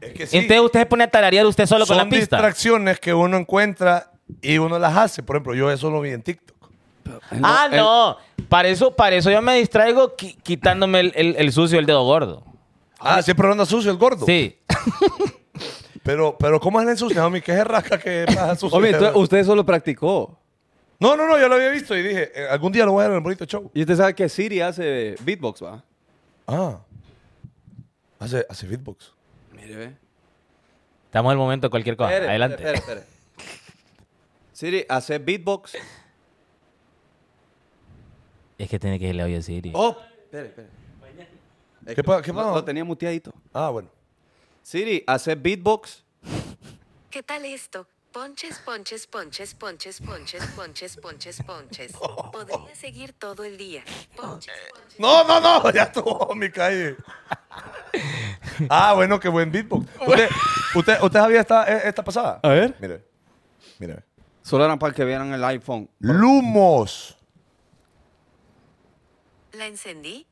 Speaker 2: Es que
Speaker 4: Este
Speaker 2: sí.
Speaker 5: Entonces usted se pone a tararear usted solo
Speaker 2: son
Speaker 5: con la pista.
Speaker 2: distracciones que uno encuentra y uno las hace. Por ejemplo, yo eso lo vi en TikTok.
Speaker 4: Eh,
Speaker 5: ah,
Speaker 4: el-
Speaker 5: no. Para eso, para eso yo me distraigo qui- quitándome el, el- el sucio, el dedo gordo.
Speaker 2: Ah, siempre anda sucio el gordo.
Speaker 5: Sí.
Speaker 2: Pero, pero ¿cómo es el sucio, homie? ¿Qué es el rasca que pasa sucio?
Speaker 4: eh, Hombre, entonces usted eso lo practicó.
Speaker 2: No, no, no, yo lo había visto y dije, eh, algún día lo voy a ver en el bonito show.
Speaker 4: Y usted sabe que Siri hace beatbox, va.
Speaker 2: Ah. Hace, hace beatbox.
Speaker 4: Mire, ve.
Speaker 5: Estamos en el momento de cualquier cosa.
Speaker 4: Espere,
Speaker 5: Adelante.
Speaker 4: espere, espere, espere. Siri, hace beatbox.
Speaker 5: Es que tiene que irle hoy a Siri.
Speaker 4: Oh, espere, espere. Es que
Speaker 2: pa- qué
Speaker 4: lo-
Speaker 2: pa-
Speaker 4: Lo tenía muteadito.
Speaker 2: Ah, bueno.
Speaker 4: Siri, hace beatbox.
Speaker 9: ¿Qué tal esto? Ponches, ponches, ponches, ponches, ponches, ponches, ponches, ponches. Podría seguir todo el día. Ponches, ponches.
Speaker 2: No, no, no, ya estuvo mi calle. ah, bueno, qué buen beatbox. ¿Usted, usted, usted había esta, eh, esta pasada?
Speaker 4: A ver.
Speaker 2: Mire, mire.
Speaker 4: Solo eran para que vieran el iPhone.
Speaker 2: Lumos.
Speaker 9: ¿La encendí?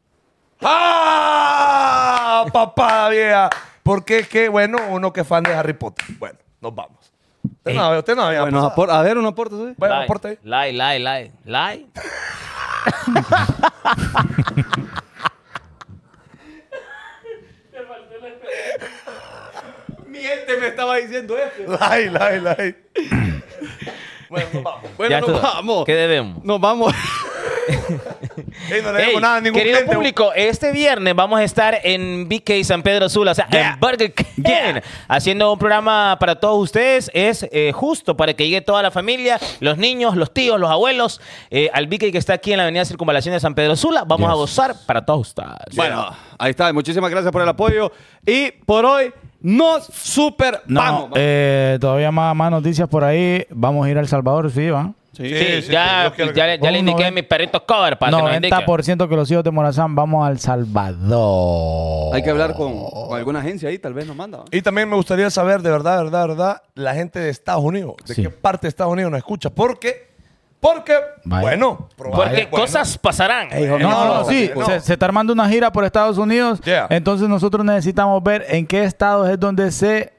Speaker 2: ¡Ah! Papá vieja. Porque es que, bueno, uno que es fan de Harry Potter. Bueno, nos vamos. Usted no, había- usted no había
Speaker 4: Bueno,
Speaker 2: pasado.
Speaker 4: apor- a ver, un aporte, sí.
Speaker 2: Bueno,
Speaker 5: Lie,
Speaker 2: aporte ahí.
Speaker 5: Lie, lie, lie. Lie.
Speaker 4: Miente, Este me estaba diciendo esto.
Speaker 2: Lai, lai, lai. bueno, nos vamos.
Speaker 4: Bueno,
Speaker 5: Ya
Speaker 4: nos
Speaker 5: estuvo.
Speaker 4: vamos.
Speaker 5: ¿Qué debemos?
Speaker 4: Nos vamos.
Speaker 2: Ey, no le debo
Speaker 5: Ey,
Speaker 2: nada a ningún
Speaker 5: querido
Speaker 2: cliente.
Speaker 5: público, este viernes vamos a estar en BK San Pedro Sula, o sea, en Burger King, haciendo un programa para todos ustedes. Es eh, justo para que llegue toda la familia, los niños, los tíos, los abuelos, eh, al BK que está aquí en la avenida Circunvalación de San Pedro Sula. Vamos a gozar para todos ustedes.
Speaker 4: Bueno, ahí está. Muchísimas gracias por el apoyo. Y por hoy nos super
Speaker 6: No,
Speaker 4: vamos.
Speaker 6: eh, todavía más, más noticias por ahí. Vamos a ir a El Salvador, sí, va.
Speaker 5: Sí,
Speaker 2: sí, sí,
Speaker 5: ya,
Speaker 2: yo quiero que-
Speaker 5: ya le- ya le
Speaker 6: Un
Speaker 5: indiqué a
Speaker 6: noven-
Speaker 5: mis perritos cover para que nos indiquen.
Speaker 6: 90% que los hijos de Morazán vamos al Salvador.
Speaker 4: Hay que hablar con, con alguna agencia ahí, tal vez nos manda. ¿va?
Speaker 2: Y también me gustaría saber, de verdad, verdad, verdad, la gente de Estados Unidos, de
Speaker 6: Sí.
Speaker 2: qué parte de Estados Unidos nos escucha. Porque, porque,
Speaker 6: Vaya.
Speaker 2: bueno,
Speaker 5: Porque
Speaker 2: probable- bueno.
Speaker 5: cosas pasarán.
Speaker 6: No, no,
Speaker 2: no,
Speaker 6: sí,
Speaker 2: no.
Speaker 6: Se, se está armando una gira por Estados Unidos.
Speaker 2: Yeah.
Speaker 6: Entonces nosotros necesitamos ver en qué estados es donde se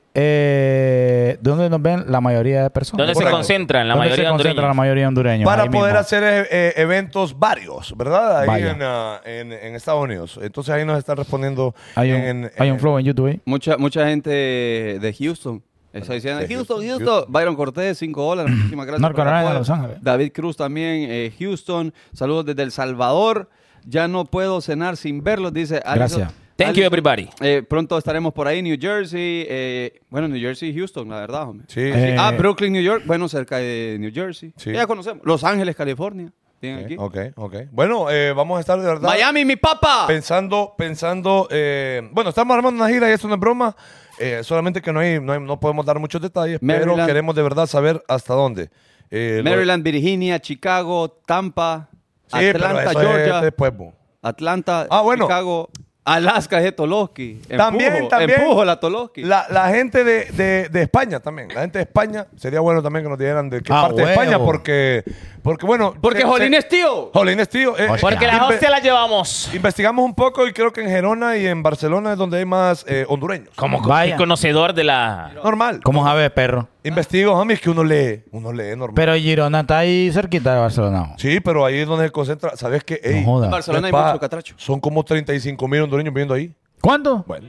Speaker 6: eh, donde nos ven la mayoría de personas.
Speaker 5: ¿Dónde se
Speaker 2: Correcto.
Speaker 5: concentran la
Speaker 6: ¿Dónde
Speaker 5: mayoría
Speaker 6: se concentra
Speaker 5: hondureños?
Speaker 6: la mayoría hondureños?
Speaker 2: Para
Speaker 6: Ahí
Speaker 2: poder
Speaker 6: mismo.
Speaker 2: hacer eh, eh, eventos varios, ¿verdad? Ahí
Speaker 6: Vaya.
Speaker 2: en, ah, en- en Estados Unidos. Entonces ahí nos están respondiendo.
Speaker 6: Hay un,
Speaker 2: en- en-
Speaker 6: hay un flow en YouTube. ahí.
Speaker 4: Mucha, mucha gente de Houston. Está diciendo,
Speaker 2: de
Speaker 4: Houston, Houston,
Speaker 2: Houston,
Speaker 4: Byron Cortés, 5 dólares. Muchísimas gracias.
Speaker 6: North
Speaker 4: por el
Speaker 6: Carolina,
Speaker 4: apoyo.
Speaker 6: Los Ángeles.
Speaker 4: David Cruz también, eh, Houston. Saludos desde El Salvador. Ya no puedo cenar sin verlos, dice Alison-
Speaker 6: Gracias.
Speaker 5: Thank you,
Speaker 4: Alison-
Speaker 5: everybody.
Speaker 4: Eh, pronto estaremos por ahí, New Jersey. eh, bueno, New Jersey, Houston, la verdad, hombre.
Speaker 2: Sí,
Speaker 6: Eh,
Speaker 4: ah, Brooklyn, New York. Bueno, cerca de New Jersey.
Speaker 2: Sí.
Speaker 4: Ya conocemos. Los Ángeles, California. Tienen
Speaker 2: sí.
Speaker 4: aquí.
Speaker 2: Ok, ok. Bueno, eh, vamos a estar de verdad.
Speaker 4: Miami, mi papa.
Speaker 2: Pensando, pensando, eh, bueno, estamos armando una gira y eso no es broma, eh, solamente que no, hay, no, hay- no podemos dar muchos detalles, pero
Speaker 4: Maryland.
Speaker 2: queremos de verdad saber hasta dónde. Eh, lo-
Speaker 4: Maryland, Virginia, Chicago, Tampa,
Speaker 2: Sí, pero
Speaker 4: Atlanta,
Speaker 2: eso es
Speaker 4: Georgia.
Speaker 2: después, bo.
Speaker 4: Atlanta,
Speaker 2: Ah, bueno.
Speaker 4: Chicago, Alaska es de Toloski. Empujo,
Speaker 2: También, también.
Speaker 4: Empujo la Toloski.
Speaker 2: La, la gente de, de- de España también. La gente de España. Sería bueno también que nos dieran de qué
Speaker 6: Ah,
Speaker 2: parte de
Speaker 6: huevo.
Speaker 2: España. Porque, porque bueno.
Speaker 4: Porque
Speaker 2: se-
Speaker 4: Jolín
Speaker 2: se-
Speaker 4: es tío.
Speaker 2: Jolín es tío. eh,
Speaker 5: Porque
Speaker 2: eh,
Speaker 5: las
Speaker 2: inve-
Speaker 5: hostias las llevamos.
Speaker 2: Investigamos un poco y creo que en Gerona y en Barcelona es donde hay más eh, hondureños.
Speaker 5: Como co-
Speaker 6: Vaya.
Speaker 5: conocedor de la...
Speaker 2: Normal.
Speaker 6: ¿Cómo sabes, perro?
Speaker 2: Investigo, homie, es que uno lee. Uno lee normal.
Speaker 6: Pero Girona está ahí cerquita de Barcelona.
Speaker 2: sí, pero ahí es donde se concentra. ¿Sabes qué? Ey,
Speaker 6: No joda.
Speaker 4: En Barcelona hay
Speaker 2: pa,
Speaker 4: mucho catracho.
Speaker 2: Son como 35 mil hondureños viviendo ahí.
Speaker 6: ¿Cuánto?
Speaker 2: Bueno.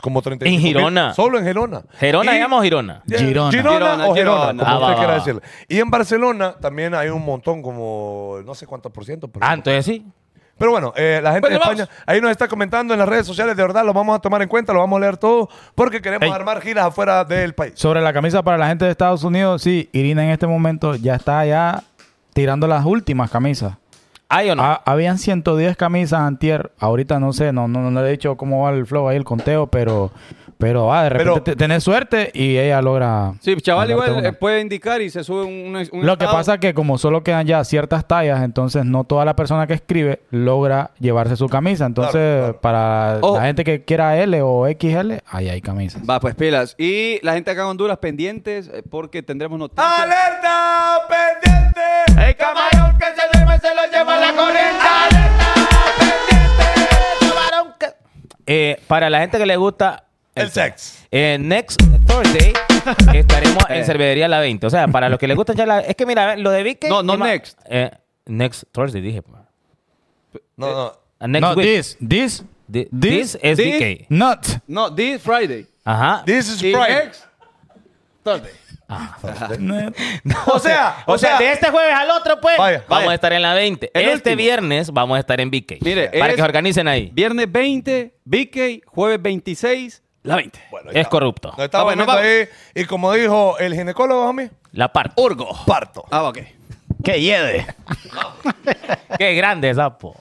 Speaker 2: como 35.
Speaker 5: En
Speaker 2: mil.
Speaker 5: Girona.
Speaker 2: Solo en Girona.
Speaker 5: Gerona,
Speaker 2: y-
Speaker 5: digamos Girona.
Speaker 2: Eh,
Speaker 6: Girona.
Speaker 2: Girona.
Speaker 4: Girona,
Speaker 2: o Girona,
Speaker 4: Girona.
Speaker 2: como
Speaker 5: Ah,
Speaker 2: usted
Speaker 5: va,
Speaker 2: quiera
Speaker 5: va.
Speaker 2: decirle. Y en Barcelona también hay un montón, como no sé cuántos por ciento. Pero,
Speaker 5: Ah, entonces sí.
Speaker 2: pero bueno, eh, la gente
Speaker 4: Bueno,
Speaker 2: de
Speaker 4: vamos.
Speaker 2: España ahí nos está comentando en las redes sociales, de verdad, lo vamos a tomar en cuenta, lo vamos a leer todo, porque queremos
Speaker 6: Ey.
Speaker 2: armar giras afuera del país.
Speaker 6: Sobre la camisa para la gente de Estados Unidos, sí, Irina en este momento ya está ya tirando las últimas camisas.
Speaker 5: ¿Hay o no?
Speaker 6: Ha- habían 110 camisas antier. Ahorita no sé, no, no, no le he dicho cómo va el flow ahí, el conteo, pero, pero ah, de repente
Speaker 2: Pero-
Speaker 6: te- tenés suerte y ella logra.
Speaker 4: Sí, chaval,
Speaker 6: mandarte
Speaker 4: igual
Speaker 6: una.
Speaker 4: eh, puede indicar y se sube un, un- un
Speaker 6: Lo que
Speaker 4: estado.
Speaker 6: pasa es que como solo quedan ya ciertas tallas, entonces no toda la persona que escribe logra llevarse su camisa. Entonces,
Speaker 2: Claro, claro.
Speaker 6: para
Speaker 4: Ojo.
Speaker 6: la gente que quiera L o XL, ahí hay camisas.
Speaker 4: Va, pues pilas. Y la gente acá en Honduras pendientes eh, porque tendremos noticias.
Speaker 2: ¡Alerta! ¡Pendiente!
Speaker 4: ¡El camarón que se duerme se lo lleva la corriente!
Speaker 5: Eh, para la gente que le gusta
Speaker 2: El sex.
Speaker 5: Eh, next Thursday estaremos en Cervecería La 20. O sea, para los que les gusta ya la... Es que mira, lo de Vicky...
Speaker 4: No, no
Speaker 5: ima-
Speaker 4: next.
Speaker 5: eh, next Thursday, dije. pa.
Speaker 2: No, no.
Speaker 5: Ah, Next
Speaker 6: No,
Speaker 5: week.
Speaker 6: this, this,
Speaker 5: Thi- This,
Speaker 6: this,
Speaker 5: es
Speaker 4: this-
Speaker 5: DK.
Speaker 6: not.
Speaker 4: No, this Friday.
Speaker 5: Ajá.
Speaker 2: This is
Speaker 4: Y
Speaker 2: Friday.
Speaker 4: next Thursday.
Speaker 2: O sea,
Speaker 5: o sea, de
Speaker 2: de
Speaker 5: este jueves al otro, pues,
Speaker 2: Vaya,
Speaker 5: vamos
Speaker 2: vaya.
Speaker 5: a estar en la 20.
Speaker 4: El
Speaker 5: este
Speaker 4: último.
Speaker 5: viernes vamos a estar en BK.
Speaker 4: Mire,
Speaker 5: para
Speaker 4: es-
Speaker 5: que se organicen ahí.
Speaker 4: Viernes 20, BK. Jueves 26, la 20.
Speaker 2: Bueno, ya.
Speaker 5: Es corrupto.
Speaker 2: Nos estamos
Speaker 4: Ah, bueno,
Speaker 2: viendo
Speaker 4: vamos.
Speaker 2: ahí. Y como dijo el ginecólogo, homie,
Speaker 5: La parte.
Speaker 4: Urgo.
Speaker 2: parto.
Speaker 4: Ah, ok.
Speaker 6: Que lleve.
Speaker 5: Qué grande, sapo.